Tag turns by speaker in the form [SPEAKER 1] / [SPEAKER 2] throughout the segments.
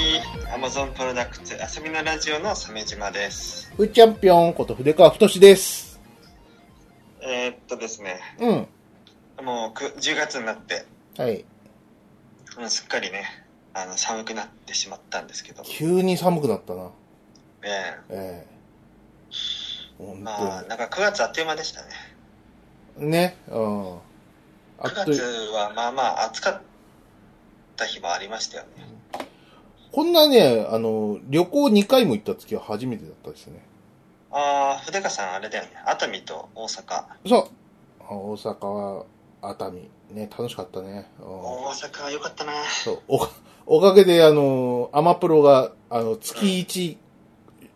[SPEAKER 1] 保存プロダクツ遊びのラジオの鮫島です。
[SPEAKER 2] うっちゃんぴょんこと筆川太志です。
[SPEAKER 1] えーっとですね、
[SPEAKER 2] うん。
[SPEAKER 1] もうく10月になって、
[SPEAKER 2] はい。
[SPEAKER 1] もうすっかりね、あの寒くなってしまったんですけど、
[SPEAKER 2] 急に寒くなったな。
[SPEAKER 1] え
[SPEAKER 2] ええ
[SPEAKER 1] えまあ、なんか9月あっという間でしたね。
[SPEAKER 2] 本当に。ね。うん。あ
[SPEAKER 1] 9
[SPEAKER 2] っとい
[SPEAKER 1] 月はまあまあ暑かった日もありましたよね。
[SPEAKER 2] こんなね、あの、旅行2回も行った月は初めてだったですね。
[SPEAKER 1] ああ、筆川さんあれだよね、熱海と大阪。
[SPEAKER 2] そう。あ大阪は熱海。ね、楽しかったね。うん
[SPEAKER 1] 大阪は良かったな。
[SPEAKER 2] そうおかおかげで、あの、アマプロが、あの、月1、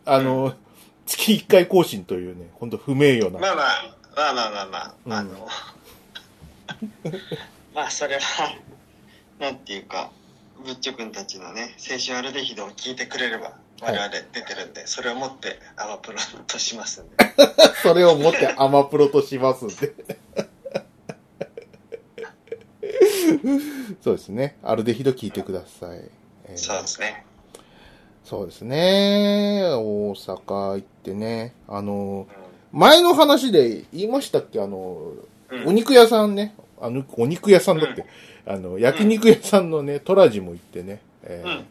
[SPEAKER 2] あの、月1回更新というね、ほんと不名誉な。
[SPEAKER 1] まあまあ、まあまあまあまあ、あ
[SPEAKER 2] う
[SPEAKER 1] の、 まあそれは、なんていうか、ぶっちょくんたちのね、青春アルデヒドを聞いてくれれば、我々出てるんで、それを持ってアマプロとしますんで。
[SPEAKER 2] それを持ってアマプロとします んで。そうですね。アルデヒド聞いてください。えー
[SPEAKER 1] そうですね。
[SPEAKER 2] そうですね。大阪行ってね。あの、
[SPEAKER 1] う
[SPEAKER 2] 前の話で言いましたっけあの、
[SPEAKER 1] ん
[SPEAKER 2] お肉屋さんね。あの、お肉屋さんだって。あの、焼肉屋さんのね、トラジも行ってね。え
[SPEAKER 1] う
[SPEAKER 2] ー
[SPEAKER 1] ん。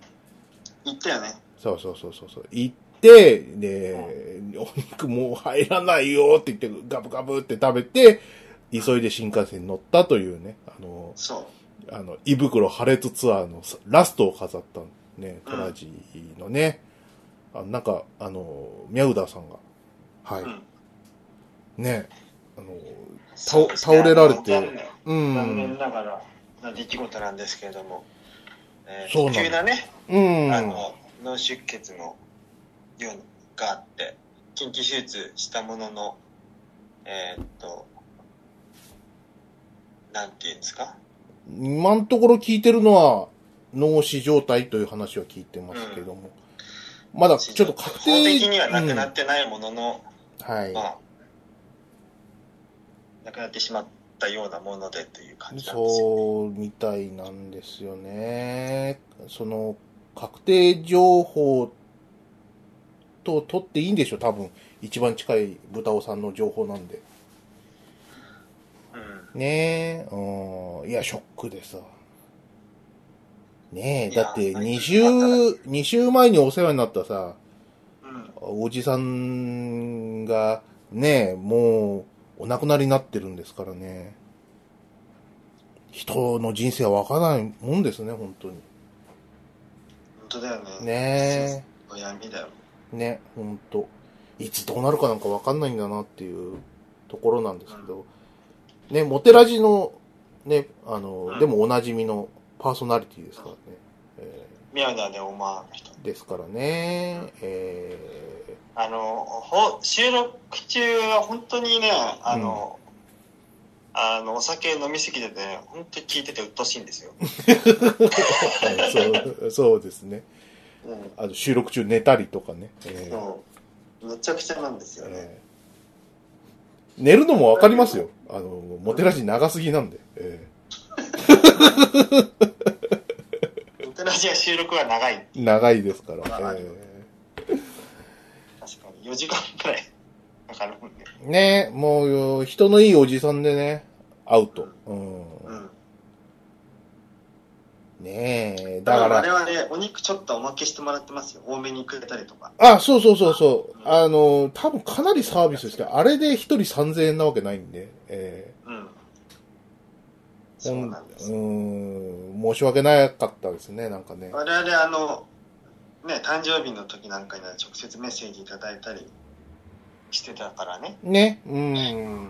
[SPEAKER 1] 言ったよね。
[SPEAKER 2] そうそうそうそうそう。行って、で、お肉もう入らないよって言って、ガブガブって食べて、急いで新幹線に乗ったというね、あの、
[SPEAKER 1] そう。
[SPEAKER 2] あの、胃袋破裂ツアーのラストを飾ったね、トラジのね、あなんか、あの、ミャウダーさんが、はい、
[SPEAKER 1] うん
[SPEAKER 2] ね、あの、
[SPEAKER 1] そうですね
[SPEAKER 2] 倒れられて
[SPEAKER 1] あの残念
[SPEAKER 2] う
[SPEAKER 1] 残念
[SPEAKER 2] ん、
[SPEAKER 1] ながらな出来事なんですけれども、えー
[SPEAKER 2] そうなの
[SPEAKER 1] 急なね、
[SPEAKER 2] うん、
[SPEAKER 1] あの脳出血のようがあって緊急手術したもののえーっとなんていうんですか
[SPEAKER 2] 今のところ聞いてるのは脳死状態という話は聞いてますけども、まだちょっと確定
[SPEAKER 1] 法的にはなくなってないものの、
[SPEAKER 2] うんはい、
[SPEAKER 1] まあなくなってしまったようなものでという感じなんですよ
[SPEAKER 2] そうみたいなんですよねその確定情報と取っていいんでしょ多分一番近い豚尾さんの情報なんで
[SPEAKER 1] うん
[SPEAKER 2] ねえうんいやショックでさねえ
[SPEAKER 1] いや
[SPEAKER 2] だって
[SPEAKER 1] はい
[SPEAKER 2] 2週2週前にお世話になったさ
[SPEAKER 1] うん
[SPEAKER 2] おじさんがね、もうお亡くなりになってるんですからね。人の人生はわからないもんですね、本当に。
[SPEAKER 1] 本当だよね
[SPEAKER 2] ね
[SPEAKER 1] そう闇だよ
[SPEAKER 2] え、ね、本当。いつどうなるかなんかわかんないんだなっていうところなんですけど。ね、モテラジの、ね、あ
[SPEAKER 1] う
[SPEAKER 2] の、
[SPEAKER 1] ん
[SPEAKER 2] でもおなじみのパーソナリティですからね。え
[SPEAKER 1] 宮田でオマーの人
[SPEAKER 2] ーですからね。えー
[SPEAKER 1] あのほ収録中は本当にねあの、あのお酒飲みすぎてね本当に聞いてて鬱陶しいんですよ、
[SPEAKER 2] はい そう、そうですね。
[SPEAKER 1] うん
[SPEAKER 2] あの収録中寝たりとかね。えー
[SPEAKER 1] そうめちゃくちゃなんですよね、
[SPEAKER 2] えー寝るのもわかりますよ。あの、モテラジ長すぎなんで。え
[SPEAKER 1] お寺じゃ収録は長い
[SPEAKER 2] ー長いですから。
[SPEAKER 1] まあ
[SPEAKER 2] え
[SPEAKER 1] 確かに4時間くらいかかるもんね
[SPEAKER 2] ーねえもうよ、人のいいおじさんでね、会うと。うん。
[SPEAKER 1] うん
[SPEAKER 2] ねえ、だ
[SPEAKER 1] だ
[SPEAKER 2] か
[SPEAKER 1] からあれ
[SPEAKER 2] ら、
[SPEAKER 1] はねお肉ちょっとおまけしてもらってますよ多めにくれたりとか
[SPEAKER 2] あ、そうそうそうそう。あの、多分かなりサービスして、あれで一人3000円なわけないんで、え
[SPEAKER 1] うん
[SPEAKER 2] ー
[SPEAKER 1] そうなんです、
[SPEAKER 2] うん、申し訳なかったですね、なんかね。
[SPEAKER 1] 我々あのね誕生日の時なんかには直接メッセージいただいたりしてたからね
[SPEAKER 2] ね、うん。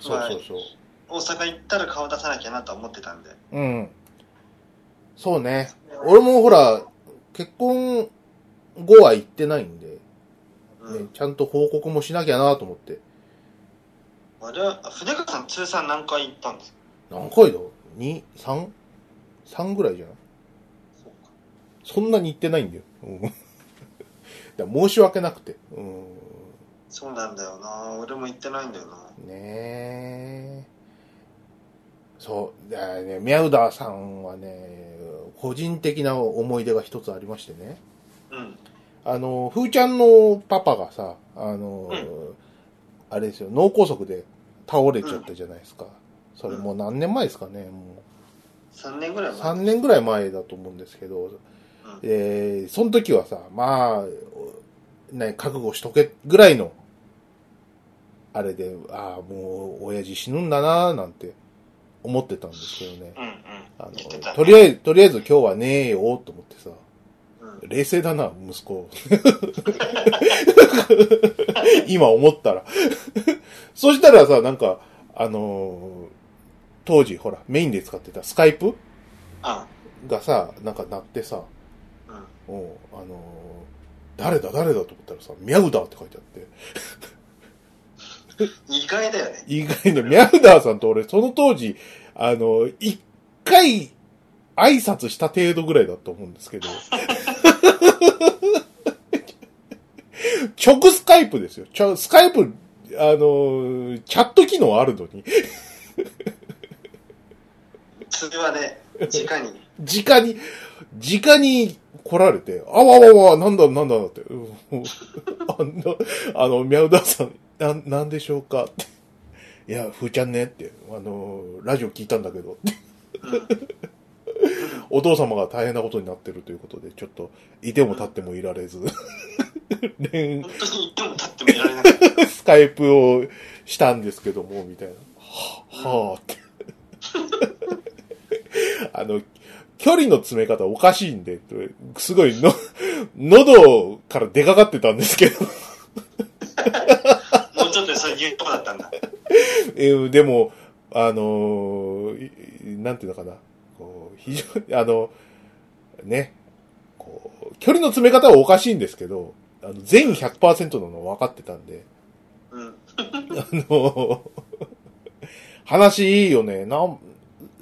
[SPEAKER 2] そうそうそう。
[SPEAKER 1] 大阪行ったら顔出さなきゃなとは思ってたんで
[SPEAKER 2] うん。そうね。俺もほら、結婚後は行ってないんで、ね、
[SPEAKER 1] うん、
[SPEAKER 2] ちゃんと報告もしなきゃなと思って。
[SPEAKER 1] あれは筆川さん通算何回行ったんですか
[SPEAKER 2] 何回だ ?2、3?3 ぐらいじゃない
[SPEAKER 1] そうか
[SPEAKER 2] そんなに行ってないんだよ。うん、 だから申し訳なくて。う、
[SPEAKER 1] そうなんだよな俺も行ってないんだよなん
[SPEAKER 2] ねえ。そう。だからね、ミャウダーさんはね、個人的な思い出が一つありましてね。
[SPEAKER 1] うん。
[SPEAKER 2] あの、ふーちゃんのパパがさ、あの、
[SPEAKER 1] うん
[SPEAKER 2] あれですよ、脳梗塞で倒れちゃったじゃないですか。それもう何年前ですかね、も
[SPEAKER 1] 3年ぐら
[SPEAKER 2] う。
[SPEAKER 1] い
[SPEAKER 2] 3
[SPEAKER 1] 前。
[SPEAKER 2] 年ぐらい前だと思うんですけど、
[SPEAKER 1] うん
[SPEAKER 2] えー、その時はさ、まあ、ね、覚悟しとけぐらいの、あれで、ああ、もう、親父死ぬんだなーなんて思ってたんですけどね。
[SPEAKER 1] うんうん
[SPEAKER 2] あの
[SPEAKER 1] 言ってた、
[SPEAKER 2] とりあえず、とりあえず今日はねえよーと思ってさ、
[SPEAKER 1] うん
[SPEAKER 2] 冷静だな、息子。 今思ったら。そしたらさ、なんか、あのー当時、ほら、メインで使ってたスカイプ
[SPEAKER 1] あ
[SPEAKER 2] がさ、なんか鳴ってさ、
[SPEAKER 1] うん
[SPEAKER 2] おうあのー誰だ誰だと思ったらさ、ミャウダーって書いてあって、
[SPEAKER 1] 意外だよね。
[SPEAKER 2] 意外にミャウダーさんと俺、その当時、あのー一回、挨拶した程度ぐらいだと思うんですけど、直スカイプですよ。ちょスカイプ、あのーチャット機能あるのに、
[SPEAKER 1] 通話で、直に。
[SPEAKER 2] 直に、直に来られて、あわわわ、なんだなんだって、うんあんな、あの、ミャウダーさん、な、なんでしょうかって。いや、ふーちゃんねって、あの、ラジオ聞いたんだけど、
[SPEAKER 1] うん。
[SPEAKER 2] お父様が大変なことになってるということで、ちょっと、いても立ってもいられず、連
[SPEAKER 1] 本当に行っても立ってもいられなかった。
[SPEAKER 2] スカイプをしたんですけども、みたいな。は、はあって。あの、距離の詰め方おかしいんで、すごいの、喉から出かかってたんですけど、
[SPEAKER 1] もうちょっとでそういうとこだったんだ。
[SPEAKER 2] えーでも、あのーいなんていうのかな、こう、非常に、あの、ね、こう、距離の詰め方はおかしいんですけど、あの、全100%なの分かってたんで、
[SPEAKER 1] うん。
[SPEAKER 2] あの、 話いいよね。なん、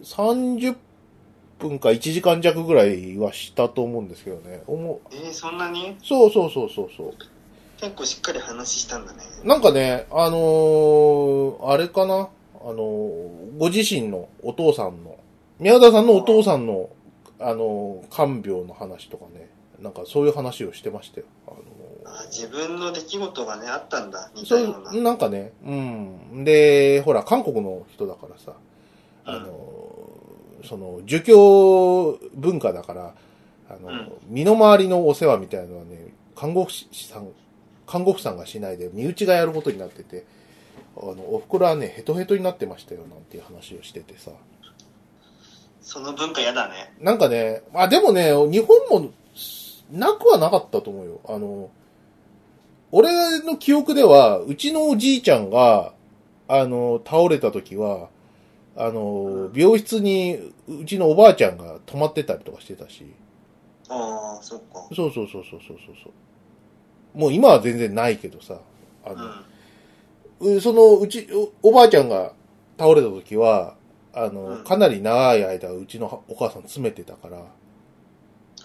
[SPEAKER 2] 30分か1時間弱ぐらいはしたと思うんですけどね。おも
[SPEAKER 1] えー、そんなに
[SPEAKER 2] そうそうそうそうそう。
[SPEAKER 1] 結構しっかり話したんだね。
[SPEAKER 2] なんかね、あのーあれかなあのーご自身のお父さんの、宮田さんのお父さんの、あのー看病の話とかね。なんかそういう話をしてましたよ。あのー
[SPEAKER 1] あー自分の出来事がね、あったんだ。み
[SPEAKER 2] そ
[SPEAKER 1] たいなのな。
[SPEAKER 2] う、なんかね、うん。で、ほら、韓国の人だからさ、あの、その、儒教文化だから、あの、
[SPEAKER 1] うん
[SPEAKER 2] 身の回りのお世話みたいなのはね、看護師さん、看護婦さんがしないで、身内がやることになってて、あの、おふくろはね、ヘトヘトになってましたよ、なんていう話をしててさ。
[SPEAKER 1] その文化嫌だね。
[SPEAKER 2] なんかね、あ、でもね、日本も、なくはなかったと思うよ。あの、俺の記憶では、うちのおじいちゃんが、あの、倒れた時は、あの
[SPEAKER 1] う、ん
[SPEAKER 2] 病室にうちのおばあちゃんが泊まってたりとかしてたし、
[SPEAKER 1] ああ、そっか。
[SPEAKER 2] そうそうそうそうそうそうそう。もう今は全然ないけどさ、あ
[SPEAKER 1] うん。
[SPEAKER 2] の、うそのうちお、おばあちゃんが倒れた時は、あの、
[SPEAKER 1] うん
[SPEAKER 2] かなり長い間、うちのお母さん詰めてたから、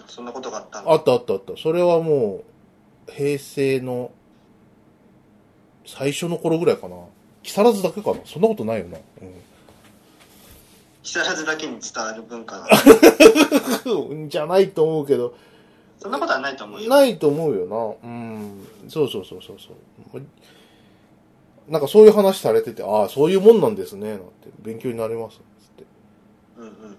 [SPEAKER 1] そんなことがあったんだ。
[SPEAKER 2] あったあったあった。それはもう、平成の最初の頃ぐらいかな。木更津だけかな。そんなことないよな。
[SPEAKER 1] 木更津だけに伝わる文化なの。
[SPEAKER 2] うん、じゃないと思うけど、
[SPEAKER 1] そんなことはないと思うよ。
[SPEAKER 2] ないと思うよな。うん。そうそうそうそうそう。なんかそういう話されてて、ああ、そういうもんなんですね、なんて。勉強になります。つって。
[SPEAKER 1] うん うん。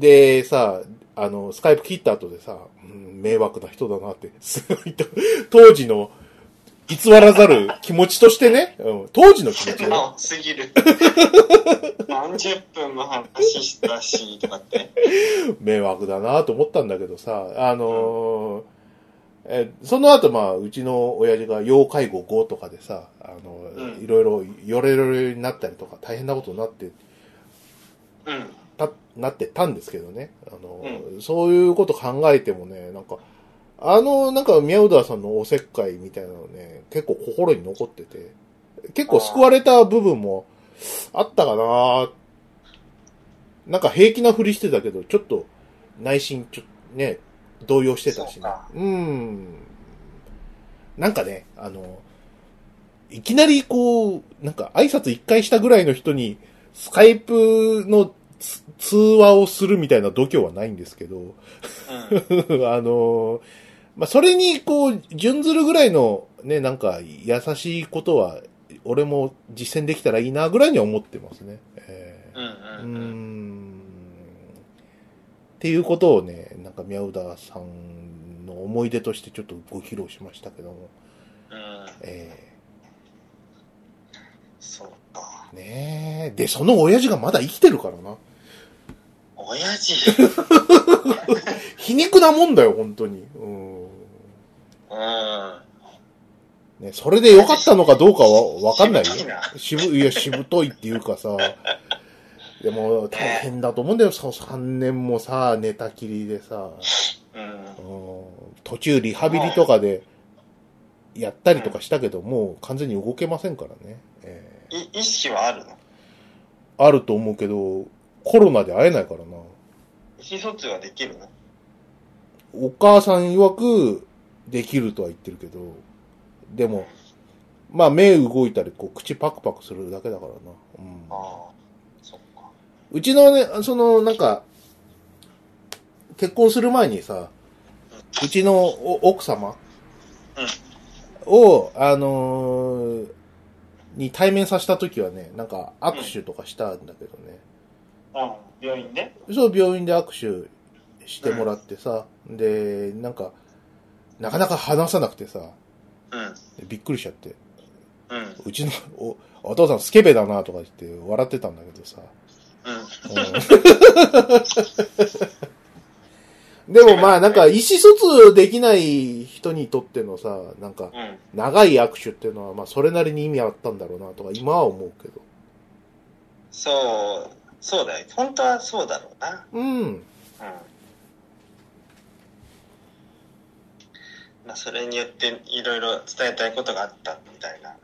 [SPEAKER 2] で、さ、あの、スカイプ切った後でさ、うん迷惑な人だなって、すごいと、当時の、偽らざる気持ちとしてね、うん、当時の気持ち
[SPEAKER 1] で
[SPEAKER 2] ね
[SPEAKER 1] も、すぎる。30分も話したし、とかって。
[SPEAKER 2] 迷惑だなと思ったんだけどさ、あのーえ、その後まあ、うちの親父が要介護5とかでさ、あのー
[SPEAKER 1] うん
[SPEAKER 2] いろいろ、よれよれになったりとか、大変なことになって
[SPEAKER 1] うん。
[SPEAKER 2] た、なってたんですけどね。あのー、そういうこと考えてもね、なんか、あの、なんか、ミャウダーさんのおせっかいみたいなのね、結構心に残ってて、結構救われた部分もあったかななんか平気なふりしてたけど、ちょっと内心ちょっとね、動揺してた
[SPEAKER 1] そ
[SPEAKER 2] し
[SPEAKER 1] う
[SPEAKER 2] ね
[SPEAKER 1] か。
[SPEAKER 2] うん。なんかね、あの、いきなりこう、なんか挨拶一回したぐらいの人に、スカイプのつ通話をするみたいな度胸はないんですけど、
[SPEAKER 1] うん。
[SPEAKER 2] あの、まあ、それに、こう、準ずるぐらいの、ね、なんか、優しいことは、俺も実践できたらいいな、ぐらいには思ってますね。え
[SPEAKER 1] うん
[SPEAKER 2] ー、う
[SPEAKER 1] うん
[SPEAKER 2] ー
[SPEAKER 1] うん。
[SPEAKER 2] ん。っていうことをね、なんか、宮浦さんの思い出としてちょっとご披露しましたけども、
[SPEAKER 1] うん。
[SPEAKER 2] え
[SPEAKER 1] そうか。
[SPEAKER 2] ー、ねえ。で、その親父がまだ生きてるからな。
[SPEAKER 1] 親父。
[SPEAKER 2] 皮肉なもんだよ、本当に。うん。
[SPEAKER 1] うん。
[SPEAKER 2] ね、それで良かったのかどうかはわかんないよ
[SPEAKER 1] しぶといな。
[SPEAKER 2] しぶ、いや、しぶといっていうかさ、でも大変だと思うんだよ、その3年もさ、寝たきりでさ、
[SPEAKER 1] うん
[SPEAKER 2] うん。途中リハビリとかでやったりとかしたけど、もう完全に動けませんからね。ええ
[SPEAKER 1] い意識はあるの
[SPEAKER 2] あると思うけど、コロナで会えないからな。
[SPEAKER 1] 意思疎通はできるの
[SPEAKER 2] お母さん曰くできるとは言ってるけど、でも、まあ目動いたり、こう口パクパクするだけだからな。うん。
[SPEAKER 1] ああ、そっか。
[SPEAKER 2] うちのね、その、なんか、結婚する前にさ、うちのお奥様を、あのーに対面させた時はね、なんか握手とかしたんだけどね。
[SPEAKER 1] うん、病院で
[SPEAKER 2] そう、病院で握手してもらってさ、で、なんか、なかなか話さなくてさ、
[SPEAKER 1] うん、
[SPEAKER 2] びっくりしちゃって、
[SPEAKER 1] うん、うん。
[SPEAKER 2] うちのおお父さんスケベだなとか言って笑ってたんだけどさ、でもまあなんか意思疎通できない人にとってのさ、なん
[SPEAKER 1] う
[SPEAKER 2] か
[SPEAKER 1] ん。
[SPEAKER 2] 長い握手っていうのはまあそれなりに意味あったんだろうなとか今は思うけど。
[SPEAKER 1] そう、そうだよ。本当はそうだろうな。
[SPEAKER 2] うん。
[SPEAKER 1] うん。まあ、それによっていろいろ伝えたいことがあったみたいな。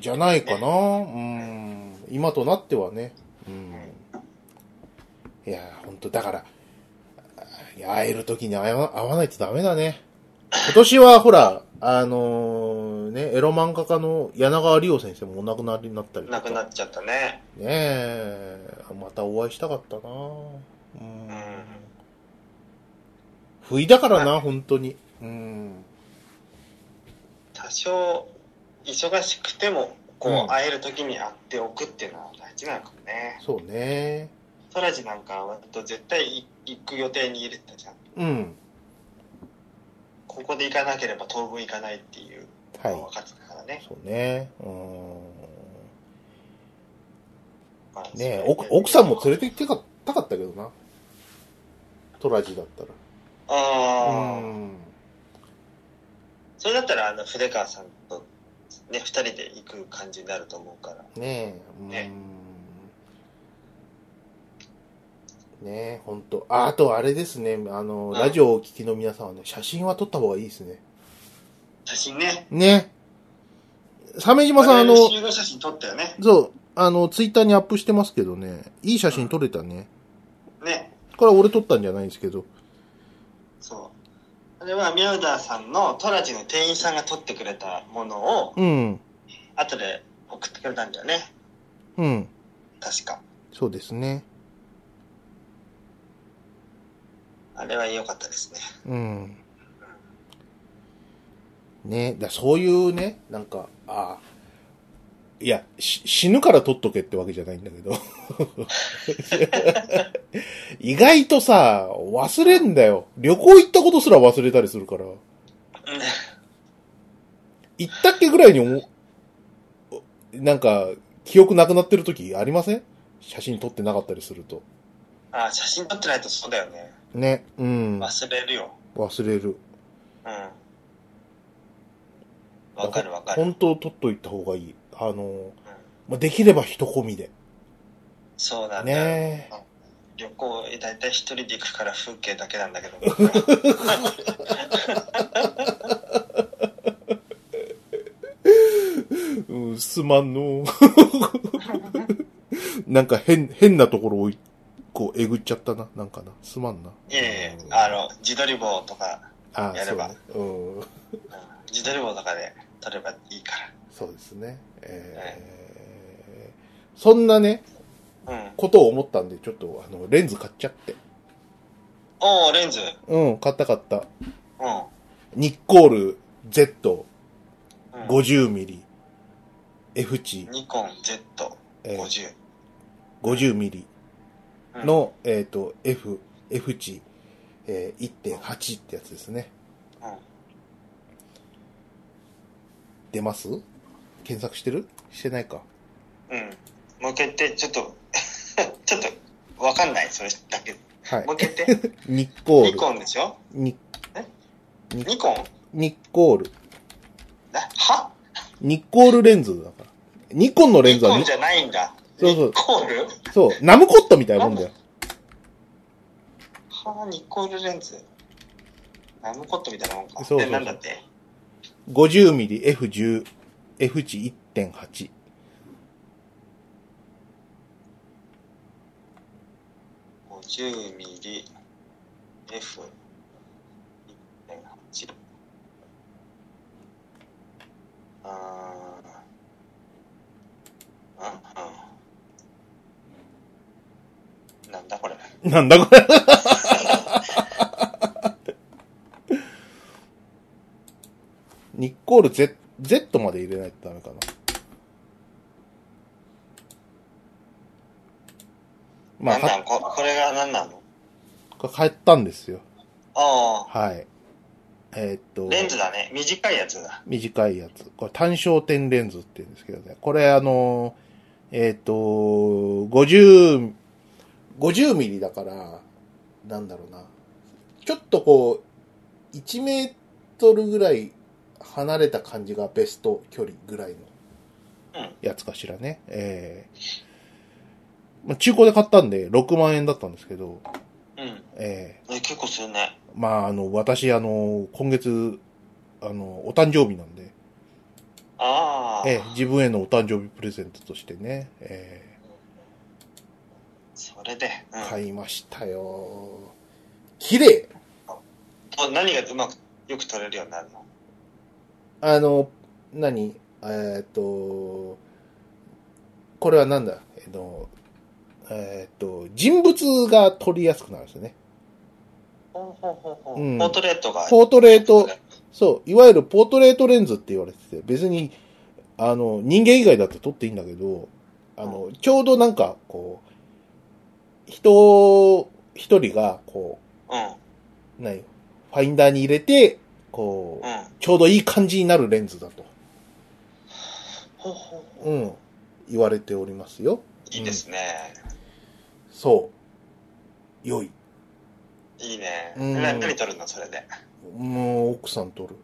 [SPEAKER 2] じゃないかな。うん。今となってはね。うん。いやー、ほんとだから、いや会える時に会わ会わないとダメだね。今年はほら、あのーね、エロ漫画家の柳川理央先生もお亡くなりになったりとか
[SPEAKER 1] なくなっちゃったね。
[SPEAKER 2] ねえ、またお会いしたかったなうん
[SPEAKER 1] うん。
[SPEAKER 2] 不意だからな、本当に。うん。
[SPEAKER 1] 多少、忙しくても、
[SPEAKER 2] う
[SPEAKER 1] こ
[SPEAKER 2] ん
[SPEAKER 1] う、会える時に会っておくっていうのは大事なのかもね。
[SPEAKER 2] そうね。
[SPEAKER 1] ソラジなんかは割と絶対い行く予定に入れてたじゃん。
[SPEAKER 2] うん。
[SPEAKER 1] ここで行かなければ当分行かないっていう
[SPEAKER 2] は
[SPEAKER 1] のが分
[SPEAKER 2] い。
[SPEAKER 1] かってたからね。
[SPEAKER 2] そうね。うん。
[SPEAKER 1] まあ
[SPEAKER 2] ねえ、
[SPEAKER 1] そういう
[SPEAKER 2] 奥奥さんも連れて行ってかたかったけどな。トラジだったら。
[SPEAKER 1] ああ、
[SPEAKER 2] うん。
[SPEAKER 1] それだったらあの筆川さんとね二人で行く感じになると思うから
[SPEAKER 2] ねえ
[SPEAKER 1] ね。
[SPEAKER 2] うん。ねえ、ほんと。あ、あとあれですね。あの、ラジオをお聞きの皆さんはね、写真は撮った方がいいですね。
[SPEAKER 1] 写真ね
[SPEAKER 2] ね。鮫島さん、あ
[SPEAKER 1] 我
[SPEAKER 2] の
[SPEAKER 1] 々、集合写真撮ったよね
[SPEAKER 2] そう、あの、ツイッターにアップしてますけどね、いい写真撮れたね。
[SPEAKER 1] ね
[SPEAKER 2] これは俺撮ったんじゃないんですけど。
[SPEAKER 1] そうあれはミャウダーさんのトラジの店員さんが撮ってくれたものを
[SPEAKER 2] うん、
[SPEAKER 1] 後で送ってくれたんだよね
[SPEAKER 2] うん、
[SPEAKER 1] 確か
[SPEAKER 2] そうですね。
[SPEAKER 1] あれは良かったですね
[SPEAKER 2] うん。ね、だそういうね、なんか、ああ、いや、し死ぬから撮っとけってわけじゃないんだけど。意外とさ、忘れんだよ。旅行行ったことすら忘れたりするから。
[SPEAKER 1] うん
[SPEAKER 2] 行ったっけぐらいに思う、なんか、記憶なくなってる時ありません写真撮ってなかったりすると。
[SPEAKER 1] あ写真撮ってないとそうだよね
[SPEAKER 2] ね。うん。
[SPEAKER 1] 忘れるよ
[SPEAKER 2] 忘れる。
[SPEAKER 1] うんわかるわかる、うん
[SPEAKER 2] 本当撮っといた方がいい。あの、まあ、できれば人込みで。
[SPEAKER 1] そうなんだよ、
[SPEAKER 2] ね
[SPEAKER 1] 旅行大体一人で行くから風景だけなんだ けど
[SPEAKER 2] うん、すまんの。なんか変、変なところをい、こう、えぐっちゃったな。なんかな。すまんな。
[SPEAKER 1] いえいえあの自撮り棒とか
[SPEAKER 2] あ
[SPEAKER 1] やれば
[SPEAKER 2] そう,、うん、
[SPEAKER 1] うん自撮り棒とかで撮ればいいから
[SPEAKER 2] そうですね。えーそんなね、
[SPEAKER 1] うん。
[SPEAKER 2] ことを思ったんで、ちょっと、あの、レンズ買っちゃって。
[SPEAKER 1] ああ、レンズ。うん。
[SPEAKER 2] うん、買った買った。
[SPEAKER 1] う
[SPEAKER 2] ニッコール Z50mm、
[SPEAKER 1] ん、
[SPEAKER 2] F 値、
[SPEAKER 1] ニコン Z50。
[SPEAKER 2] えー、50mm
[SPEAKER 1] うん、
[SPEAKER 2] の、えっ、と、F、F 値、えー1.8ってやつですね。
[SPEAKER 1] うん、
[SPEAKER 2] 出ます検索してるしてないか。
[SPEAKER 1] うん。もう一回言って、ちょっと、 ちょっと、わかんない、それだけ。
[SPEAKER 2] はい
[SPEAKER 1] もう。一回言 って。
[SPEAKER 2] ニッコー
[SPEAKER 1] ニ
[SPEAKER 2] ル。
[SPEAKER 1] コンでしょ
[SPEAKER 2] ニ
[SPEAKER 1] ニコン
[SPEAKER 2] ニッコール。
[SPEAKER 1] なは
[SPEAKER 2] ニッコールレンズだから。ニコンのレン
[SPEAKER 1] ニ
[SPEAKER 2] ズは
[SPEAKER 1] コン
[SPEAKER 2] ニ
[SPEAKER 1] じ、ゃないんだ。
[SPEAKER 2] そうそう
[SPEAKER 1] ニコール
[SPEAKER 2] そう、ナムコットみたいなもんだよ。
[SPEAKER 1] はあ、ニコールレンズ。ナムコットみたいなもんか。
[SPEAKER 2] そうそうそう
[SPEAKER 1] で、なんだって。
[SPEAKER 2] 50mmF10、F 値1.8。
[SPEAKER 1] 50ミリ F 1.8あーうんうんなんだこれ
[SPEAKER 2] なんだこれ。ニッコール Z、Z まで入れないとダメかな。ま
[SPEAKER 1] な
[SPEAKER 2] あ、
[SPEAKER 1] んな
[SPEAKER 2] か
[SPEAKER 1] んここれが何なの
[SPEAKER 2] 買ったんですよ。
[SPEAKER 1] あ
[SPEAKER 2] はい。えーっと
[SPEAKER 1] あ、レンズだね短いやつだ
[SPEAKER 2] 短いやつ。これ単焦点レンズって言うんですけどね。これあの、えーっと、50、50ミリだから、なんだろうな。ちょっとこう、1メートルぐらい離れた感じがベスト距離ぐらいの
[SPEAKER 1] うん
[SPEAKER 2] やつかしらね。えーまあ、中古で買ったんで6万円だったんですけど、
[SPEAKER 1] うん
[SPEAKER 2] えー
[SPEAKER 1] え結構するね
[SPEAKER 2] まあ、あの、私、あの、今月、あの、お誕生日なんで、
[SPEAKER 1] ああ
[SPEAKER 2] ええ自分へのお誕生日プレゼントとしてね、え
[SPEAKER 1] それで、う
[SPEAKER 2] え
[SPEAKER 1] ん
[SPEAKER 2] 買いましたよ。綺麗
[SPEAKER 1] と何がうまくよく撮れるようになるの
[SPEAKER 2] あの、何えーっと、これはなんだえっと、えーっと、人物が撮りやすくなるんですよね。
[SPEAKER 1] ほうほうほうほう
[SPEAKER 2] うん
[SPEAKER 1] ポートレートが
[SPEAKER 2] ポートレートそう、いわゆるポートレートレンズって言われてて、別に、あの、人間以外だって撮っていいんだけど、あの、ちょうどなんか、こう、人、一人が、こ
[SPEAKER 1] うん
[SPEAKER 2] う、何、ファインダーに入れて、こう、
[SPEAKER 1] う
[SPEAKER 2] ちょうどいい感じになるレンズだと、
[SPEAKER 1] ん。
[SPEAKER 2] うん、言われておりますよ。
[SPEAKER 1] いいですね。
[SPEAKER 2] そう。良い。
[SPEAKER 1] いいね。
[SPEAKER 2] うん
[SPEAKER 1] な何撮るのそれで。
[SPEAKER 2] もう、奥さん撮る。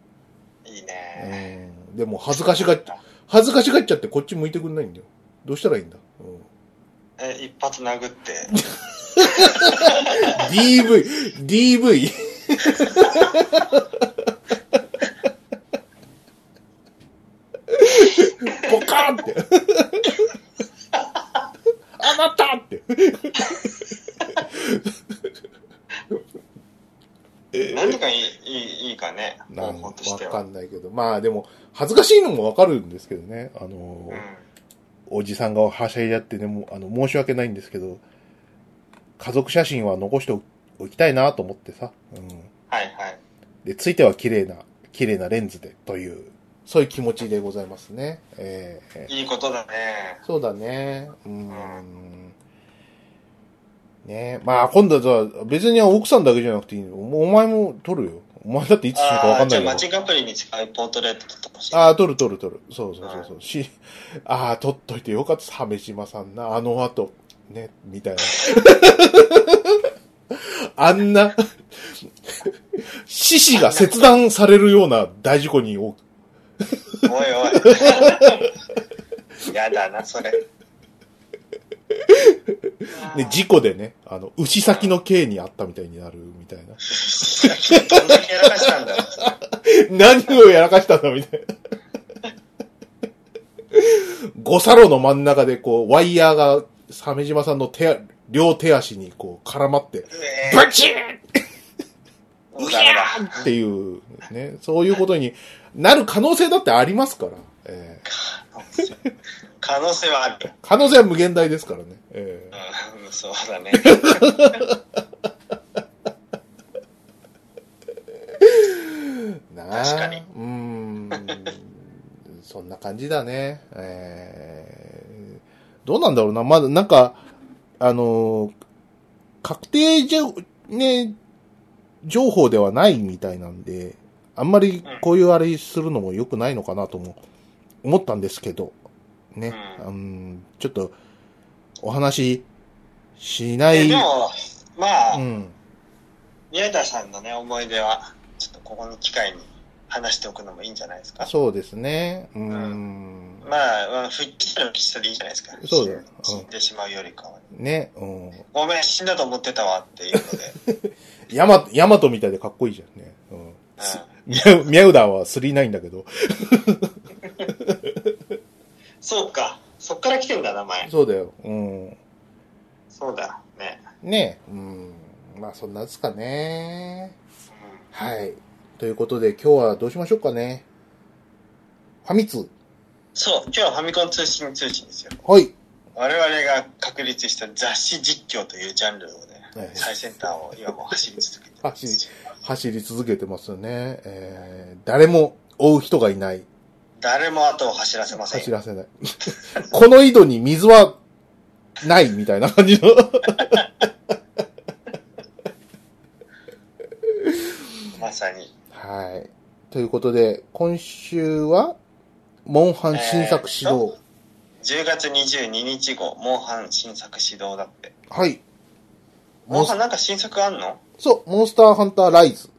[SPEAKER 1] いいね。
[SPEAKER 2] うん。でも、恥ずかしがっ、恥ずかしがっちゃってこっち向いてくんないんだよ。どうしたらいいんだうん。
[SPEAKER 1] え、一発殴って。
[SPEAKER 2] DV、DV。ポカーンって。あなたって。
[SPEAKER 1] 何がいい、いい、いいかね。
[SPEAKER 2] な
[SPEAKER 1] 方
[SPEAKER 2] ん
[SPEAKER 1] 法と
[SPEAKER 2] わ
[SPEAKER 1] して
[SPEAKER 2] か
[SPEAKER 1] は。
[SPEAKER 2] んないけど。まあでも、恥ずかしいのもわかるんですけどね。あの
[SPEAKER 1] うん。、
[SPEAKER 2] おじさんがはしゃいでやってね、もうあの、申し訳ないんですけど、家族写真は残しておきたいなと思ってさ。うん。
[SPEAKER 1] はいはい。
[SPEAKER 2] で、ついては綺麗な、綺麗なレンズでという、そういう気持ちでございますね。ええ
[SPEAKER 1] いいことだね。
[SPEAKER 2] そうだね。うーん。ねまあ今度はさ別に奥さんだけじゃなくていいのお前も撮るよ。お前だっていつ死ぬかわ
[SPEAKER 1] あ
[SPEAKER 2] か
[SPEAKER 1] あ、
[SPEAKER 2] ん
[SPEAKER 1] じ
[SPEAKER 2] な
[SPEAKER 1] ゃあ
[SPEAKER 2] い
[SPEAKER 1] マッ。
[SPEAKER 2] よ
[SPEAKER 1] チングアプリに使うポートレート撮ってほしい。
[SPEAKER 2] ああ、撮る撮る撮る。そうそうそうそう。し、ああ、撮っといてよかった。鮫島さんな、あの後、ね、みたいな。あんな、獅子が切断されるような大事故にお
[SPEAKER 1] おいお い。やだな、それ。
[SPEAKER 2] で、事故でね、あの、牛先の刑にあったみたいになるみたいな。
[SPEAKER 1] どんだけやらかしたんだろう。
[SPEAKER 2] 何をやらかしたんだみたいな。五サロの真ん中でこう、ワイヤーが、鮫島さんの手あ、両手足にこう、絡まって、
[SPEAKER 1] うえ
[SPEAKER 2] バチーン
[SPEAKER 1] ーもうダメだ。
[SPEAKER 2] っていう、ね、そういうことになる可能性だってありますから。ええ
[SPEAKER 1] 可能性はある。
[SPEAKER 2] 可能性は無限大ですからね。ええ
[SPEAKER 1] うん、そうだね。
[SPEAKER 2] なあ
[SPEAKER 1] 確かに
[SPEAKER 2] うーん。そんな感じだね。えーどうなんだろうな。まだ、なんか、あのー確定じゃ、ね、情報ではないみたいなんで、あんまりこういうあれするのも良くないのかなとも思ったんですけど、ね。う、
[SPEAKER 1] うん
[SPEAKER 2] ちょっと、お話しな
[SPEAKER 1] え
[SPEAKER 2] い。
[SPEAKER 1] でも、まあ、
[SPEAKER 2] うん。
[SPEAKER 1] 宮田さんのね、思い出は、ちょっとここの機会に話しておくのもいいんじゃないですか。
[SPEAKER 2] そうですね。うーん。
[SPEAKER 1] まあ、まあ、吹っ切りのキスでいいじゃないですか。
[SPEAKER 2] そうだよ
[SPEAKER 1] 死ん
[SPEAKER 2] うん
[SPEAKER 1] 死んでしまうよりかは。
[SPEAKER 2] ね。うん。
[SPEAKER 1] ごめん、死んだと思ってたわっていうの で。
[SPEAKER 2] ヤマ、ヤマトみたいでかっこいいじゃんね。うん。す
[SPEAKER 1] うん
[SPEAKER 2] ミャ ウミャウダーは3ないんだけど。
[SPEAKER 1] そうか。そっから来てんだ、名前。
[SPEAKER 2] そうだよ。うん。
[SPEAKER 1] そうだ。ね。
[SPEAKER 2] ねえ。うん。まあそんなですかね。
[SPEAKER 1] うん
[SPEAKER 2] はい。ということで今日はどうしましょうかね。ファミ通。
[SPEAKER 1] そう、今日はファミコン通信通信ですよ。
[SPEAKER 2] はい。
[SPEAKER 1] 我々が確立した雑誌実況というジャンルをね、
[SPEAKER 2] はい
[SPEAKER 1] 最先端を今も走り続けてま
[SPEAKER 2] 走り
[SPEAKER 1] す。
[SPEAKER 2] 走り続けてますよね。えー、誰も追う人がいない。
[SPEAKER 1] 誰も後を走らせませんよ
[SPEAKER 2] 走。らせない。 この井戸に水はないみたいな感じの。
[SPEAKER 1] まさに。
[SPEAKER 2] はい。ということで、今週は、モンハン新作始動。
[SPEAKER 1] 10月22日号、モンハン新作始動だって。
[SPEAKER 2] はい。
[SPEAKER 1] モ
[SPEAKER 2] モン
[SPEAKER 1] ンハンなんか新作あんの
[SPEAKER 2] そう、モンスターハンターライズ。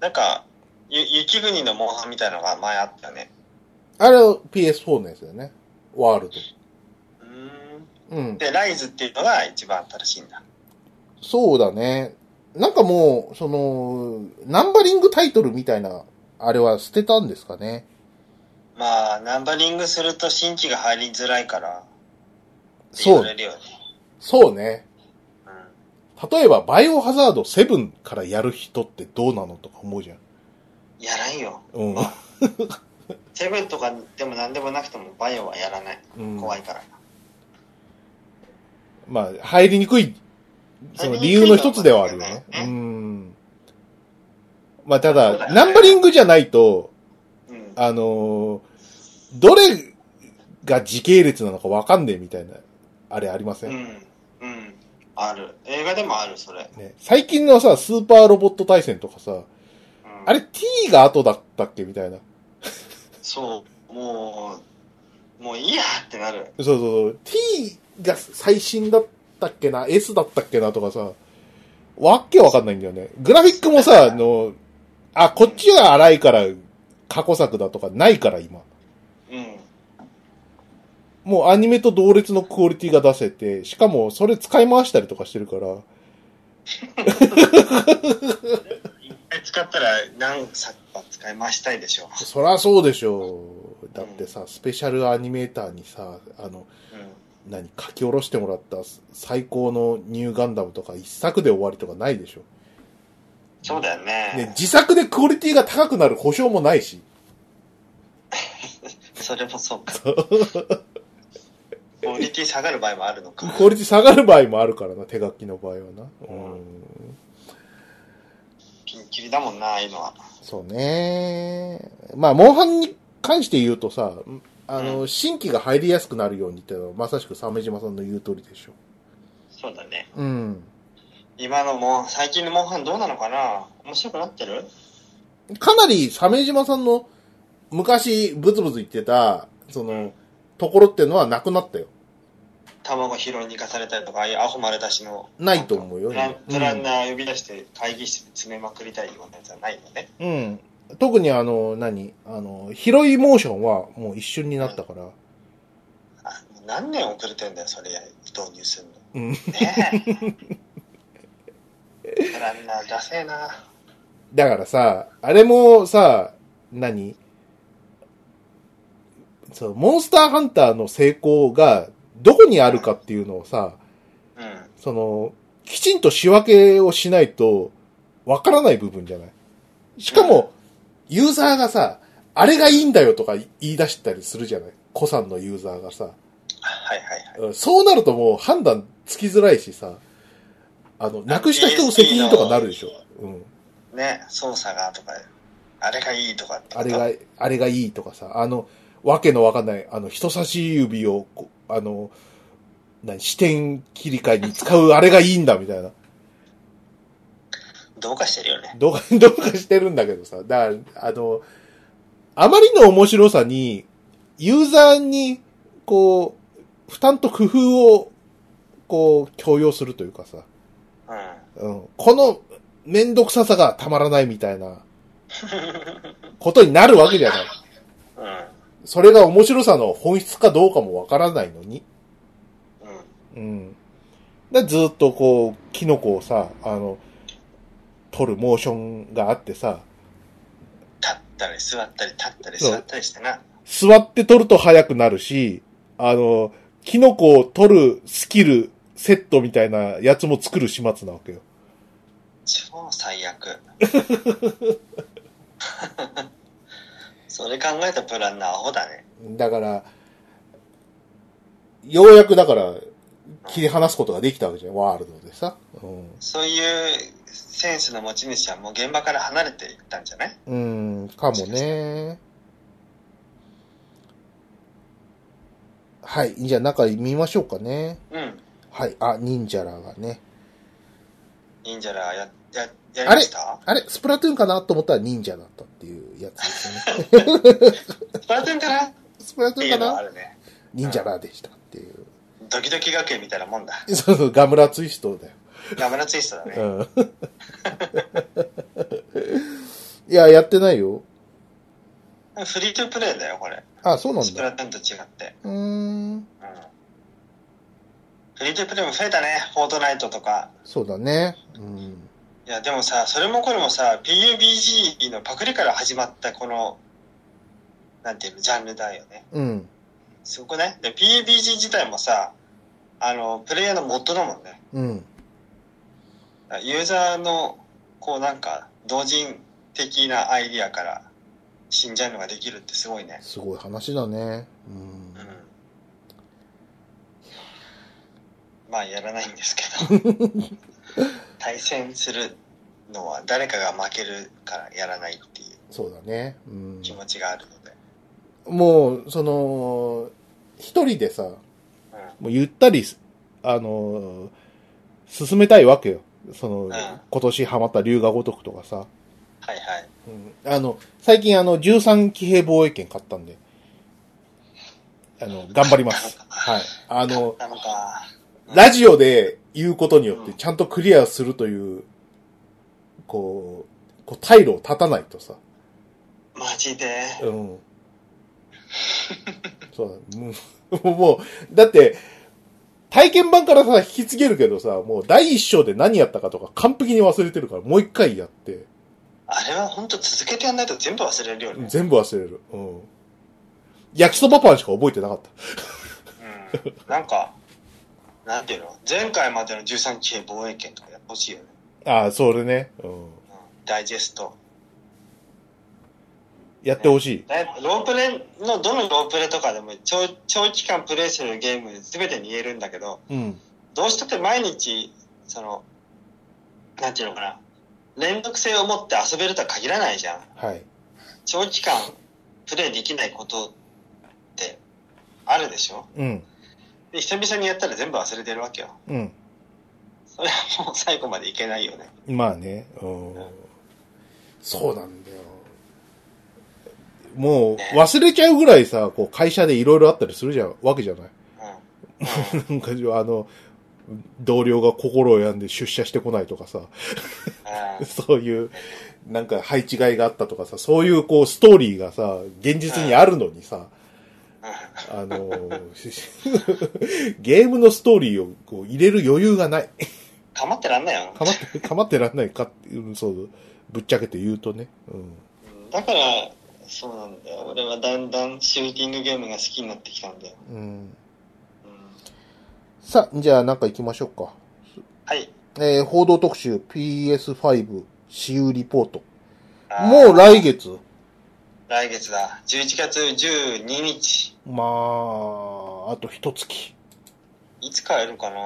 [SPEAKER 1] なんか、ゆ雪国のモンハンみたいのが前あったね。
[SPEAKER 2] あれは PS4 のやつだよね。ワール
[SPEAKER 1] うー
[SPEAKER 2] ド。うん
[SPEAKER 1] ん。。で、ライズっていうのが一番新しいんだ。
[SPEAKER 2] そうだね。なんかもう、その、ナンバリングタイトルみたいな、あれは捨てたんですかね。
[SPEAKER 1] まあ、ナンバリングすると新規が入りづらいから、って言
[SPEAKER 2] そ
[SPEAKER 1] わ
[SPEAKER 2] う
[SPEAKER 1] れ、るよね。
[SPEAKER 2] そうね。
[SPEAKER 1] うん
[SPEAKER 2] 例えば、バイオハザード7からやる人ってどうなのとか思うじゃん。
[SPEAKER 1] やらんよ。
[SPEAKER 2] うん。
[SPEAKER 1] セブンとかでも何でもなくてもバイオはやらない。
[SPEAKER 2] うん、
[SPEAKER 1] 怖いから。
[SPEAKER 2] まあ、入りにくい、その理由の一つではあるよね。うん。まあ、
[SPEAKER 1] そう
[SPEAKER 2] た
[SPEAKER 1] だ
[SPEAKER 2] だ、
[SPEAKER 1] よね
[SPEAKER 2] ナンバリングじゃないと、
[SPEAKER 1] うん。
[SPEAKER 2] あのーどれが時系列なのかわかんねえみたいな、あれありませ、
[SPEAKER 1] うんん。うん。ある。映画でもある、それ。
[SPEAKER 2] ね、最近のさ、スーパーロボット対戦とかさ、
[SPEAKER 1] うん
[SPEAKER 2] あれ T が後だったっけみたいな。
[SPEAKER 1] そう。もう、もういいやってなる。
[SPEAKER 2] そうそうそう。T が最新だったっけな ?S だったっけなとかさ、わっけわかんないんだよね。グラフィックもさ、あの、あ、こっちが荒いから過去作だとかないから今。
[SPEAKER 1] うん。
[SPEAKER 2] もうアニメと同列のクオリティが出せて、しかもそれ使い回したりとかしてるから、
[SPEAKER 1] 一回使ったら何作か使い回したいでしょ
[SPEAKER 2] そらそうでしょう。だってさ、スペシャルアニメーターにさ、あの、
[SPEAKER 1] う。うん。
[SPEAKER 2] 何、書き下ろしてもらった最高のニューガンダムとか一作で終わりとかないでしょ。
[SPEAKER 1] そうだよ
[SPEAKER 2] ね、
[SPEAKER 1] ね。
[SPEAKER 2] 自作でクオリティが高くなる保証もないし。
[SPEAKER 1] それもそうか。クオリティ下がる場合もあるのか。
[SPEAKER 2] クオリティ下がる場合もあるからな、手書きの場合はな。
[SPEAKER 1] うん
[SPEAKER 2] うん
[SPEAKER 1] ピンキリだもんな、ああいうのは。
[SPEAKER 2] そうね。まあ、モンハンに関して言うとさ、あの、
[SPEAKER 1] う
[SPEAKER 2] 新規が入りやすくなるようにってのは、まさしく鮫島さんの言う通りでしょ。
[SPEAKER 1] そうだね。
[SPEAKER 2] うん。
[SPEAKER 1] 今のも、最近のモンハンどうなのかな面白くなってる
[SPEAKER 2] かなり鮫島さんの昔ブツブツ言ってた、その、ところってのはなくなったよ。
[SPEAKER 1] 卵拾いに行かされたりとか、ああいうアホ丸出しの。
[SPEAKER 2] ないと思うよ
[SPEAKER 1] プラン
[SPEAKER 2] 今
[SPEAKER 1] プランナー呼び出して会議室で詰めまくりたいようなやつはないよね。
[SPEAKER 2] うん。特にあの、何あの、広いモーションはもう一瞬になったから。
[SPEAKER 1] あ何年遅れてんだよ、それ導入するの。
[SPEAKER 2] うん
[SPEAKER 1] ねえ。プランナー、ダセえな。
[SPEAKER 2] だからさ、あれもさ、何そう、モンスターハンターの成功がどこにあるかっていうのをさ、
[SPEAKER 1] うん。
[SPEAKER 2] その、きちんと仕分けをしないと、わからない部分じゃないしかも、ユーザーがさ、あれがいいんだよとか言い出したりするじゃない古参のユーザーがさ。
[SPEAKER 1] はいはいはい。
[SPEAKER 2] うんそうなるともう判断つきづらいしさ、あの、なくした人の責任とかなるでしょ。うん。
[SPEAKER 1] ね、操作がとか、あれがいいとかってこ
[SPEAKER 2] あ
[SPEAKER 1] と
[SPEAKER 2] れが、あれがいいとかさ、あの、わけのわかんない、あの、人差し指をこう、あの、何、視点切り替えに使うあれがいいんだみたいな。
[SPEAKER 1] どうかしてるよね。
[SPEAKER 2] どう か、どうかしてるんだけどさ。だから、あの、あまりの面白さに、ユーザーに、こう、負担と工夫を、こう、強要するというかさ。
[SPEAKER 1] うん。
[SPEAKER 2] うん。この、めんどくささがたまらないみたいな、ことになるわけじゃない。
[SPEAKER 1] うん。
[SPEAKER 2] それが面白さの本質かどうかもわからないのに。
[SPEAKER 1] うん。
[SPEAKER 2] うん。で、ずっとこう、キノコをさ、あの、取るモーションがあってさ、
[SPEAKER 1] 立ったり座ったり立ったり
[SPEAKER 2] そう
[SPEAKER 1] 座ったりしてな。
[SPEAKER 2] 座って取ると速くなるし、あの、キノコを取るスキルセットみたいなやつも作る始末なわけよ。
[SPEAKER 1] 超最悪。 それ考えたプランのアホだね。
[SPEAKER 2] だから、ようやくだから、切り離すことができたわけじゃん、ワールドでさ。う
[SPEAKER 1] そういうセンスの持ち主はもう現場から離れていったんじゃない
[SPEAKER 2] ん。うん、かもね。はい。じゃあ中見ましょうかね。
[SPEAKER 1] うん。
[SPEAKER 2] はい。あ、忍者らがね。
[SPEAKER 1] いいんじゃら、や、や、やり
[SPEAKER 2] あれ
[SPEAKER 1] ました
[SPEAKER 2] あれスプラトゥーンかなと思ったら忍者だったっていうやつですね。
[SPEAKER 1] スパラトゥーンかなっ
[SPEAKER 2] スプラト
[SPEAKER 1] て
[SPEAKER 2] ゥ
[SPEAKER 1] い
[SPEAKER 2] ー
[SPEAKER 1] う
[SPEAKER 2] ン
[SPEAKER 1] の
[SPEAKER 2] か
[SPEAKER 1] はあ
[SPEAKER 2] な
[SPEAKER 1] るね。
[SPEAKER 2] 忍者らでしたっていう。
[SPEAKER 1] ドキドキ学園みたいなもんだ。
[SPEAKER 2] そうそう、ガムラツイストだよ。
[SPEAKER 1] ガムラツイストだね。
[SPEAKER 2] うん。 いや、やってないよ。
[SPEAKER 1] フリートゥープレイだよ、これ。
[SPEAKER 2] あ、そうなん
[SPEAKER 1] スプ
[SPEAKER 2] だ。
[SPEAKER 1] ラトゥーンと違って。
[SPEAKER 2] うーん。
[SPEAKER 1] うん。フリートゥープレイも増えたね。フォートナイトとか。
[SPEAKER 2] そうだね。うん。
[SPEAKER 1] いや、でもさ、それもこれもさ、PUBG のパクリから始まったこの、なんていうの、ジャンルだよね。
[SPEAKER 2] うん。
[SPEAKER 1] すごくね。で、PUBG 自体もさ、あの、プレイヤーのモッドだもんね。
[SPEAKER 2] うん。
[SPEAKER 1] だからユーザーの、こうなんか、同人的なアイディアから、新ジャンルができるってすごいね。
[SPEAKER 2] すごい話だね。うん
[SPEAKER 1] う。ん。まあ、やらないんですけど。対戦するのは誰かが負けるからやらないっていう。
[SPEAKER 2] そうだね。うん。
[SPEAKER 1] 気持ちがあるので。
[SPEAKER 2] もう、その、一人でさ、
[SPEAKER 1] うん。
[SPEAKER 2] もうゆったりす、あのー進めたいわけよ。その、今年ハマった龍河如くとかさ。
[SPEAKER 1] はいはい。
[SPEAKER 2] うんあの、最近あの、13騎兵防衛権買ったんで、あの、頑張ります。 はい。あの、
[SPEAKER 1] なのか。
[SPEAKER 2] ラジオで言うことによって
[SPEAKER 1] うん
[SPEAKER 2] ちゃんとクリアするという、こう、こう、退路を立たないとさ。
[SPEAKER 1] マジで。
[SPEAKER 2] うん。そうだ。もう、 もうだって、体験版からさ、引き継げるけどさ、もう第一章で何やったかとか完璧に忘れてるから、もう一回やって、
[SPEAKER 1] あれは本当続けてやんないと全部忘れるよね。
[SPEAKER 2] 全部忘れる。うん。焼きそばパンしか覚えてなかった。
[SPEAKER 1] うん。なんか、なんていうの前回までの13期兵防衛権とかやってほしいよね。
[SPEAKER 2] ああ、それね。うん。
[SPEAKER 1] うんダイジェスト。
[SPEAKER 2] やってほしい。
[SPEAKER 1] ねロープレの、どのロープレとかでも長長期間プレイするゲーム全てに言えるんだけど、
[SPEAKER 2] うん。
[SPEAKER 1] どうしたって毎日、その、なんていうのかな。連続性を持って遊べるとは限らないじゃん。
[SPEAKER 2] はい。
[SPEAKER 1] 長期間プレイできないことってあるでしょ
[SPEAKER 2] うん。
[SPEAKER 1] で久々にやったら全部忘れてるわけよ
[SPEAKER 2] うん。
[SPEAKER 1] それはもう最後までいけないよね
[SPEAKER 2] まあね。うん。そうなんだよ。もう、忘れちゃうぐらいさ、こう、会社でいろいろあったりするじゃん、わけじゃない。
[SPEAKER 1] うん、うん、
[SPEAKER 2] なんか、あの、同僚が心を病んで出社してこないとかさ、
[SPEAKER 1] あー
[SPEAKER 2] そういう、なんか配置換えがあったとかさ、そういうこう、ストーリーがさ、現実にあるのにさ、あの、 ゲームのストーリーをこう入れる余裕がない。
[SPEAKER 1] かまってらんないよ
[SPEAKER 2] かまって、 かまってらんないかっていう、そう、ぶっちゃけて言うとね。うん。
[SPEAKER 1] うんだからそうなんだよ俺はだんだんシューティングゲームが好きになってきたんだよ、
[SPEAKER 2] うん、
[SPEAKER 1] うん、
[SPEAKER 2] さあ、じゃあなんか行きましょうか。
[SPEAKER 1] はい
[SPEAKER 2] えー報道特集 PS5 私有リポート。
[SPEAKER 1] あー
[SPEAKER 2] もう来月。
[SPEAKER 1] 来月だ。11月12日。
[SPEAKER 2] まあ、あと一月。
[SPEAKER 1] いつ帰るかな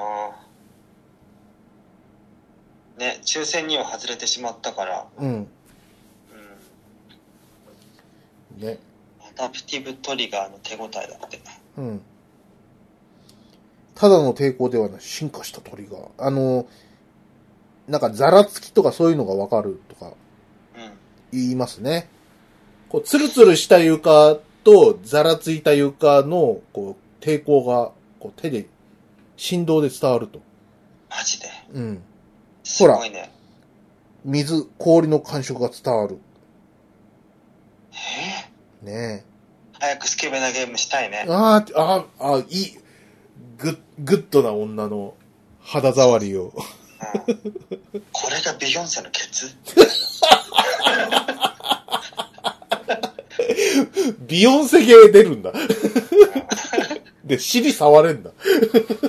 [SPEAKER 1] ね、抽選には外れてしまったから。
[SPEAKER 2] うん。
[SPEAKER 1] うん。
[SPEAKER 2] ね。
[SPEAKER 1] アダプティブトリガーの手応えだって。
[SPEAKER 2] うん。ただの抵抗ではない、進化した鳥が。あの、なんか、ざらつきとかそういうのがわかるとか
[SPEAKER 1] うん。
[SPEAKER 2] 言いますね。こう、ツルツルした床と、ざらついた床の、こう、抵抗が、こう、手で、振動で伝わると。
[SPEAKER 1] マジで。
[SPEAKER 2] うん。
[SPEAKER 1] すごいね。
[SPEAKER 2] 水、氷の感触が伝わる。
[SPEAKER 1] えー
[SPEAKER 2] ね
[SPEAKER 1] 早くスケベなゲームしたいね
[SPEAKER 2] え。。あーあー、あーいい。ぐ、グッドな女の肌触りを。
[SPEAKER 1] うんこれがビヨンセのケツ
[SPEAKER 2] ビヨンセ系 出るんだ。で、尻触れんだ。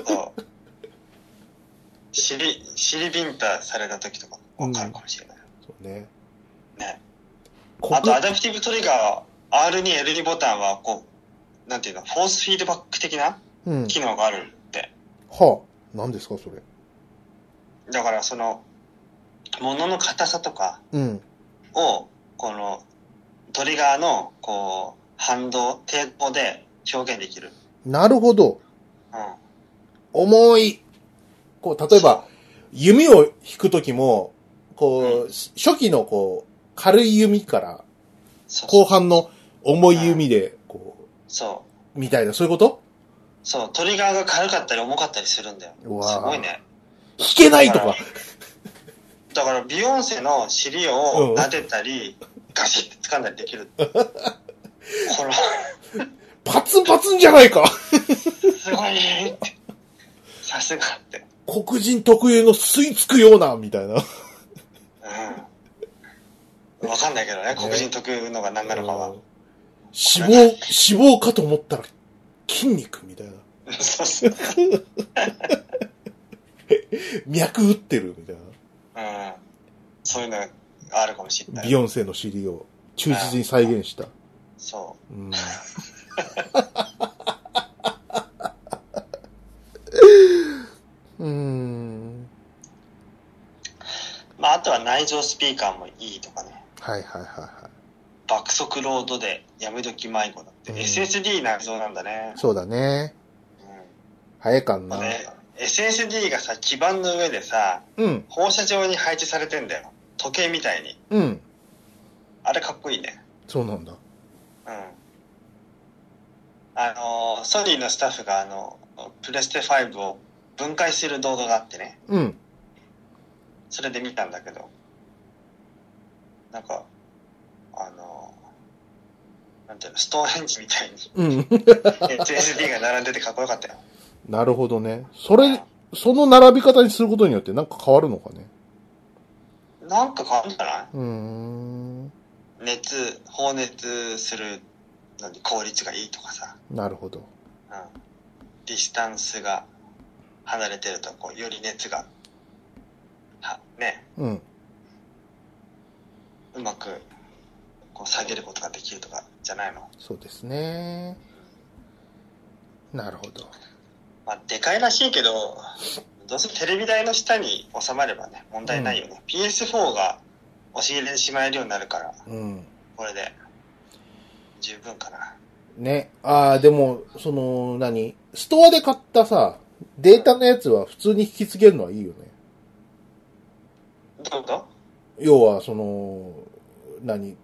[SPEAKER 1] そう。尻、尻ビンタされた時とかわかるかもしれない。
[SPEAKER 2] そうね。
[SPEAKER 1] ね。
[SPEAKER 2] こ
[SPEAKER 1] あと、アダプティブトリガーは、R2、L2 ボタンは、こう、なんていうの、フォースフィードバック的な
[SPEAKER 2] うん。
[SPEAKER 1] 機能があるって。
[SPEAKER 2] はあ、何ですか、それ。
[SPEAKER 1] だから、その、物の硬さとか
[SPEAKER 2] うん。
[SPEAKER 1] を、この、トリガーの、こう、反動、抵抗で表現できる。
[SPEAKER 2] なるほど。
[SPEAKER 1] うん。
[SPEAKER 2] 重い。こう、例えば、弓を引くときも、こう、初期のこう、軽い弓から、
[SPEAKER 1] そう
[SPEAKER 2] 後半の重い弓で、こ、
[SPEAKER 1] そう
[SPEAKER 2] みたいな、そういうこと
[SPEAKER 1] う。そう。トリガーが軽かったり重かったりするんだよ。す
[SPEAKER 2] うわー
[SPEAKER 1] ごいね。
[SPEAKER 2] 引けないと
[SPEAKER 1] は
[SPEAKER 2] か
[SPEAKER 1] い。だから、ビヨンセの尻
[SPEAKER 2] うん
[SPEAKER 1] を撫でたり、ガシッて掴んだりできる。この、
[SPEAKER 2] パツンパツンじゃないか。
[SPEAKER 1] すごいって。さすがって。
[SPEAKER 2] 黒人特有の吸い付くような、みたいな。
[SPEAKER 1] うん。わかんないけどね、黒人特有のが何なのかは。
[SPEAKER 2] 脂肪、脂肪かと思ったら筋肉みたいな。
[SPEAKER 1] そうそう。うん。
[SPEAKER 2] 脈打ってるみたい
[SPEAKER 1] そういうのがあるかもしれ
[SPEAKER 2] な。
[SPEAKER 1] な
[SPEAKER 2] ビ
[SPEAKER 1] い。
[SPEAKER 2] ヨンセの尻を忠実に再現した。
[SPEAKER 1] そ
[SPEAKER 2] うん、うーん。
[SPEAKER 1] う。まあ、あとは内蔵スピーカーもいいとかね。
[SPEAKER 2] はいはいはいは
[SPEAKER 1] 爆速ロードでやめ時迷子だって。
[SPEAKER 2] うん
[SPEAKER 1] SSD 内蔵なんだね
[SPEAKER 2] い。。そうだね。
[SPEAKER 1] う
[SPEAKER 2] 早いかん
[SPEAKER 1] ん。ま
[SPEAKER 2] な
[SPEAKER 1] あ。ね、SSD がさ、基板の上でさ、
[SPEAKER 2] うん、
[SPEAKER 1] 放射状に配置されてんだよ。時計みたいに。
[SPEAKER 2] うん。
[SPEAKER 1] あれかっこいいね。
[SPEAKER 2] そうなんだ。
[SPEAKER 1] うん。あのー、ソニーのスタッフが、あの、プレステ5を分解する動画があってね、
[SPEAKER 2] うん。
[SPEAKER 1] それで見たんだけど、なんか、あのー、なんていうの、ストーンヘンジみたい に
[SPEAKER 2] うん。
[SPEAKER 1] SSD が並んでてかっこよかったよ。
[SPEAKER 2] なるほどね。それ、その並び方にすることによってなんか変わるのかね。
[SPEAKER 1] なんか変わるんじゃないう
[SPEAKER 2] ーん。
[SPEAKER 1] 熱、放熱するのに効率がいいとかさ、
[SPEAKER 2] なるほど。
[SPEAKER 1] うん。ディスタンスが離れてると、こう、より熱が、は、ね、
[SPEAKER 2] うん。
[SPEAKER 1] うまくこう下げることができるとかじゃないの、
[SPEAKER 2] そうですね。なるほど。
[SPEAKER 1] まあ、でかいらしいけどどうせテレビ台の下に収まればね問題ないよね、PS4 が押し入れにしまえるようになるから
[SPEAKER 2] うん。
[SPEAKER 1] これで十分かな
[SPEAKER 2] ね。ああ、でも、その、何ストアで買ったさ、データのやつは普通に引き継げるのはいいよね。
[SPEAKER 1] どういうこと
[SPEAKER 2] 要は、その、何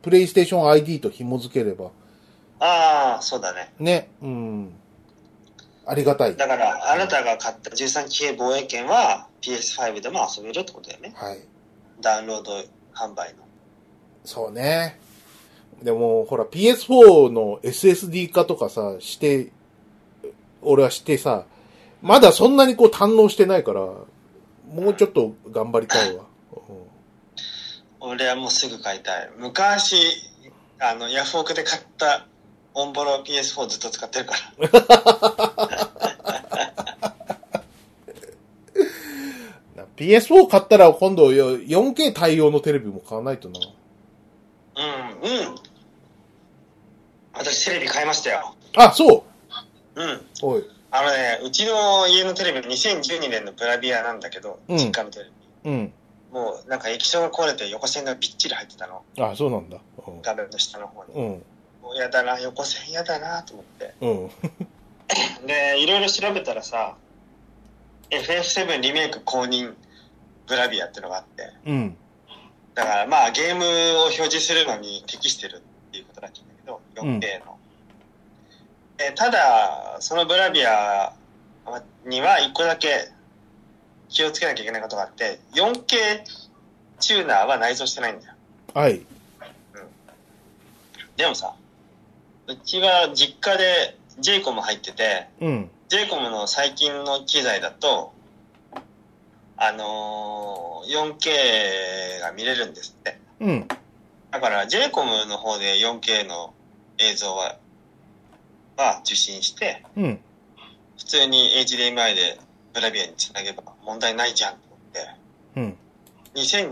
[SPEAKER 2] プレイステーション ID と紐付ければ。
[SPEAKER 1] ああそうだね
[SPEAKER 2] ね。うん。ありがたい。
[SPEAKER 1] だからあなたが買った13期限防衛券は PS5 でも遊べるってことだよね
[SPEAKER 2] はい。
[SPEAKER 1] ダウンロード販売の
[SPEAKER 2] そうね。でも、ほら、PS4 の SSD 化とかさ、して、俺はしてさ、まだそんなにこう堪能してないから、もうちょっと頑張りたいわ。
[SPEAKER 1] 俺はもうすぐ買いたい昔あのヤフオクで買ったオンボロ PS4 ずっと使ってるから
[SPEAKER 2] うん PS4 買ったら今度よ 4K 対応のテレビも買わないとな。
[SPEAKER 1] うんうん。私テレビ買いましたよ。
[SPEAKER 2] あ、そう
[SPEAKER 1] うん。
[SPEAKER 2] おい。
[SPEAKER 1] あのね、うちの家のテレビ2012年のブラビアなんだけど、
[SPEAKER 2] うん
[SPEAKER 1] 実家のテレビ。
[SPEAKER 2] うん。
[SPEAKER 1] もうなんか液晶が壊れて横線がびっちり入ってたの。
[SPEAKER 2] あ、そうなんだ。うん
[SPEAKER 1] 画面の下の方に。
[SPEAKER 2] うん。
[SPEAKER 1] もうやだな、横線やだなと思って。
[SPEAKER 2] うん。
[SPEAKER 1] で、いろいろ調べたらさ、FF7 リメイク公認ブラビアってのがあって。
[SPEAKER 2] うん。
[SPEAKER 1] だからまあゲームを表示するのに適してるっていうことだけだけど、
[SPEAKER 2] うん
[SPEAKER 1] 4K の。えただ、そのブラビアには一個だけ気をつけなきゃいけないことがあって、4K チューナーは内蔵してないんだよ。
[SPEAKER 2] はい。
[SPEAKER 1] でもさ、うちは実家で j イコム入ってて、
[SPEAKER 2] うん。
[SPEAKER 1] j イコムの最近の機材だと、あのー 4K が見れるんですって。
[SPEAKER 2] うん。
[SPEAKER 1] だから j イコムの方で 4K の映像は、は受信して、
[SPEAKER 2] うん。
[SPEAKER 1] 普通に HDMI でブラビアにつなげば問題ないじゃんと思って、
[SPEAKER 2] うん。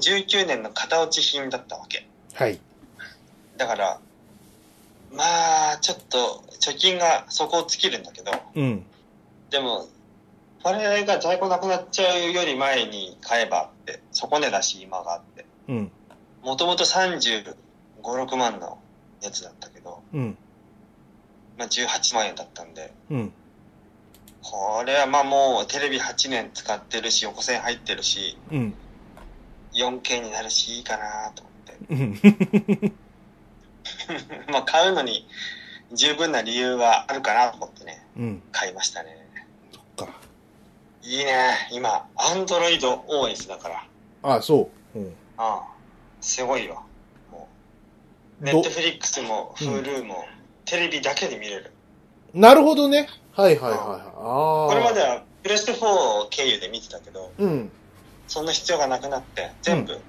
[SPEAKER 1] 2019年の型落ち品だったわけ。
[SPEAKER 2] はい。
[SPEAKER 1] だから、まあ、ちょっと貯金がそこを尽きるんだけど、
[SPEAKER 2] うん。
[SPEAKER 1] でも、これが在庫なくなっちゃうより前に買えばって、底値だし今があって。
[SPEAKER 2] うん。
[SPEAKER 1] もともと35、6万のやつだったけど、
[SPEAKER 2] うん。
[SPEAKER 1] まあ18万円だったんで、
[SPEAKER 2] うん。
[SPEAKER 1] これはまあもうテレビ8年使ってるし、横線入ってるし、
[SPEAKER 2] うん。
[SPEAKER 1] 4K になるしいいかなと思っ
[SPEAKER 2] うん。
[SPEAKER 1] て。 まあ買うのに十分な理由はあるかなと思ってね、
[SPEAKER 2] うん。
[SPEAKER 1] 買いましたね。
[SPEAKER 2] か。
[SPEAKER 1] いいね。今、Android OS だから。
[SPEAKER 2] あ、そう。うん。
[SPEAKER 1] ああ、すごいよ。もう、ネ
[SPEAKER 2] ど
[SPEAKER 1] ットフリックスも、
[SPEAKER 2] うん
[SPEAKER 1] Hulu も、テレビだけで見れる。
[SPEAKER 2] なるほどね。はいはいはいはい。ああ。
[SPEAKER 1] これまでは、プレステ4経由で見てたけど、
[SPEAKER 2] うん。
[SPEAKER 1] そんな必要がなくなって、全部、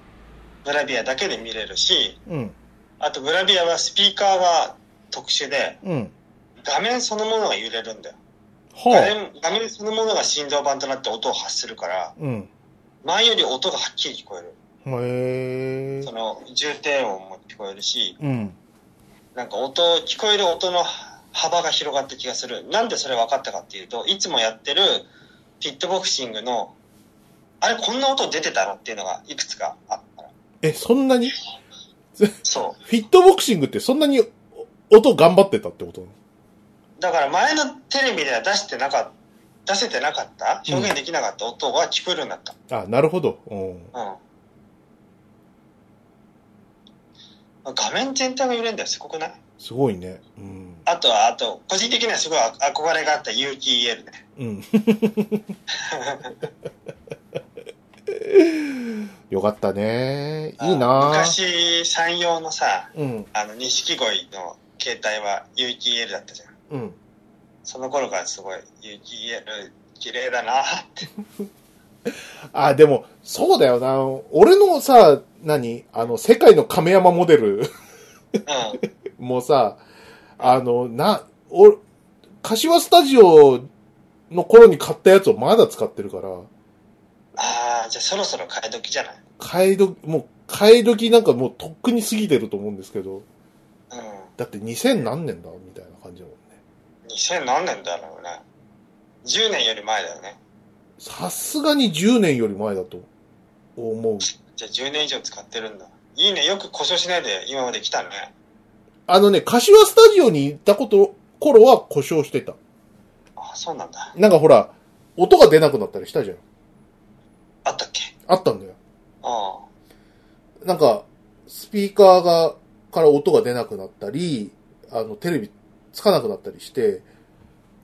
[SPEAKER 1] ブラビアだけで見れるし、
[SPEAKER 2] うん。
[SPEAKER 1] あとブラビアはスピーカーは特殊で、
[SPEAKER 2] うん。
[SPEAKER 1] 画面そのものが揺れるんだよ。画
[SPEAKER 2] は
[SPEAKER 1] 面画面そのものが振動板となって音を発するから、
[SPEAKER 2] あ。うん。
[SPEAKER 1] 前より音がはっきり聞こえる。
[SPEAKER 2] へえ
[SPEAKER 1] そ。の、重低音も聞こえるし、
[SPEAKER 2] うん。
[SPEAKER 1] なんか音、聞こえる音の幅が広がった気がする。なんでそれ分かったかっていうと、いつもやってるピットボクシングの、あれ、こんな音出てたのっていうのがいくつかあったから。
[SPEAKER 2] え、そんなに
[SPEAKER 1] そ
[SPEAKER 2] フィットボクシングってそんなにお音頑張ってたってこと
[SPEAKER 1] う。だから前のテレビでは出してなかった、出せてなかった
[SPEAKER 2] うん
[SPEAKER 1] 表現できなかった音は聞こえるようになった。
[SPEAKER 2] あ、なるほど。うん。
[SPEAKER 1] うん。画面全体が揺れるんだよ。すごくない
[SPEAKER 2] すごいね。うん。
[SPEAKER 1] あとは、あと、個人的にはすごい憧れがあった有機 EL ね。
[SPEAKER 2] うん。 よかったね。いいな
[SPEAKER 1] 昔、山陽のさ、
[SPEAKER 2] うん。
[SPEAKER 1] あの、錦鯉の携帯は有機 EL だったじゃん。
[SPEAKER 2] うん。
[SPEAKER 1] その頃からすごい、有機 EL、綺麗だな って。
[SPEAKER 2] あ、でも、そうだよな。俺のさ、何あの、世界の亀山モデル
[SPEAKER 1] う ん。
[SPEAKER 2] もさ、あの、な、お、柏スタジオの頃に買ったやつをまだ使ってるから、
[SPEAKER 1] ああ、じゃあそろそろ買い時じゃない
[SPEAKER 2] 買いど、もう、買い時なんかもうとっくに過ぎてると思うんですけど、
[SPEAKER 1] う
[SPEAKER 2] だって2000何年だみたいな感じだもんね。
[SPEAKER 1] ん。2000何年だろうね。10年より前だよね。
[SPEAKER 2] さすがに10年より前だと思う。
[SPEAKER 1] じゃあ10年以上使ってるんだ。いいね。よく故障しないで今まで来たね。
[SPEAKER 2] あのね、柏スタジオに行ったこと、頃は故障してた。
[SPEAKER 1] ああ、そうなんだ。
[SPEAKER 2] なんかほら、音が出なくなったりしたじゃん。
[SPEAKER 1] あったっけ
[SPEAKER 2] あったんだよ。
[SPEAKER 1] あ
[SPEAKER 2] なんか、スピーカーが、から音が出なくなったり、あの、テレビつかなくなったりして、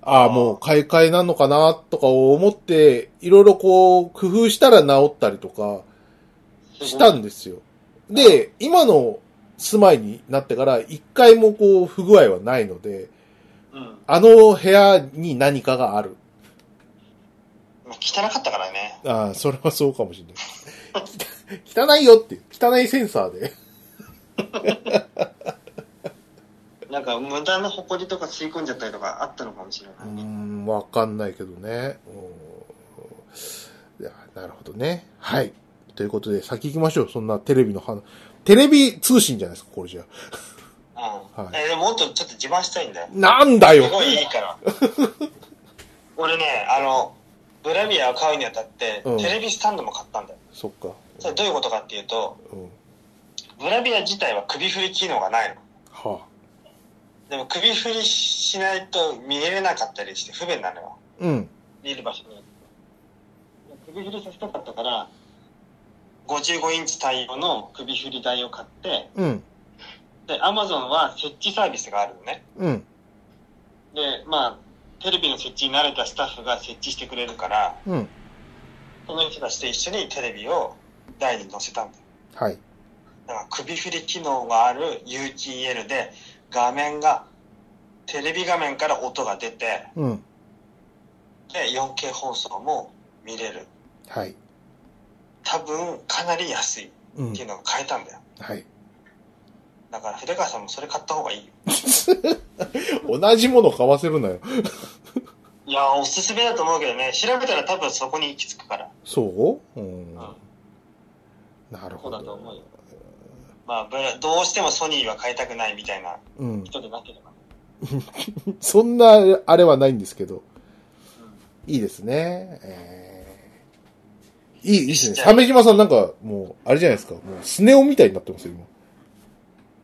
[SPEAKER 2] ああ、もう買い替えなのかな、とか思って、いろいろこう、工夫したら治ったりとか
[SPEAKER 1] あ。
[SPEAKER 2] したんですよ。で、今の住まいになってから、一回もこう、不具合はないので、
[SPEAKER 1] うん。
[SPEAKER 2] あの部屋に何かがある。
[SPEAKER 1] まあ汚かったからね。
[SPEAKER 2] ああ、それはそうかもし れない。汚いよっていう、汚いセンサーで。
[SPEAKER 1] なんか無駄な埃とか吸い込んじゃったりとかあったのかもしれな
[SPEAKER 2] う
[SPEAKER 1] い。
[SPEAKER 2] ーん、わかんないけどね。うんいやなるほどね。はい。ということで、先行きましょう。そんなテレビの話。テレビ通信じゃないですか、これじゃ。
[SPEAKER 1] うん。
[SPEAKER 2] はい
[SPEAKER 1] えでももっとちょっと自慢したいんだよ。
[SPEAKER 2] なんだよ
[SPEAKER 1] すごいいいから。俺ね、あの、グラビアを買うにあたって、
[SPEAKER 2] うん
[SPEAKER 1] テレビスタンドも買ったんだよ。
[SPEAKER 2] そっか。
[SPEAKER 1] それどういうことかっていうと、
[SPEAKER 2] うん。は
[SPEAKER 1] グラビア自体は首振り機能がないの。
[SPEAKER 2] あ。
[SPEAKER 1] でも首振りしないと見れなかったりして不便なのよ。
[SPEAKER 2] うん。
[SPEAKER 1] 見る場所に。首振りさせたかったから、55インチ対応の首振り台を買って、
[SPEAKER 2] うん。
[SPEAKER 1] で、アマゾンは設置サービスがあるのね。
[SPEAKER 2] うん。
[SPEAKER 1] で、まあ、テレビの設置に慣れたスタッフが設置してくれるから、
[SPEAKER 2] うん。
[SPEAKER 1] その人たちと一緒にテレビを台に載せたんだよ。
[SPEAKER 2] はい。
[SPEAKER 1] だから首振り機能がある UTL で画面が、テレビ画面から音が出て、
[SPEAKER 2] うん。
[SPEAKER 1] で、4K 放送も見れる。
[SPEAKER 2] はい。
[SPEAKER 1] 多分、かなり安いっ
[SPEAKER 2] うん
[SPEAKER 1] てい。うのが変えたんだよ。
[SPEAKER 2] はい。
[SPEAKER 1] だから、筆川さんもそれ買った方がいいよ。
[SPEAKER 2] 同じもの買わせるなよ。
[SPEAKER 1] いやー、おすすめだと思うけどね、調べたら多分そこに行き着くから。
[SPEAKER 2] そううん。
[SPEAKER 1] うん
[SPEAKER 2] なる
[SPEAKER 1] そ
[SPEAKER 2] ほ
[SPEAKER 1] うだと思う
[SPEAKER 2] ど
[SPEAKER 1] よ。。まあブラ、どうしてもソニーは変えたくないみたいな
[SPEAKER 2] うん。
[SPEAKER 1] 人でなければね。
[SPEAKER 2] そんな、あれはないんですけ
[SPEAKER 1] う
[SPEAKER 2] ど。
[SPEAKER 1] ん
[SPEAKER 2] いいですね。えー、いい、いいですね。鮫島さんなんか、もう、あれじゃないですか。もう、スネ夫みたいになってますよ、今。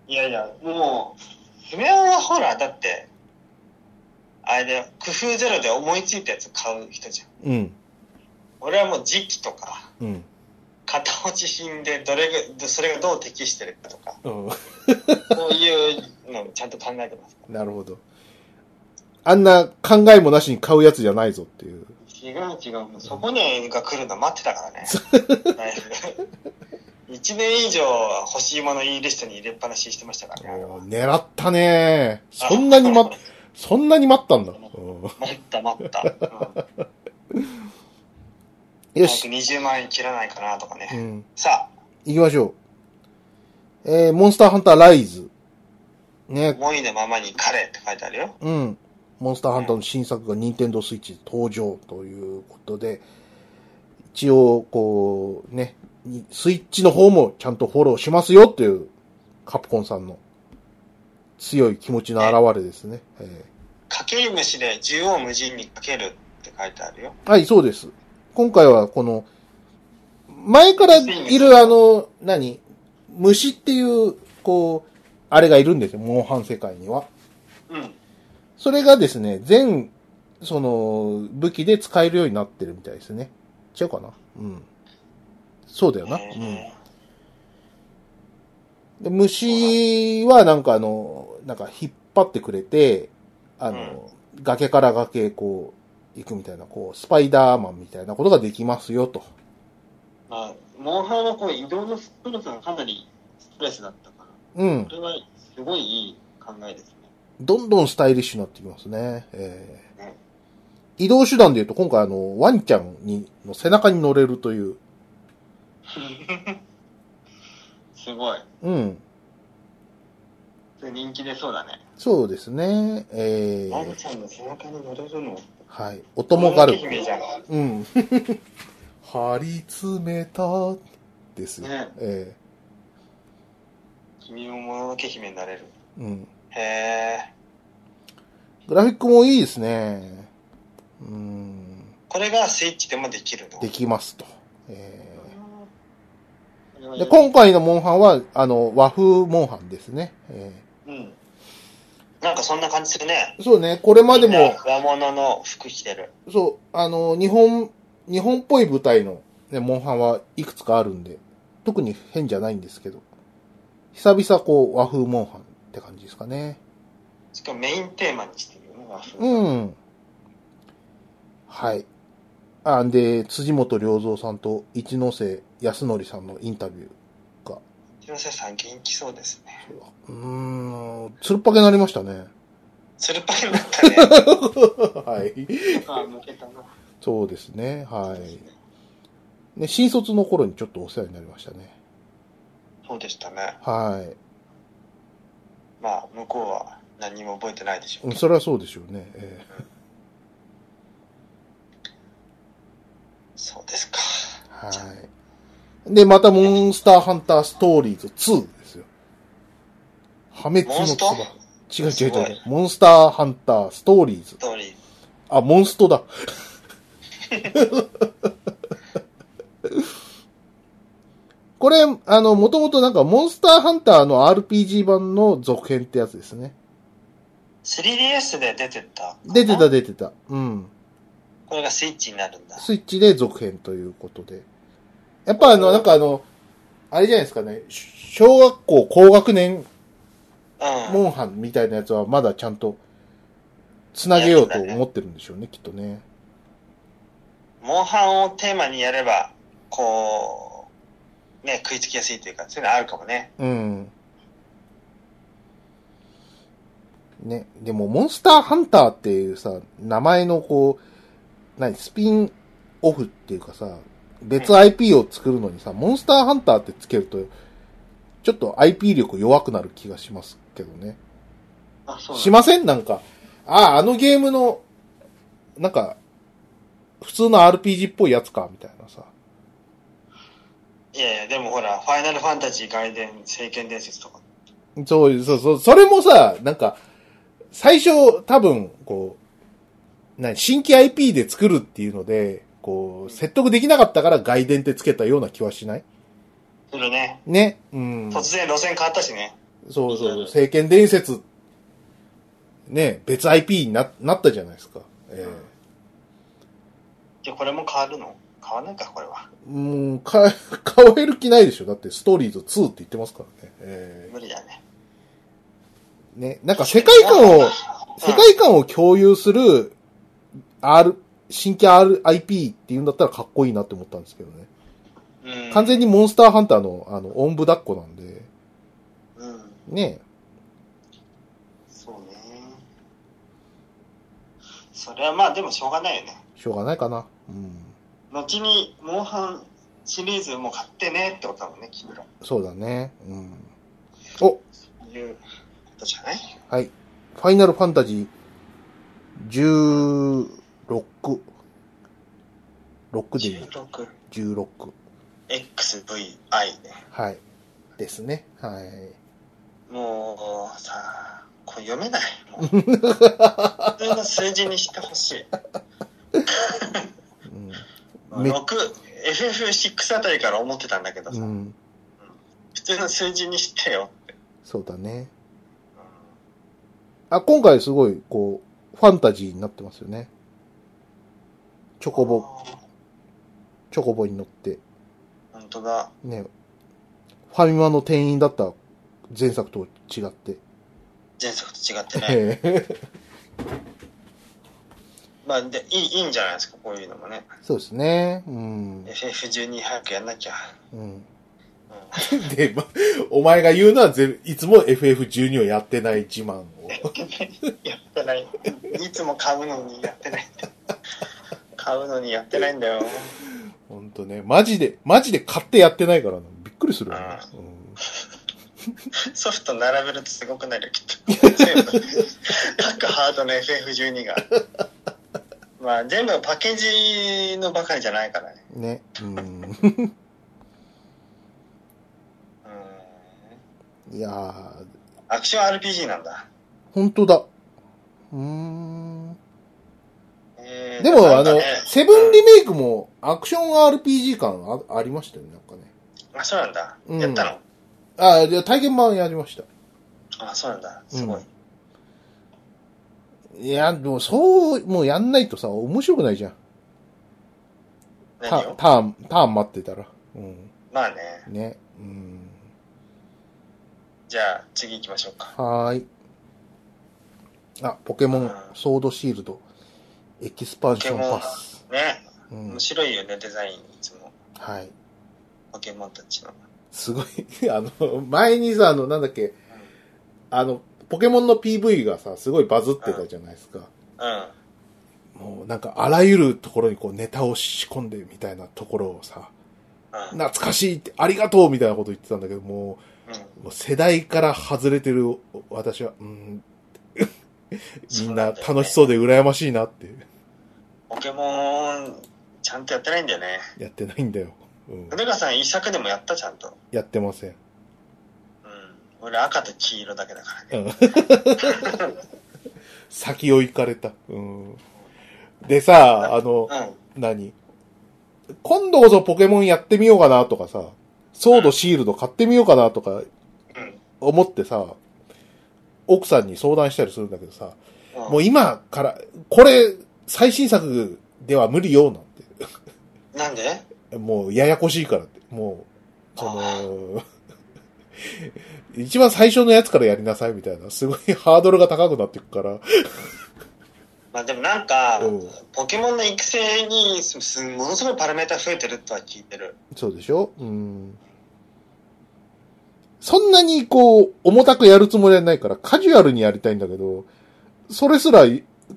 [SPEAKER 1] いやいや、もう、スネ夫はほら、だって、あれだよ、工夫ゼロで思いついたやつ買う人じゃん。
[SPEAKER 2] うん。
[SPEAKER 1] 俺はもう時期とか、
[SPEAKER 2] うん。
[SPEAKER 1] 片落ち品でどれが、それがどう適してるかとか、
[SPEAKER 2] うん。
[SPEAKER 1] そういうのをちゃんと考えてますか
[SPEAKER 2] なるほど。あんな考えもなしに買うやつじゃないぞっていう。
[SPEAKER 1] ら。違う違う、もうそこにが来るの待ってたから ね。だいぶ一年以上欲しいものいいリストに入れっぱなししてましたからね。
[SPEAKER 2] おー狙ったねーそんなにま、そんなに待ったんだ。う
[SPEAKER 1] 待った待った。うん早
[SPEAKER 2] ん、よ
[SPEAKER 1] く
[SPEAKER 2] し。
[SPEAKER 1] 20万円切らないかなとかね。
[SPEAKER 2] うん。
[SPEAKER 1] さ
[SPEAKER 2] 行きましょう。えー、モンスターハンターライズ。
[SPEAKER 1] あ、
[SPEAKER 2] ね。
[SPEAKER 1] 思いのままに彼って書いてあるよ。
[SPEAKER 2] うん。モンスターハンターの新作が任天堂スイッチで登場ということで、一応、こう、ね、にスイッチの方もちゃんとフォローしますよっていう、カプコンさんの強い気持ちの表れですね。え
[SPEAKER 1] かける虫で縦横無尽にかけるって書いてあるよ。
[SPEAKER 2] ーはい、そうです。今回はこの、前からいるあの、何虫っていう、こう、あれがいるんですよ。モンハン世界には。
[SPEAKER 1] うん。
[SPEAKER 2] それがですね、全、その、武器で使えるようになってるみたいですね。違うかなうん。そうだよな。
[SPEAKER 1] え
[SPEAKER 2] うん。で虫はなんかあの、なんか引っ張ってくれて、あの、崖から崖へこう、行くみたいな、こう、スパイダーマンみたいなことができますよ、と。
[SPEAKER 1] ーまあ、モンハンはこう移動のストレスがかなりストレスだったか
[SPEAKER 2] うん
[SPEAKER 1] ら、こ。れはすごいいい考えですね。
[SPEAKER 2] どんどんスタイリッシュになってきますね。えー
[SPEAKER 1] ね
[SPEAKER 2] 移動手段で言うと、今回あの、ワンちゃんに、の背中に乗れるという、
[SPEAKER 1] すごい。
[SPEAKER 2] うん。
[SPEAKER 1] それ人気出そうだね。
[SPEAKER 2] そうですね。え
[SPEAKER 1] ワン
[SPEAKER 2] ー、
[SPEAKER 1] ちゃんの背中に乗れるの
[SPEAKER 2] はい。お供がある
[SPEAKER 1] ものの。け姫じゃん。
[SPEAKER 2] うん。 張り詰めた、ですよ。
[SPEAKER 1] ね
[SPEAKER 2] え
[SPEAKER 1] 君ももののけ姫になれる。
[SPEAKER 2] ーうん。
[SPEAKER 1] へえ。
[SPEAKER 2] グラフィックもいいですね。うん。
[SPEAKER 1] これがスイッチでもできるの
[SPEAKER 2] できますと。え
[SPEAKER 1] これは
[SPEAKER 2] ー
[SPEAKER 1] いい
[SPEAKER 2] で、今回のモンハンは、あの、和風モンハンですね。え
[SPEAKER 1] うん。なんかそんな感じするね。
[SPEAKER 2] ーそうね、これまで
[SPEAKER 1] みん
[SPEAKER 2] も
[SPEAKER 1] な、和物の服着てる。
[SPEAKER 2] そう、あの、日本、日本っぽい舞台の、ね、モンハンはいくつかあるんで、特に変じゃないんですけど、久々こう、和風モンハンって感じですかね。
[SPEAKER 1] しかもメインテーマにしてるよね、和風。。
[SPEAKER 2] うんん。はい。あ、んで、辻元良三さんと一ノ瀬康則さんのインタビュー。
[SPEAKER 1] 広瀬さん元気そうですね。
[SPEAKER 2] うーん、つるっぱけになりまし たね。
[SPEAKER 1] つるっぱいになったね。
[SPEAKER 2] はい。
[SPEAKER 1] とか向けたな。
[SPEAKER 2] そうですね、はい。ね、新卒の頃にちょっとお世話になりましたね。
[SPEAKER 1] そうでしたね。
[SPEAKER 2] はい。
[SPEAKER 1] まあ、向こうは何も覚えてないでしょ
[SPEAKER 2] う
[SPEAKER 1] うんけど。
[SPEAKER 2] それはそうでしょうね。え
[SPEAKER 1] そうですか。
[SPEAKER 2] えはい。で、また、モンスターハンターストーリーズ2ですよ。破滅
[SPEAKER 1] モ
[SPEAKER 2] の
[SPEAKER 1] ンス
[SPEAKER 2] 牙
[SPEAKER 1] ト。
[SPEAKER 2] 違う違う
[SPEAKER 1] すご
[SPEAKER 2] 違う
[SPEAKER 1] い。
[SPEAKER 2] モンスターハンター、ストーリーズ
[SPEAKER 1] ス。トーリー。
[SPEAKER 2] あ、モンストだ。これ、あの、もともとなんか、モンスターハンターの RPG 版の続編ってやつですね。
[SPEAKER 1] 3DS で出てた。
[SPEAKER 2] 出てた。出てた。うん。
[SPEAKER 1] これがスイッチになるんだ。
[SPEAKER 2] スイッチで続編ということで。やっぱあの、なんかあの、あれじゃないですかね、小学校高学年
[SPEAKER 1] うん。
[SPEAKER 2] モンハンみたいなやつはまだちゃんと繋げようと思ってるんでしょうね、きっとね。
[SPEAKER 1] モンハンをテーマにやれば、こう、ね、食いつきやすいというか、そういうのあるかもね。
[SPEAKER 2] うん。ね、でも、モンスターハンターっていうさ、名前のこう、何、スピンオフっていうかさ、別 IP を作るのにさ、モンスターハンターってつけると、ちょっと IP 力弱くなる気がしますけどね。
[SPEAKER 1] あ、そ
[SPEAKER 2] しませんなんか、ああ、あのゲームの、なんか、普通の RPG っぽいやつか、みたいなさ。
[SPEAKER 1] いやいや、でもほら、ファイナルファンタジー外伝、聖剣伝説とか。
[SPEAKER 2] そういう、そうそう、それもさ、なんか、最初、多分、こう、何、新規 IP で作るっていうので、こう、説得できなかったから外伝ってつけたような気はしない
[SPEAKER 1] するね。
[SPEAKER 2] ね。うん。そう
[SPEAKER 1] 突然路線変わったしね。
[SPEAKER 2] そうそう、政権伝説、ね、別 IP にななったじゃないですか。え
[SPEAKER 1] で、これも変わるの変わんないか、これは。
[SPEAKER 2] えもう、か、 変える気ないでしょだって、ストーリーズ2って言ってますからね。え
[SPEAKER 1] 無理だね。
[SPEAKER 2] えね、なんか世界観を、
[SPEAKER 1] う
[SPEAKER 2] 世
[SPEAKER 1] ん
[SPEAKER 2] 界観を共有する R、新規 RIP っていうんだったらかっこいいなって思ったんですけどね。
[SPEAKER 1] うん
[SPEAKER 2] 完全にモンスターハンターの、あの、おんぶ抱っこなんで、
[SPEAKER 1] うん。
[SPEAKER 2] ね
[SPEAKER 1] そうね。それはまあ、でもしょうがないよね。
[SPEAKER 2] しょうがないかな。うん。
[SPEAKER 1] 後に、モンハンシリーズも買ってねってことだもんね、君ら。
[SPEAKER 2] そうだね。うん。お、
[SPEAKER 1] いうことじゃない
[SPEAKER 2] はい。ファイナルファンタジー16。6でいいの ?16。
[SPEAKER 1] 16XVI ね。
[SPEAKER 2] はい。ですね。はい。
[SPEAKER 1] もうさ、これ読めない。もう普通の数字にしてほしい。
[SPEAKER 2] うん め
[SPEAKER 1] 6、FF6 あたりから思ってたんだけどさ、
[SPEAKER 2] うん。
[SPEAKER 1] 普通の数字にしてよ。
[SPEAKER 2] そうだね。あ、今回すごい、こう、ファンタジーになってますよね。チョコボ、チョコボに乗って、
[SPEAKER 1] 本当だ。
[SPEAKER 2] ね、ファミマの店員だった前作と違って。
[SPEAKER 1] 前作と違ってね。
[SPEAKER 2] へへ
[SPEAKER 1] まあでいい、いいんじゃないですか、こういうのもね。
[SPEAKER 2] そうですね。うん。
[SPEAKER 1] FF12 早くやんなきゃ。
[SPEAKER 2] うん、
[SPEAKER 1] う
[SPEAKER 2] で、ま、お前が言うのはぜ、いつも FF12 をやってない自慢を。
[SPEAKER 1] んやってない。いつも買うのにやってない。買うのにやってないんだよ。
[SPEAKER 2] ほんとね、マジで、マジで買ってやってないからな。びっくりするよね、うん
[SPEAKER 1] ソフト並べるとすごくなるよ、きっと。全部各ハードの FF12 が。まあ、全部パッケージのばかりじゃないからね。
[SPEAKER 2] ね。うん。
[SPEAKER 1] うん
[SPEAKER 2] いやー、
[SPEAKER 1] アクション RPG なんだ。
[SPEAKER 2] 本当だ。うーん。
[SPEAKER 1] えー
[SPEAKER 2] でも、
[SPEAKER 1] な
[SPEAKER 2] あ
[SPEAKER 1] んか
[SPEAKER 2] の
[SPEAKER 1] ね、
[SPEAKER 2] セブンリメイクもアクション RPG 感あありましたよね、なんかね。
[SPEAKER 1] あ、そうなんだ。
[SPEAKER 2] うん
[SPEAKER 1] やったの
[SPEAKER 2] あ、いや体験版やりました。
[SPEAKER 1] あ、そうなんだ。すごい。
[SPEAKER 2] いや、でもそう、もうやんないとさ、面白くないじゃん。タ
[SPEAKER 1] 何を
[SPEAKER 2] ターン、ターン待ってたら。う
[SPEAKER 1] まあね。
[SPEAKER 2] ん。ね。うん。
[SPEAKER 1] じゃあ、次行きましょうか。
[SPEAKER 2] はーい。あ、ポケモン、ソードシールド、エキスパンションパス。
[SPEAKER 1] ね。
[SPEAKER 2] うん
[SPEAKER 1] 面。白いよね、デザイン。いつも。
[SPEAKER 2] はい。
[SPEAKER 1] ポケモンたちの。
[SPEAKER 2] すごい、 あの、前にさ、あの、なんだっけ、あの、ポケモンの PV がさ、すごいバズってたじゃないですか。
[SPEAKER 1] うん。
[SPEAKER 2] もうなんか、あらゆるところにこうネタを仕込んでみたいなところをさ、
[SPEAKER 1] うん。
[SPEAKER 2] 懐かしいって、ありがとうみたいなこと言ってたんだけど、も
[SPEAKER 1] うん
[SPEAKER 2] う、もう世代から外れてる私は、うん、 みんな楽しそうで羨ましいなって、
[SPEAKER 1] ポケモン、ちゃんとやってないんだよね。
[SPEAKER 2] やってないんだよ。うん、
[SPEAKER 1] 筆川さん、一作でもやった、ちゃんと。
[SPEAKER 2] やってません。
[SPEAKER 1] うん。俺赤と黄色だけだからね。
[SPEAKER 2] 先を行かれた。うん。でさ、あの、
[SPEAKER 1] うん。
[SPEAKER 2] 何今度こそポケモンやってみようかなとかさ、ソードシールド買ってみようかなとか
[SPEAKER 1] うん、
[SPEAKER 2] 思ってさ、奥さんに相談したりするんだけどさ、
[SPEAKER 1] うん
[SPEAKER 2] もう今から、これ、最新作では無理よ、なん
[SPEAKER 1] なんで
[SPEAKER 2] て。もう、ややこしいからって。もう、そ
[SPEAKER 1] あ
[SPEAKER 2] の、 一番最初のやつからやりなさい、みたいな。すごいハードルが高くなっていくから。
[SPEAKER 1] まあでもなんか、
[SPEAKER 2] うん
[SPEAKER 1] ポケモンの育成にすすものすごいパラメータ増えてるとは聞いてる。
[SPEAKER 2] そうでしょうん。そんなにこう、重たくやるつもりはないから、カジュアルにやりたいんだけど、それすら、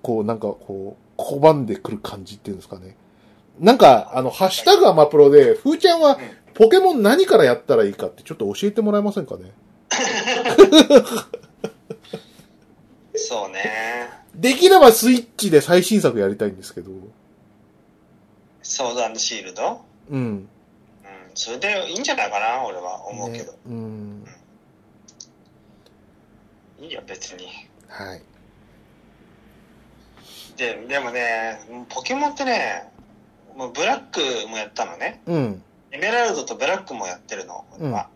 [SPEAKER 2] こう、なんかこう、拒んでくる感じっていうんですかね。なんか、あの、ハッシュタグアマプロで、ふーちゃんは
[SPEAKER 1] うん
[SPEAKER 2] ポケモン何からやったらいいかってちょっと教えてもらえませんかね。
[SPEAKER 1] そう ね。
[SPEAKER 2] できればスイッチで最新作やりたいんですけど。
[SPEAKER 1] ソードシールドう
[SPEAKER 2] うん。
[SPEAKER 1] ん。それでいいんじゃないかな、俺は思うけど
[SPEAKER 2] ね。うん。
[SPEAKER 1] いいよ、別に。
[SPEAKER 2] はい。
[SPEAKER 1] で、でもね、ポケモンってね、もうブラックもやったのね。
[SPEAKER 2] うん。
[SPEAKER 1] エメラルドとブラックもやってるの、俺は。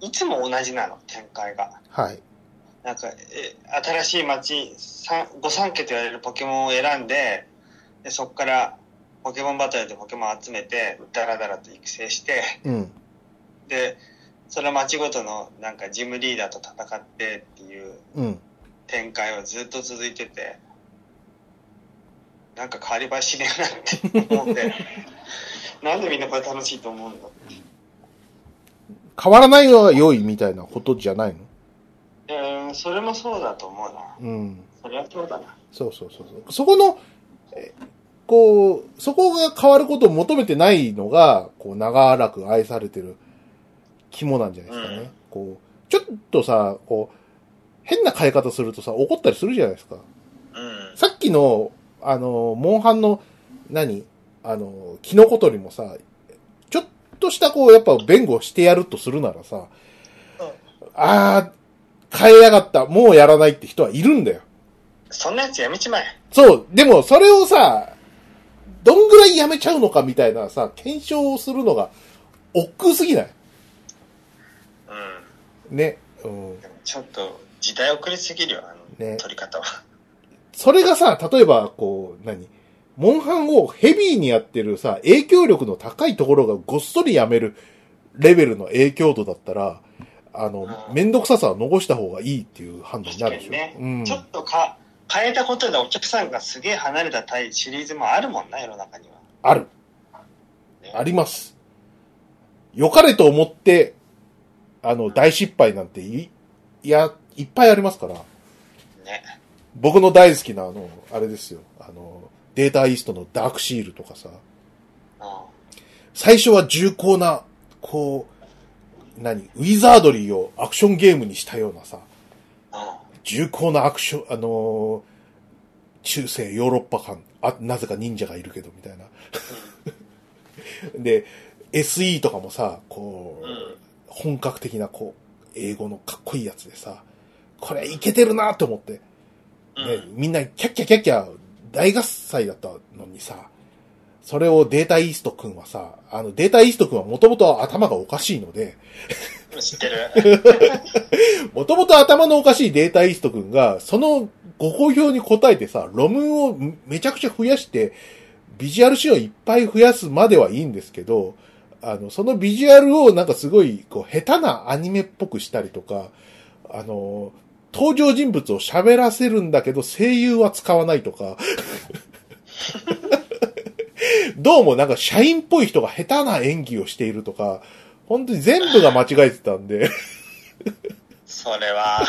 [SPEAKER 1] いつも同じなの、展開が。
[SPEAKER 2] はい。
[SPEAKER 1] なんか、え新しい街、さん御三家と言われるポケモンを選んで、でそこからポケモンバトルでポケモン集めて、ダラダラと育成して、
[SPEAKER 2] うん。
[SPEAKER 1] で、その街ごとのなんかジムリーダーと戦ってっていう
[SPEAKER 2] うん。
[SPEAKER 1] 展開はずっと続いてて、なんか変わり映えしねえなって思 って、なんでみんなこれ楽しいと思うんだ
[SPEAKER 2] 変わらないのは良いみたいなことじゃないの
[SPEAKER 1] うん、それもそうだと思うな。
[SPEAKER 2] うん。
[SPEAKER 1] それはそうだな。
[SPEAKER 2] そうそうそうそう。そこの、えこう、そこが変わることを求めてないのが、こう、長らく愛されてる肝なんじゃないですかね。
[SPEAKER 1] うん
[SPEAKER 2] こう、ちょっとさ、こう、変な変え方するとさ、怒ったりするじゃないですか。
[SPEAKER 1] うん。
[SPEAKER 2] さっきの、あの、モンハンの、何あの、キノコ取りもさ、ちょっとしたこう、やっぱ弁護してやるとするならさ、あー、変えやがった、もうやらないって人はいるんだよ。
[SPEAKER 1] そんなやつやめちまえ。
[SPEAKER 2] そう、でもそれをさ、どんぐらいやめちゃうのかみたいなさ、検証をするのが、億劫すぎない
[SPEAKER 1] うん。
[SPEAKER 2] ね。うん。
[SPEAKER 1] でもちょっと時代遅れすぎるよ、あの、
[SPEAKER 2] ね
[SPEAKER 1] 取り方は。
[SPEAKER 2] それがさ、例えば、こう、何モンハンをヘビーにやってるさ、影響力の高いところがごっそりやめるレベルの影響度だったら、あの、
[SPEAKER 1] うん
[SPEAKER 2] めんどくささは残した方がいいっていう判断に
[SPEAKER 1] 確
[SPEAKER 2] な
[SPEAKER 1] か
[SPEAKER 2] るで
[SPEAKER 1] に
[SPEAKER 2] しょ。
[SPEAKER 1] ね、
[SPEAKER 2] うん
[SPEAKER 1] ち。ょっとか変えたことでお客さんがすげえ離れたタイシリーズもあるもんな、世の中には。
[SPEAKER 2] ある。
[SPEAKER 1] ね
[SPEAKER 2] あります。良かれと思って、あの、大失敗なんてい、いや、いっぱいありますから。
[SPEAKER 1] ね。
[SPEAKER 2] 僕の大好きな、あの、あれですよ。あの、データイーストのダークシールとかさ。
[SPEAKER 1] う
[SPEAKER 2] 最初は重厚な、こう、何、ウィザードリーをアクションゲームにしたようなさ、
[SPEAKER 1] ん。うん。
[SPEAKER 2] 重厚なアクション、あのー中世ヨーロッパ感、あ、なぜか忍者がいるけど、みたいな。で、SE とかもさ、こう、
[SPEAKER 1] うん
[SPEAKER 2] 本格的な、こう、英語のかっこいいやつでさ、これいけてるなと思って、ね、
[SPEAKER 1] うん。
[SPEAKER 2] みんなキャッキャキャッキャ大合祭だったのにさ、それをデータイースト君はさ、あの、データイースト君はもともと頭がおかしいので、
[SPEAKER 1] 知って る。
[SPEAKER 2] もともと頭のおかしいデータイースト君が、そのご好評に応えてさ、論文をめちゃくちゃ増やして、ビジュアル資料いっぱい増やすまではいいんですけど、あの、そのビジュアルをなんかすごい、こう、下手なアニメっぽくしたりとか、あの、登場人物を喋らせるんだけど、声優は使わないとか、 どうもなんか社員っぽい人が下手な演技をしているとか、本当に全部が間違えてたんで、
[SPEAKER 1] それは。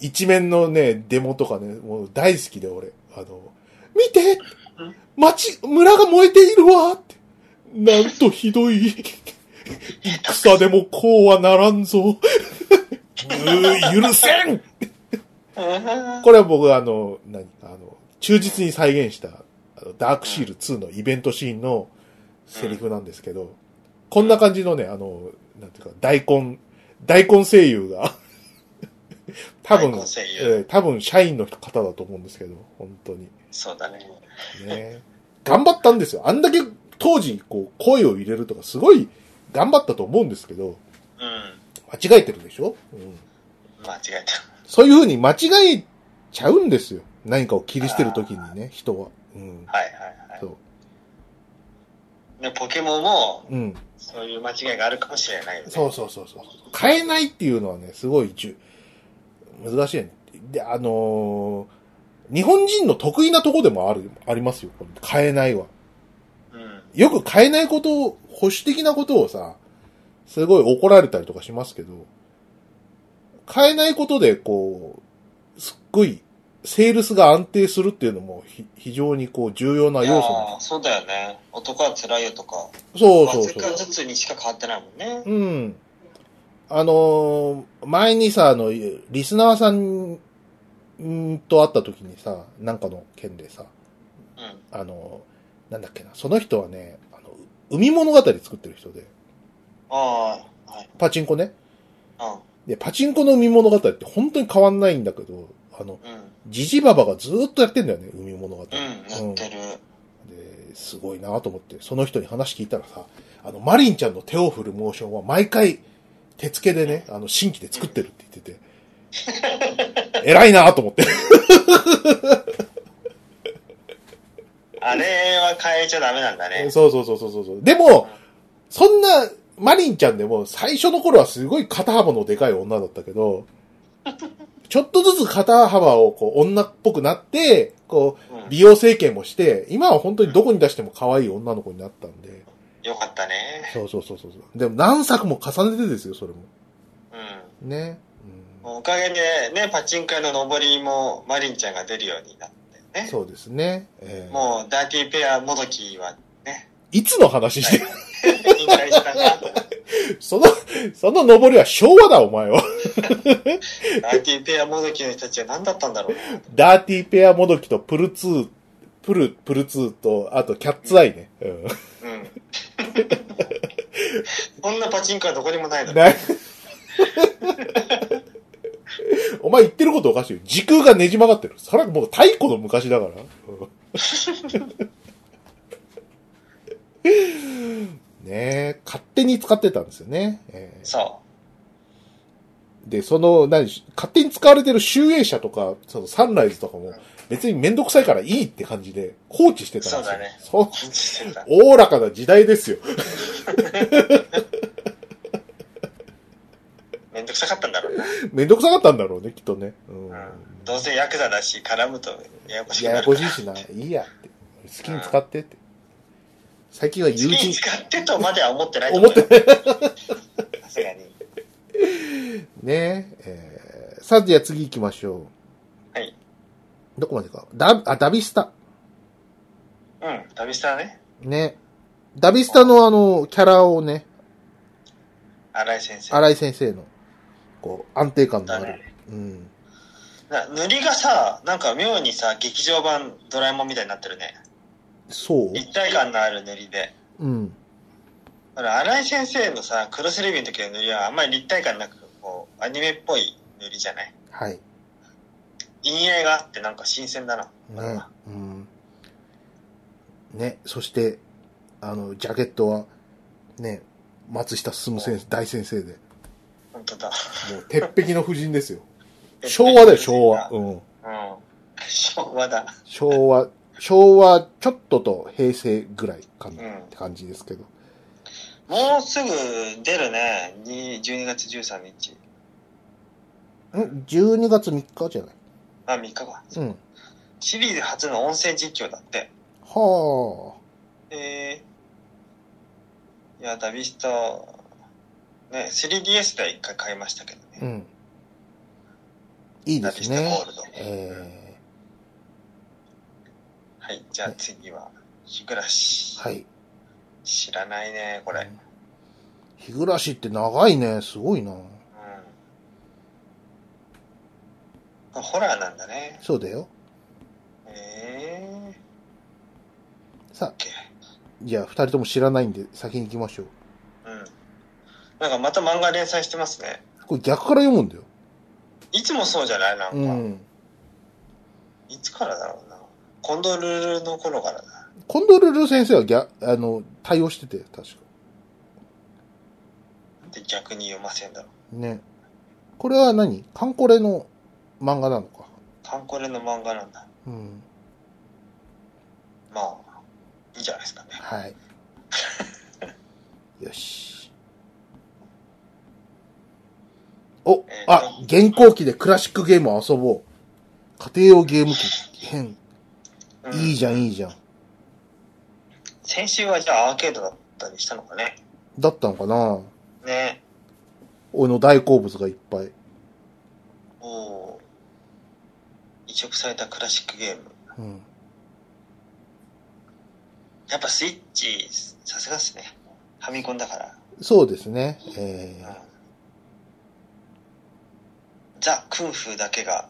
[SPEAKER 2] 一面のね、デモとかね、もう大好きで俺。あの、見て町、村が燃えているわって。なんとひどい。戦でもこうはならんぞ。う許せん
[SPEAKER 1] うん
[SPEAKER 2] これは僕はあの、何あの、忠実に再現した、あのダークシール2のイベントシーンのセリフなんですけど、こんな感じのね、あの、なんていうか、大根、大根声優が多分、
[SPEAKER 1] 大根声優
[SPEAKER 2] えー多分社員の方だと思うんですけど、本当に。
[SPEAKER 1] そうだね。
[SPEAKER 2] ね。頑張ったんですよ。あんだけ当時、こう、声を入れるとか、すごい頑張ったと思うんですけど、
[SPEAKER 1] うん。
[SPEAKER 2] 間違えてるでしょ、うん、
[SPEAKER 1] 間違えた。
[SPEAKER 2] そういう風に間違えちゃうんですよ。何かを切り捨てるときにね、人は。うん。
[SPEAKER 1] はいはいはい。
[SPEAKER 2] そう
[SPEAKER 1] ね、ポケモンも、
[SPEAKER 2] うん。
[SPEAKER 1] そういう間違いがあるかもしれないよね。
[SPEAKER 2] そうそうそうそう。変えないっていうのはね、すごい重難しいよね。で、あのー日本人の得意なとこでもある、ありますよ。この変えないは。
[SPEAKER 1] うん。
[SPEAKER 2] よく変えないことを、保守的なことをさ、すごい怒られたりとかしますけど、変えないことで、こう、すっごい、セールスが安定するっていうのも、ひ非常にこう、重要ない
[SPEAKER 1] や
[SPEAKER 2] 要素なんで
[SPEAKER 1] ーそうだよね。男は辛いよとか。
[SPEAKER 2] す。そう
[SPEAKER 1] わ
[SPEAKER 2] そう
[SPEAKER 1] ず
[SPEAKER 2] そう。
[SPEAKER 1] かずつにしか変わってないもんね。
[SPEAKER 2] うん。あのー前にさ、あの、リスナーさんんと会った時にさ、なんかの件でさ、
[SPEAKER 1] うん。
[SPEAKER 2] あのーなんだっけな、その人はね、あの、海物語作ってる人で、
[SPEAKER 1] ああ、はい。
[SPEAKER 2] パチンコね。
[SPEAKER 1] う
[SPEAKER 2] で、パチンコの海物語って本当に変わんないんだけど、あ
[SPEAKER 1] ん。
[SPEAKER 2] の、
[SPEAKER 1] うん。
[SPEAKER 2] ジジババがずーっとやってんだよね、海物語。
[SPEAKER 1] うん。やってる。
[SPEAKER 2] ですごいなと思って、その人に話聞いたらさ、あの、マリンちゃんの手を振るモーションは毎回、手付けでね、あの、新規で作ってるって言 ってて、偉いなと思って。
[SPEAKER 1] あれは変えちゃダメなんだね。
[SPEAKER 2] そうそうそうそうそう。でも、そんな、マリンちゃんでも最初の頃はすごい肩幅のでかい女だったけど、ちょっとずつ肩幅をこう女っぽくなって、こ
[SPEAKER 1] う。
[SPEAKER 2] うん美容整形もして、今は本当にどこに出しても可愛い女の子になったんで、
[SPEAKER 1] よかったね。
[SPEAKER 2] そうそうそうそう。でも何作も重ねてですよ、それも。
[SPEAKER 1] うん。
[SPEAKER 2] ね。うん、
[SPEAKER 1] おかげで、ね、パチンコ屋の上りも、マリンちゃんが出るようになってね。
[SPEAKER 2] そうですね。えー
[SPEAKER 1] もう、ダーティーペア、もどき は、ね、
[SPEAKER 2] いつの話してる
[SPEAKER 1] 引退したな。
[SPEAKER 2] その、その登りは昭和だ、お前は。
[SPEAKER 1] ダーティーペア、もどきの人たちは何だったんだろうな。
[SPEAKER 2] ダーティーペアもどきとプルツー、プル、プルツーと、あとキャッツアイね。う
[SPEAKER 1] うん。こんなパチンコはどこにもないだ
[SPEAKER 2] ん。
[SPEAKER 1] ろ。
[SPEAKER 2] なお前言ってることおかしいよ。時空がねじ曲がってる。それはもう太古の昔だから。 うんねえ、勝手に使ってたんですよね。えー
[SPEAKER 1] そ
[SPEAKER 2] で、その、何、勝手に使われてる集英社とか、そのサンライズとかも、別にめんどくさいからいいって感じで放置してたんですよ。
[SPEAKER 1] そうだね
[SPEAKER 2] そう
[SPEAKER 1] う。感じてた。
[SPEAKER 2] おおらかな時代ですよ。
[SPEAKER 1] めんどくさかったんだろうな。
[SPEAKER 2] めんどくさかったんだろうね、きっとね。うん。
[SPEAKER 1] うん。どうせヤクザだし、絡むとややこしく
[SPEAKER 2] や
[SPEAKER 1] な
[SPEAKER 2] や
[SPEAKER 1] るか
[SPEAKER 2] こ
[SPEAKER 1] ら。
[SPEAKER 2] しいしな、いいやって。好きに使ってって。最近は友
[SPEAKER 1] 好きに
[SPEAKER 2] 人、
[SPEAKER 1] 使ってとまでは思ってないと思ってさすがに。
[SPEAKER 2] ねえーさあ、じゃあ次行きましょう。
[SPEAKER 1] はい。
[SPEAKER 2] どこまでか。ダ、あ、ダビスタ。
[SPEAKER 1] うん、旅したね。
[SPEAKER 2] ね。ダビスタのあの、キャラをね、
[SPEAKER 1] 荒井先生。
[SPEAKER 2] 荒井先生の、こう、安定感のあ
[SPEAKER 1] だ
[SPEAKER 2] る。
[SPEAKER 1] ね
[SPEAKER 2] うん。
[SPEAKER 1] な塗りがさ、なんか妙にさ、劇場版ドラえもんみたいになってるね。
[SPEAKER 2] そう
[SPEAKER 1] 立体感のある塗りで。
[SPEAKER 2] うん。
[SPEAKER 1] ほら、荒井先生のさ、クロスレビューの時の塗りはあんまり立体感なく、こう、アニメっぽい塗りじゃない。
[SPEAKER 2] はい。
[SPEAKER 1] 陰影があってなんか新鮮だな。
[SPEAKER 2] ね。うん。ね、そして、あの、ジャケットは、ね、松下進先生、大先生で。
[SPEAKER 1] 本当だ。
[SPEAKER 2] もう、鉄壁の夫人ですよ。 昭和だよ、昭和。
[SPEAKER 1] うん。
[SPEAKER 2] うん。
[SPEAKER 1] 昭和だ。
[SPEAKER 2] 昭和、昭和ちょっとと平成ぐらいか
[SPEAKER 1] う
[SPEAKER 2] な、っ
[SPEAKER 1] ん
[SPEAKER 2] て。感じですけど。
[SPEAKER 1] もうすぐ出るね。に12月13日。
[SPEAKER 2] ん ?12 月3日じゃない
[SPEAKER 1] あ、3日か。
[SPEAKER 2] うん。
[SPEAKER 1] シリーズ初の音声実況だって。
[SPEAKER 2] は
[SPEAKER 1] えー、いや、ダビスタ、ね、3DS で一回買いましたけど
[SPEAKER 2] あ。う
[SPEAKER 1] ね。
[SPEAKER 2] ん。いい
[SPEAKER 1] ダ
[SPEAKER 2] で
[SPEAKER 1] ビ
[SPEAKER 2] す
[SPEAKER 1] スタ
[SPEAKER 2] ね
[SPEAKER 1] ゴ。ールド。
[SPEAKER 2] え
[SPEAKER 1] はい、じゃあ次は、日暮らし
[SPEAKER 2] ー、。はい。
[SPEAKER 1] 知らないね、これ。うん。
[SPEAKER 2] 日暮らしって長いね。すごいな。
[SPEAKER 1] あホラーなんだね。
[SPEAKER 2] そうだよ。
[SPEAKER 1] えー、
[SPEAKER 2] さあ、
[SPEAKER 1] OK。
[SPEAKER 2] じゃあ二人とも知らないんで先に行きましょう。
[SPEAKER 1] うなんかまた漫画連載してますね。
[SPEAKER 2] これ逆から読むんだよ。
[SPEAKER 1] いつもそうじゃないなんか、
[SPEAKER 2] うん。
[SPEAKER 1] いつからだろうな。コンドルルの頃からだ。
[SPEAKER 2] コンドルル先生は逆、あの、対応してて、確か。
[SPEAKER 1] なんで逆に読ませんだろう。
[SPEAKER 2] ね。これは何カンコレの漫画なのか。
[SPEAKER 1] カンコレの漫画なんだ。
[SPEAKER 2] うん。
[SPEAKER 1] まあ、いいんじゃないですかね。
[SPEAKER 2] はい。 よし。お、あ、現行機でクラシックゲームを遊ぼう。家庭用ゲーム機編。
[SPEAKER 1] うん
[SPEAKER 2] いいじゃん、いいじゃん。
[SPEAKER 1] 先週はじゃあアーケードだったりしたのかね。
[SPEAKER 2] だったのかな
[SPEAKER 1] ね。
[SPEAKER 2] 俺の大好物がいっぱい。
[SPEAKER 1] おー移植されたクラシックゲーム。
[SPEAKER 2] うん。
[SPEAKER 1] やっぱスイッチ、さすがっすね。ファミコンだから。
[SPEAKER 2] そうですね。え
[SPEAKER 1] うんザ・クンフーだけが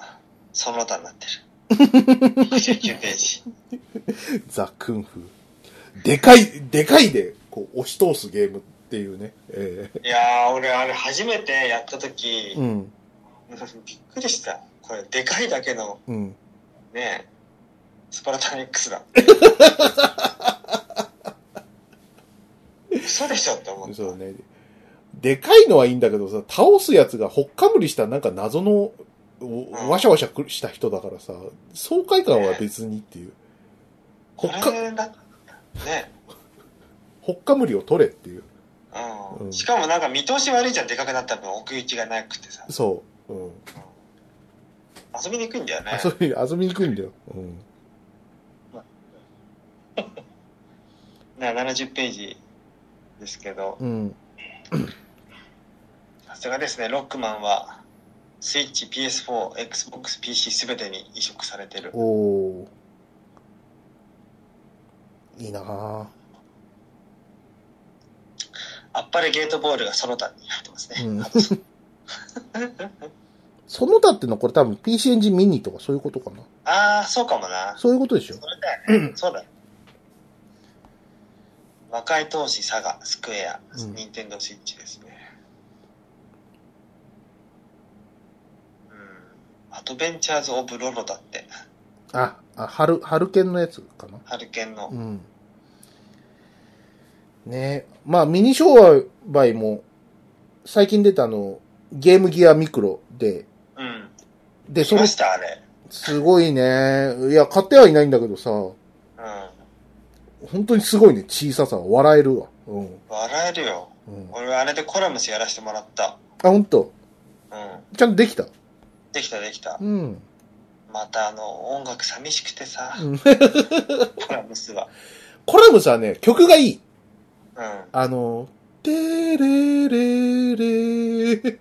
[SPEAKER 1] その他になって る。69ページ。
[SPEAKER 2] ー、ザ・クンフー。でかい、でかいで、こう、押し通すゲームっていうね。え
[SPEAKER 1] いやー、俺あれ初めてやった時
[SPEAKER 2] ー、うん、
[SPEAKER 1] びっくりした。これでかいだけの
[SPEAKER 2] うん。
[SPEAKER 1] ね、スパルタン X だ。 嘘でしょって思った。
[SPEAKER 2] そうね。でかいのはいいんだけどさ、倒すやつがほっかむりしたなんか謎の、おわしゃわしゃくした人だからさ、爽快感は別にっていう。
[SPEAKER 1] こ
[SPEAKER 2] ほっか、
[SPEAKER 1] れだね。
[SPEAKER 2] ほっかむりを取れっていう。
[SPEAKER 1] う
[SPEAKER 2] うん
[SPEAKER 1] ん、しかもなんか見通し悪いじゃん、でかくなった分奥行きがなくてさ。
[SPEAKER 2] そう。うん。
[SPEAKER 1] 遊びにくいんだよね。
[SPEAKER 2] 遊び、遊びにくいんだよ。うん。
[SPEAKER 1] な70ページですけど、
[SPEAKER 2] うん。
[SPEAKER 1] さすがですね、ロックマンは、スイッチ、PS4、Xbox、PC すべてに移植されてる。
[SPEAKER 2] おー。いいなぁ。
[SPEAKER 1] あっぱれゲートボールがその他に入ってますね。
[SPEAKER 2] うんその他ってのはこれ多分 PC エンジンミニとかそういうことかな。
[SPEAKER 1] ああ、そうかもな。
[SPEAKER 2] そういうことでしょ
[SPEAKER 1] そ。れだよね。そうだよ。魔界投資、サガ、スクエア、
[SPEAKER 2] うん
[SPEAKER 1] ニンテンドースイッチですね。うん。アドベンチャーズ・オブ・ロロだって、
[SPEAKER 2] あ、あ、春、春剣のやつかな。
[SPEAKER 1] ハルケンの。
[SPEAKER 2] うん。ねえ。まあ、ミニ商売も、最近出たあの、ゲームギアミクロで、
[SPEAKER 1] うん。
[SPEAKER 2] で、
[SPEAKER 1] 来
[SPEAKER 2] それ
[SPEAKER 1] ま、した、あれ。
[SPEAKER 2] すごいね。いや、買ってはいないんだけどさ、
[SPEAKER 1] うん。
[SPEAKER 2] 本当にすごいね。小ささは笑えるわ。うん。
[SPEAKER 1] 笑えるよ。
[SPEAKER 2] うん、あ、
[SPEAKER 1] 俺あれでコラムスやらせてもらった
[SPEAKER 2] 本当
[SPEAKER 1] うん
[SPEAKER 2] ちゃんとできた。
[SPEAKER 1] できたできた
[SPEAKER 2] うん。
[SPEAKER 1] またあの音楽寂しくてさ
[SPEAKER 2] うん
[SPEAKER 1] コラムスは
[SPEAKER 2] コラムさんはね、曲がいい。
[SPEAKER 1] うん
[SPEAKER 2] あの、てれれれ、と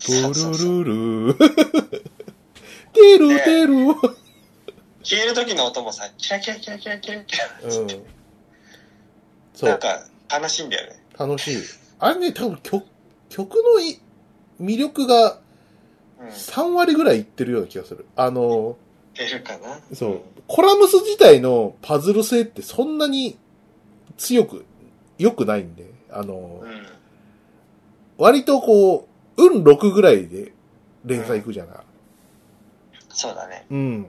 [SPEAKER 1] そうそうそう
[SPEAKER 2] るるる、てるてる。
[SPEAKER 1] 消える時の音もさキラキラキラキラキラキラ
[SPEAKER 2] うん。そ
[SPEAKER 1] なん
[SPEAKER 2] う、
[SPEAKER 1] か悲しいんだよね
[SPEAKER 2] 楽しい。あれね、多分曲、曲のい魅力が
[SPEAKER 1] うん
[SPEAKER 2] 3割ぐらいいってるような気がする。あの、
[SPEAKER 1] 出るかな
[SPEAKER 2] そう、コラムス自体のパズル性ってそんなに強く、良くないんで、あの
[SPEAKER 1] う、ん
[SPEAKER 2] 割とこう、運6ぐらいで連載行くじゃない。
[SPEAKER 1] そうだね
[SPEAKER 2] うん。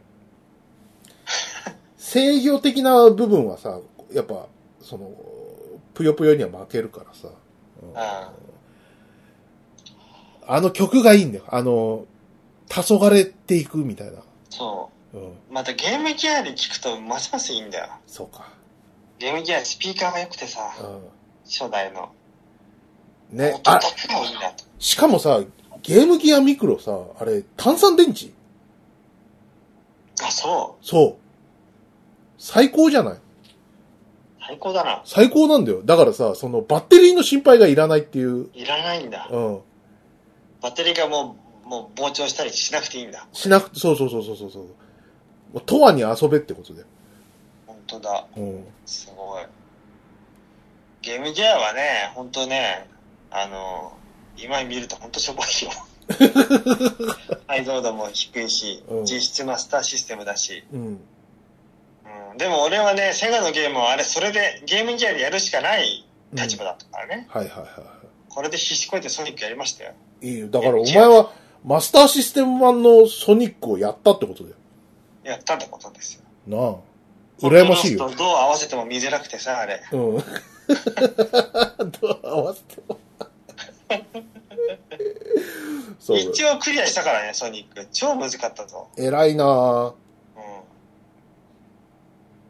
[SPEAKER 2] 制御的な部分はさ、やっぱ、その、ぷよぷよには負けるからさ。うん
[SPEAKER 1] あ
[SPEAKER 2] あの曲がいいんだよ。あの、黄昏っていくみたいな。
[SPEAKER 1] そ
[SPEAKER 2] うん。
[SPEAKER 1] うまたゲームギアで聞くとますますいいんだよ
[SPEAKER 2] そうか。
[SPEAKER 1] ゲームギアスピーカーが良くてさ
[SPEAKER 2] う
[SPEAKER 1] 初代の
[SPEAKER 2] ん。
[SPEAKER 1] 音
[SPEAKER 2] ね。
[SPEAKER 1] だ
[SPEAKER 2] あ、
[SPEAKER 1] けがいいんだと
[SPEAKER 2] しかもさ、ゲームギアミクロさ、あれ、炭酸電池
[SPEAKER 1] あそう
[SPEAKER 2] そう。最高じゃない
[SPEAKER 1] 最高だな
[SPEAKER 2] 最高なんだよ。だからさ、そのバッテリーの心配がいらないっていう。
[SPEAKER 1] いらないんだ
[SPEAKER 2] うん。
[SPEAKER 1] バッテリーがもうもう膨張したりしなくていいんだ
[SPEAKER 2] しなく、そうそうそうそうそうそう。もう、とわに遊べってことだよ。
[SPEAKER 1] 本当だ
[SPEAKER 2] うん。
[SPEAKER 1] すごい。ゲームギアはね、ほんとね、あの、今見るとほんとしょぼい よ。解像度も低いし
[SPEAKER 2] うん、
[SPEAKER 1] 実質マスターシステムだし。
[SPEAKER 2] うん。
[SPEAKER 1] うん、でも俺はね、セガのゲームはあれ、それでゲームギアでやるしかない立場だったからね。
[SPEAKER 2] はいはいは
[SPEAKER 1] これで必死こいてソニックやりましたよ。
[SPEAKER 2] いいよ。だからお前はマスターシステム版のソニックをやったってことだよ。
[SPEAKER 1] やったってことですよ。
[SPEAKER 2] なあ。羨ましいよ。
[SPEAKER 1] コントラストどう合わせても見づらくてさ、あれ。
[SPEAKER 2] うん。どう合わせても。そう。
[SPEAKER 1] 一応クリアしたからね、ソニック。超難かったぞ。
[SPEAKER 2] 偉いなあ
[SPEAKER 1] うん。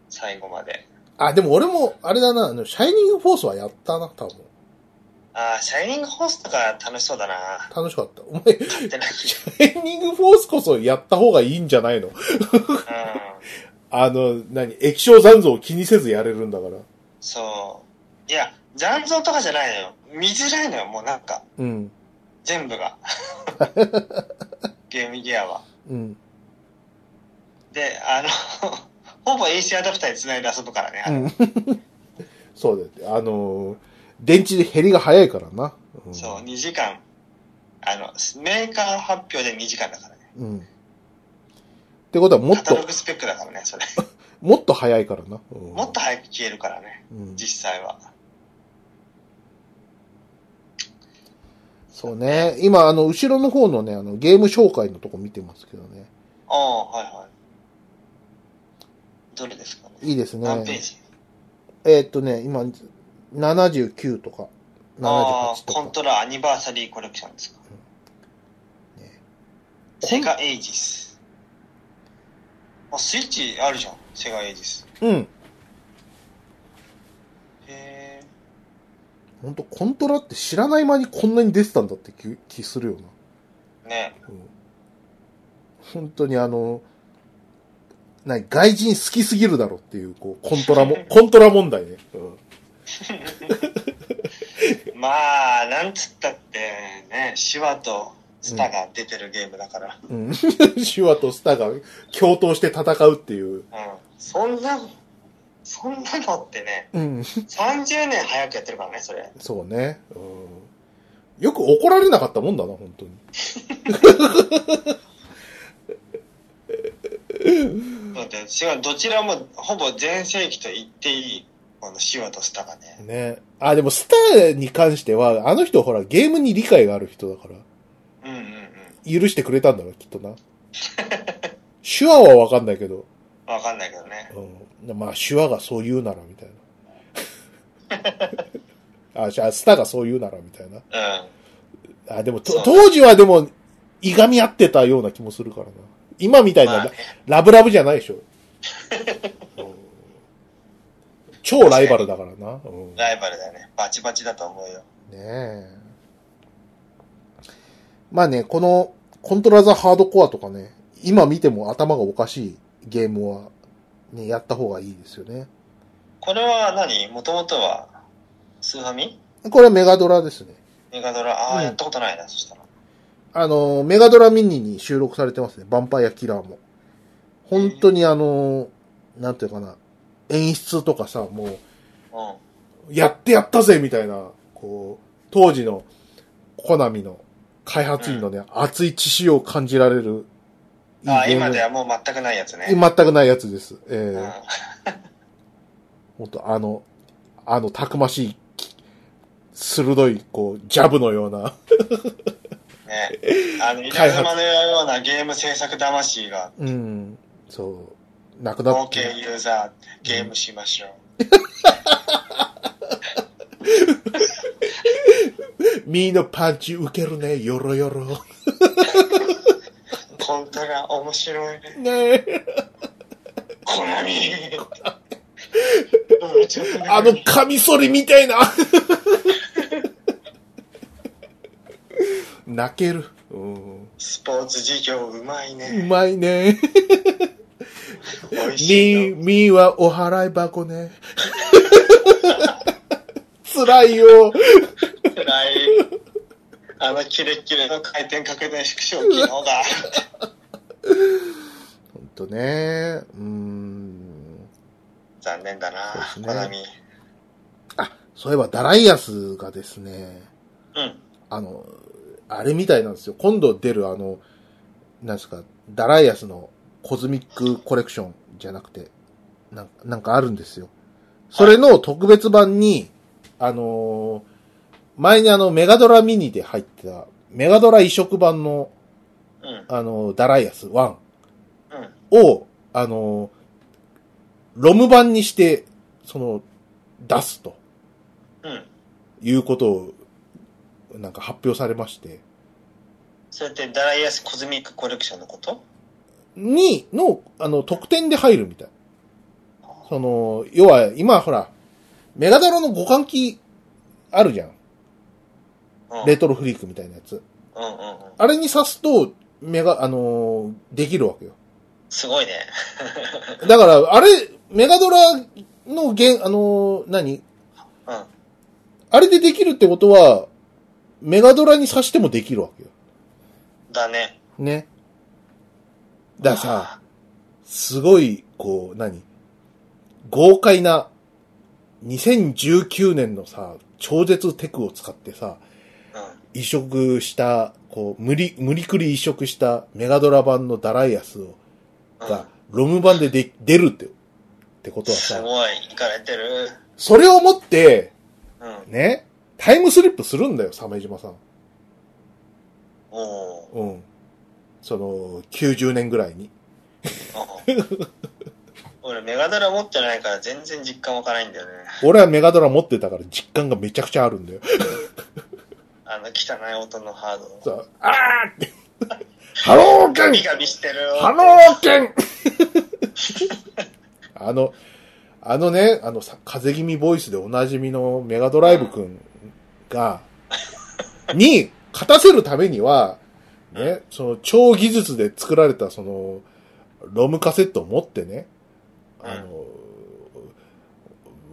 [SPEAKER 1] 最後まで。
[SPEAKER 2] あ、でも俺も、あれだな、あの、シャイニングフォースはやったな、多分。
[SPEAKER 1] ああ、シャイニングホースとか楽しそうだな。
[SPEAKER 2] 楽しかった。お前、
[SPEAKER 1] 買ってない。
[SPEAKER 2] シャイニングフォースこそやった方がいいんじゃないの
[SPEAKER 1] うん。
[SPEAKER 2] あの、何、液晶残像を気にせずやれるんだから。
[SPEAKER 1] そう。いや、残像とかじゃないのよ。見づらいのよ、もうなんか。
[SPEAKER 2] うん。
[SPEAKER 1] 全部が。ゲームギアは。
[SPEAKER 2] うん。
[SPEAKER 1] で、あの、ほぼ AC アダプターにつないで遊ぶからね。あ
[SPEAKER 2] う
[SPEAKER 1] れ
[SPEAKER 2] ん。そうだよ。あのー、電池で減りが早いからな。うん、
[SPEAKER 1] そう、2時間。あの、メーカー発表で2時間だからね。
[SPEAKER 2] う。うん。ってことは、もっ
[SPEAKER 1] カタロ
[SPEAKER 2] と、
[SPEAKER 1] グスペックだからね、それ。
[SPEAKER 2] もっと早いからな。うん、
[SPEAKER 1] もっと早く消えるからね、
[SPEAKER 2] うん、
[SPEAKER 1] 実際は。
[SPEAKER 2] そうね。今、あの、後ろの方のね、あの、ゲーム紹介のとこ見てますけどね。
[SPEAKER 1] ああ、はいはい。どれですかね。
[SPEAKER 2] いいですね。
[SPEAKER 1] 何ページ
[SPEAKER 2] えーっとね、今、79とか、
[SPEAKER 1] ああ、
[SPEAKER 2] 78
[SPEAKER 1] コント
[SPEAKER 2] とか。
[SPEAKER 1] ラアニバーサリーコレクションですか。
[SPEAKER 2] うんね
[SPEAKER 1] セガエイジス。あ、スイッチあるじゃん、セガエイジス。
[SPEAKER 2] うん。
[SPEAKER 1] へえ。
[SPEAKER 2] ほんと、コントラって知らない間にこんなに出てたんだって気気するよな。
[SPEAKER 1] ね
[SPEAKER 2] うん。本当にあの、なに、外人好きすぎるだろっていう、こう、コント ラも、コントラ問題ね。うん。
[SPEAKER 1] まあ、なんつったって、ね、手話とスタが出てるゲームだから。
[SPEAKER 2] うん。 手話とスターが共闘して戦うっていう。
[SPEAKER 1] うん。そんな、そんなのってね、
[SPEAKER 2] うん。
[SPEAKER 1] 30年早くやってるからね、それ。
[SPEAKER 2] そうね。うん。よく怒られなかったもんだな、本当に。
[SPEAKER 1] だって違うどちらもほぼ全盛期と言っていいこのシワとスタがね
[SPEAKER 2] ね。あ、でもスターに関しては、あの人ほら、ゲームに理解がある人だから、
[SPEAKER 1] うんうんうん
[SPEAKER 2] 許してくれたんだろう、きっとな。 手話はわかんないけど、
[SPEAKER 1] わかんないけどね
[SPEAKER 2] うん。まあ、手話がそう言うなら、みたい な。あ、じゃあ、スターがそう言うなら、みたいな。
[SPEAKER 1] う
[SPEAKER 2] あ、でも、と
[SPEAKER 1] そう
[SPEAKER 2] 当時はでも、いがみ合ってたような気もするからな。今みたい
[SPEAKER 1] んま
[SPEAKER 2] な、
[SPEAKER 1] あね
[SPEAKER 2] ラブラブじゃないで しょ。うん超ライバルだからな。うん
[SPEAKER 1] ライバルだよねバチバチだと思うよ
[SPEAKER 2] ねえ。まあね、このコントラザハードコアとかね、今見ても頭がおかしいゲームは、ね、やった方がいいですよね。
[SPEAKER 1] これは何もともとはスーファミ
[SPEAKER 2] これはメガドラですね。
[SPEAKER 1] メガドラああ、
[SPEAKER 2] うん
[SPEAKER 1] やったことないなそしたら
[SPEAKER 2] あの、メガドラミニに収録されてますね。ヴァンパイアキラーも。本当にあの、なんていうかな、演出とかさ、もう、
[SPEAKER 1] うん
[SPEAKER 2] やってやったぜみたいな、こう、当時のコナミの開発員のね、熱い血潮を感じられる。いい
[SPEAKER 1] ああ
[SPEAKER 2] ゲーム
[SPEAKER 1] 今ではもう全くないやつね、
[SPEAKER 2] 全くないやつです。え
[SPEAKER 1] うん
[SPEAKER 2] え本当あの、あの、たくましい、き鋭い、こう、ジャブのような。
[SPEAKER 1] ね あの稲
[SPEAKER 2] 開発
[SPEAKER 1] 妻のようなゲーム制作魂が
[SPEAKER 2] うん。そう。なくな
[SPEAKER 1] 合
[SPEAKER 2] っ
[SPEAKER 1] 計
[SPEAKER 2] て。
[SPEAKER 1] ユーザーゲームしましょう
[SPEAKER 2] みーのパンチ受けるね、よろよろ。
[SPEAKER 1] コントラ面白いね
[SPEAKER 2] ねえ。
[SPEAKER 1] コナミ
[SPEAKER 2] あの、カミソリみたい な。泣ける。うん。
[SPEAKER 1] スポーツ事業うまいうね。
[SPEAKER 2] まいね。
[SPEAKER 1] 美味しい
[SPEAKER 2] み、
[SPEAKER 1] よ。
[SPEAKER 2] みはお払い箱ね。 辛いよ。
[SPEAKER 1] 辛い。あのキレッキレの回転かけて縮小機能が。
[SPEAKER 2] ほんとね。うーん。
[SPEAKER 1] 残念だな
[SPEAKER 2] そうです、ね
[SPEAKER 1] コナミ。
[SPEAKER 2] あ、そういえばダライアスがですね、
[SPEAKER 1] うん。
[SPEAKER 2] あの、あれみたいなんですよ。今度出るあの、なんですか、ダライアスのコズミックコレクションじゃなくて、なんなんかあるんですよ。それの特別版に、あのー前にあの、メガドラミニで入ってた、メガドラ移植版の、
[SPEAKER 1] うん。
[SPEAKER 2] あの、ダライアス1
[SPEAKER 1] うん。
[SPEAKER 2] を、あの、ロム版にして、その、出すと
[SPEAKER 1] うん。
[SPEAKER 2] いうことを、なんか発表されまして、
[SPEAKER 1] それってダライアスコズミックコレクションのこと
[SPEAKER 2] に、の、あの、特典で入るみたい。その、要は、今ほら、メガドラの互換機あるじゃん。
[SPEAKER 1] うん。うんうん
[SPEAKER 2] レトロフリークみたいなやつ。
[SPEAKER 1] うん。
[SPEAKER 2] あれに刺すと、メガ、あのーできるわけよ。
[SPEAKER 1] すごいね。
[SPEAKER 2] だから、あれ、メガドラのゲあのー何
[SPEAKER 1] うん。
[SPEAKER 2] あれでできるってことは、メガドラに刺してもできるわけよ。
[SPEAKER 1] だね。
[SPEAKER 2] ね。だからさ、すごい、こう、何豪快な、2019年のさ、超絶テクを使ってさ、
[SPEAKER 1] う
[SPEAKER 2] 移植した、こう、無理、無理くり移植したメガドラ版のダライアスを、
[SPEAKER 1] ん。
[SPEAKER 2] が、ロム版でで出るって、ってこ
[SPEAKER 1] う
[SPEAKER 2] と
[SPEAKER 1] ん、
[SPEAKER 2] は
[SPEAKER 1] す
[SPEAKER 2] さ、
[SPEAKER 1] ごい、いかれてる。
[SPEAKER 2] それをもって、
[SPEAKER 1] うん。
[SPEAKER 2] ね、タイムスリップするんだよ、鮫島さん。
[SPEAKER 1] おー
[SPEAKER 2] うん。その、90年ぐらいに。
[SPEAKER 1] うん 俺、メガドラ持ってないから全然実感湧かないんだよね。
[SPEAKER 2] 俺はメガドラ持ってたから実感がめちゃくちゃあるんだよ。
[SPEAKER 1] あの汚い音のハード。
[SPEAKER 2] さあ、あ ーって。ハロー
[SPEAKER 1] ガビ
[SPEAKER 2] ケン
[SPEAKER 1] ガビしてる。
[SPEAKER 2] ハローケン あの、あのね、あのさ、風邪気味ボイスでおなじみのメガドライブくんが、に勝たせるためには、ね、その超技術で作られたその、ロムカセットを持ってね、あの、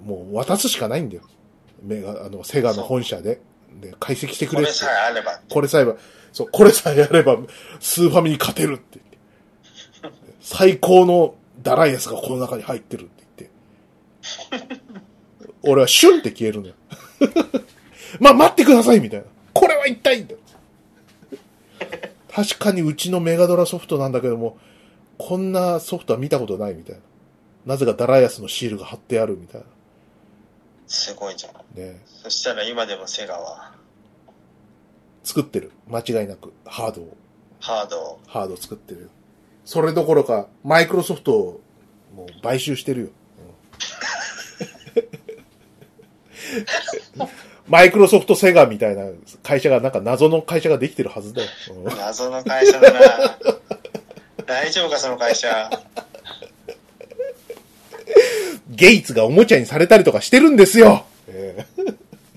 [SPEAKER 2] もう渡すしかないんだよ。メガ、あの、セガの本社で。で、解析してく
[SPEAKER 1] こ
[SPEAKER 2] れっ
[SPEAKER 1] れ
[SPEAKER 2] て。
[SPEAKER 1] さえあれば。
[SPEAKER 2] これさえば、そう、これさえやれば、スーファミに勝てるって言って。最高のダライアスがこの中に入ってるって言って。俺はシュンって消えるのよ。 まあ、待ってくださいみたいな。これは一体だ確かにうちのメガドラソフトなんだけども、こんなソフトは見たことないみたいな。なぜかダライアスのシールが貼ってあるみたいな。
[SPEAKER 1] すごいじゃん。
[SPEAKER 2] ね
[SPEAKER 1] そしたら今でもセガは、
[SPEAKER 2] 作ってる。間違いなく。ハードを。
[SPEAKER 1] ハードを。
[SPEAKER 2] ハード作ってるよ。それどころか、マイクロソフトをもう買収してるよ。うんマイクロソフトセガみたいな会社が、なんか謎の会社ができてるはずだよ。うん
[SPEAKER 1] 謎の会社 だな。大丈夫か、その会社。
[SPEAKER 2] ゲイツがおもちゃにされたりとかしてるんですよ。ええ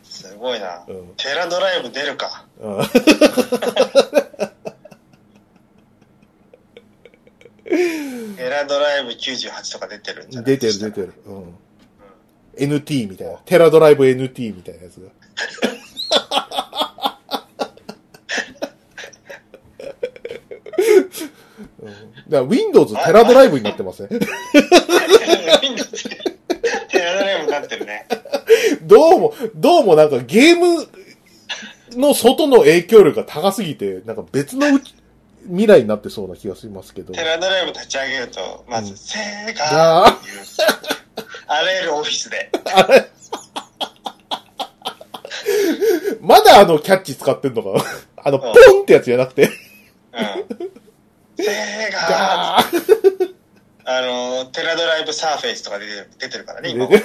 [SPEAKER 1] すごいな。
[SPEAKER 2] うん
[SPEAKER 1] テラドライブ出るか。
[SPEAKER 2] うん
[SPEAKER 1] テラドライブ98とか出てるんじゃない
[SPEAKER 2] 出てる出てる。うん。NT みたいな。テラドライブ NT みたいなやつが。うん、だから Windows テラドライブになってますね。
[SPEAKER 1] テラドライブになってるね。
[SPEAKER 2] どうも、どうもなんかゲームの外の影響力が高すぎて、なんか別のうち未来になってそうな気がしますけど。
[SPEAKER 1] テラドライブ立ち上げると、ま
[SPEAKER 2] う
[SPEAKER 1] ず、
[SPEAKER 2] ん
[SPEAKER 1] セーガ
[SPEAKER 2] あ
[SPEAKER 1] っていう、あらゆるオフィスで。
[SPEAKER 2] ーまだあのキャッチ使ってんのかなあの、ポンってやつじゃなくて。
[SPEAKER 1] うん。セーガー
[SPEAKER 2] ガー
[SPEAKER 1] あの、テラドライブサーフェイスとか出てる出てるからね、今。
[SPEAKER 2] テ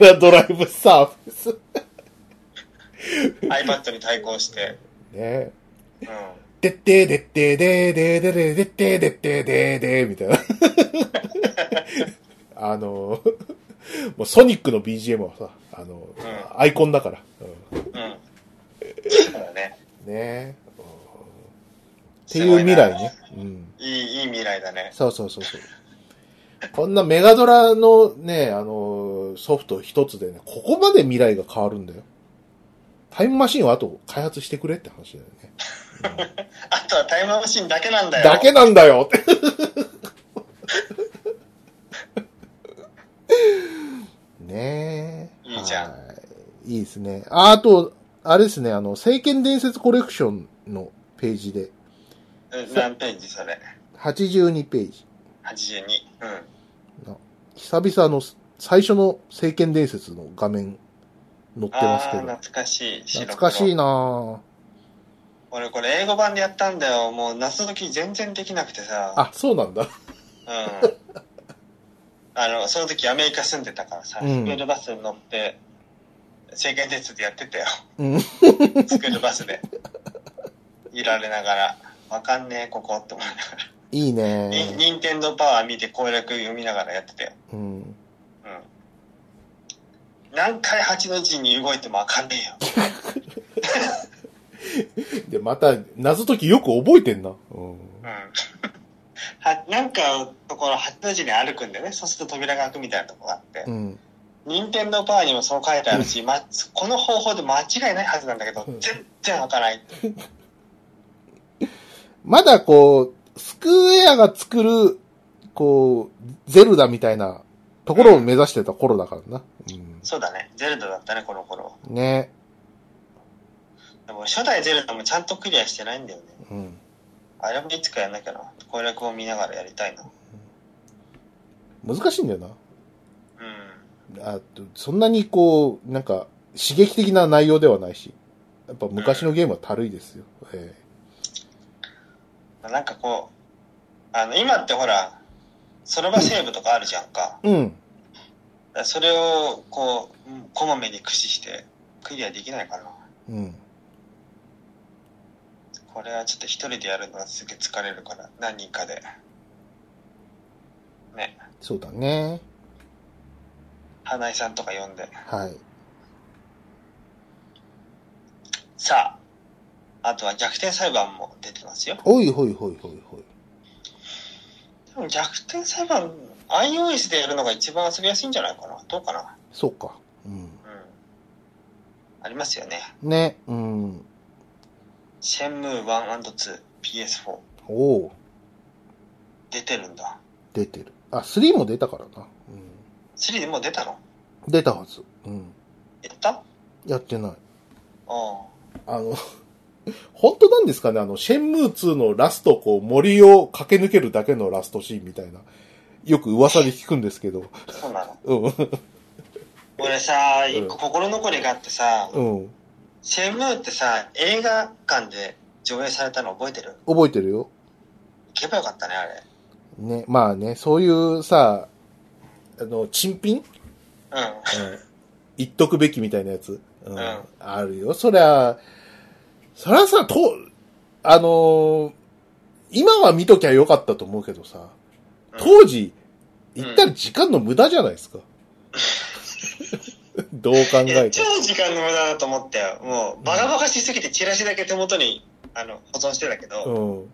[SPEAKER 2] ラドライブサーフェス。
[SPEAKER 1] iPad に対抗して。
[SPEAKER 2] ね
[SPEAKER 1] うん。
[SPEAKER 2] でってでってでででででってでってででみ たいな。あの、もうソニックの BGM はさ、あの、
[SPEAKER 1] ん
[SPEAKER 2] アイコンだから。うん
[SPEAKER 1] うん。そうだね。
[SPEAKER 2] ねうんって
[SPEAKER 1] す
[SPEAKER 2] いう
[SPEAKER 1] ご
[SPEAKER 2] 未
[SPEAKER 1] な
[SPEAKER 2] 来ね。うん。
[SPEAKER 1] いい、いい未来だね。
[SPEAKER 2] そうそうそうそう。こんなメガドラのね、あの、ソフト一つでね、ここまで未来が変わるんだよ。タイムマシンをあと開発してくれって話だよね。
[SPEAKER 1] あとはタイムマシンだけなんだよ。
[SPEAKER 2] だけなんだよ って。ねえ。
[SPEAKER 1] いいじゃん
[SPEAKER 2] はい。いいですね。あ、あと、あれですね、あの、聖剣伝説コレクションのページで、
[SPEAKER 1] うん何ページそれ。
[SPEAKER 2] 82ページ。
[SPEAKER 1] 82。うん。
[SPEAKER 2] 久々あの最初の聖剣伝説の画面載って
[SPEAKER 1] あ
[SPEAKER 2] ますけ
[SPEAKER 1] あ、
[SPEAKER 2] ど。
[SPEAKER 1] 懐かしい。
[SPEAKER 2] 懐かしい
[SPEAKER 1] な。
[SPEAKER 2] なぁ
[SPEAKER 1] 俺これ英語版でやったんだよ。もう謎解き全然できなくてさ。
[SPEAKER 2] あ、そうなんだ。
[SPEAKER 1] うんあの、その時アメリカ住んでたからさ、
[SPEAKER 2] う
[SPEAKER 1] ス
[SPEAKER 2] ん
[SPEAKER 1] クールバスに乗って、青函鉄でやって たよ。
[SPEAKER 2] うん。
[SPEAKER 1] スクールバスで。いられながら、わかんねえ、ここって思いながら。
[SPEAKER 2] いい
[SPEAKER 1] に
[SPEAKER 2] ね
[SPEAKER 1] ニンテンドーパワー見て攻略読みながらやってたよ。
[SPEAKER 2] うん。
[SPEAKER 1] うん。何回8の字に動いてもわかんねえよ。
[SPEAKER 2] で、また、謎解きよく覚えてんな。うん。
[SPEAKER 1] うん。 はなんか、ところ8の字に歩くんだよね。そうすると扉が開くみたいなとこがあって。
[SPEAKER 2] うん。
[SPEAKER 1] 任天堂パワーにもそう書いてあるし、ま、この方法で間違いないはずなんだけど、全然開かない。
[SPEAKER 2] まだこう、スクエアが作る、こう、ゼルダみたいなところを目指してた頃だからな。う
[SPEAKER 1] そうだね。ゼルダだったね、この頃。
[SPEAKER 2] ん。ね。
[SPEAKER 1] でも初代ゼルダもちゃんとクリアしてないんだよね。
[SPEAKER 2] うん。
[SPEAKER 1] あれもいつかやんなきゃな。攻略を見ながらやりたいな。
[SPEAKER 2] 難しいんだよな。
[SPEAKER 1] う
[SPEAKER 2] あとそんなにこう、なんか、刺激的な内容ではないし。やっぱ昔のゲームはたるいですよ。え
[SPEAKER 1] ん。なんかこう、あの、今ってほら、その場セーブとかあるじゃんか。
[SPEAKER 2] えうん。
[SPEAKER 1] だからそれを、こう、うんこまめに駆使して、クリアできないかな。
[SPEAKER 2] うん。
[SPEAKER 1] これはちょっと一人でやるのはすげえ疲れるから、何人かで。ね。
[SPEAKER 2] そうだね。
[SPEAKER 1] 花井さんとか呼んで。
[SPEAKER 2] はい。
[SPEAKER 1] さあ、あとは逆転裁判も出てますよ。
[SPEAKER 2] おいほいほいほいほい。
[SPEAKER 1] でも逆転裁判、iOS でやるのが一番遊びやすいんじゃないかな。どうかな。
[SPEAKER 2] そうか。うん。
[SPEAKER 1] うん。ありますよね。
[SPEAKER 2] ね。うん。
[SPEAKER 1] シェンムー 1&2PS4
[SPEAKER 2] おお
[SPEAKER 1] 出てるんだ。
[SPEAKER 2] 出てる。あ、3も出たからな。うん。
[SPEAKER 1] 3でもう出たの
[SPEAKER 2] 出たはず。うん。
[SPEAKER 1] やったあ
[SPEAKER 2] やってない。
[SPEAKER 1] あ。
[SPEAKER 2] あの、 本当なんですかねあの、シェンムー2のラスト、こう、森を駆け抜けるだけのラストシーンみたいな。よく噂で聞くんですけど。
[SPEAKER 1] そうなの。
[SPEAKER 2] うん。
[SPEAKER 1] 俺さ、
[SPEAKER 2] ん
[SPEAKER 1] 一個心残りがあってさ、
[SPEAKER 2] うん。
[SPEAKER 1] シェンムーってさ、映画館で上映されたの覚えてる
[SPEAKER 2] 覚えてるよ。
[SPEAKER 1] 行けばよかったね、あれ。
[SPEAKER 2] ね。まあね、そういうさ、あの、珍品
[SPEAKER 1] うん。
[SPEAKER 2] 言っとくべきみたいなやつ。うん。
[SPEAKER 1] うん
[SPEAKER 2] あるよ。そりゃ、そりゃさ、と、あのー今は見ときゃよかったと思うけどさ、当時、
[SPEAKER 1] うん
[SPEAKER 2] 言ったら時間の無駄じゃないですか。どう考
[SPEAKER 1] い
[SPEAKER 2] え
[SPEAKER 1] や
[SPEAKER 2] て
[SPEAKER 1] 超
[SPEAKER 2] も。
[SPEAKER 1] 時間の無駄だと思ったよもうバカバカしすぎてチラシだけ手元にあの保存してたけど、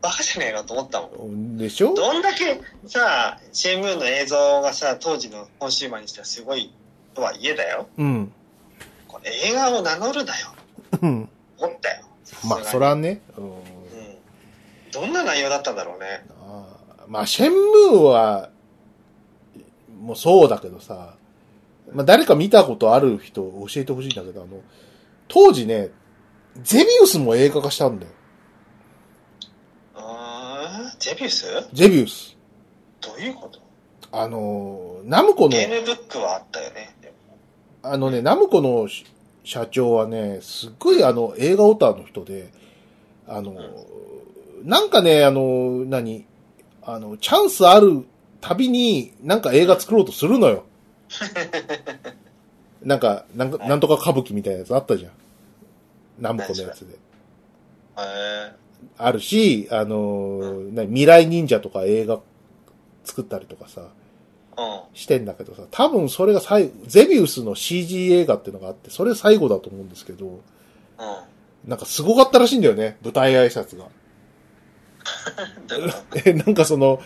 [SPEAKER 1] バカじゃねえのと思ったもん
[SPEAKER 2] うん。でしょ
[SPEAKER 1] どんだけさ CMU の映像がさ当時のコンシューマーにしてはすごいとはいえだよ
[SPEAKER 2] うん。
[SPEAKER 1] これ映画を名乗るだよ
[SPEAKER 2] うん
[SPEAKER 1] 思ったよ
[SPEAKER 2] まあ、そ
[SPEAKER 1] れ
[SPEAKER 2] らね。うん
[SPEAKER 1] うんどんな内容だったんだろうね
[SPEAKER 2] ああまあ、シェンムーは、もうそうだけどさ、まあ、誰か見たことある人教えてほしいんだけど、あの、当時ね、ゼビウスも映画化したんだよ。
[SPEAKER 1] うーんゼビウス
[SPEAKER 2] ゼビウス。
[SPEAKER 1] どういうこと
[SPEAKER 2] あの、ナムコの、
[SPEAKER 1] ゲームブックはあったよねでも
[SPEAKER 2] あのね、ナムコのし社長はね、すっごいあの、映画オタの人で、あの、なんかね、あの、何、あの、チャンスあるたびに、なんか映画作ろうとするのよ。なんか、なんか、なんとか歌舞伎みたいなやつあったじゃん。ナムコのやつで。
[SPEAKER 1] へ
[SPEAKER 2] あるし、あの、何未来忍者とか映画作ったりとかさ。
[SPEAKER 1] えうん
[SPEAKER 2] してんだけどさ、多分それが最後、ゼビウスの CG 映画っていうのがあって、それ最後だと思うんですけど、なんかすごかったらしいんだよね、舞台挨拶が。
[SPEAKER 1] うんどういうこと
[SPEAKER 2] え、なんかその、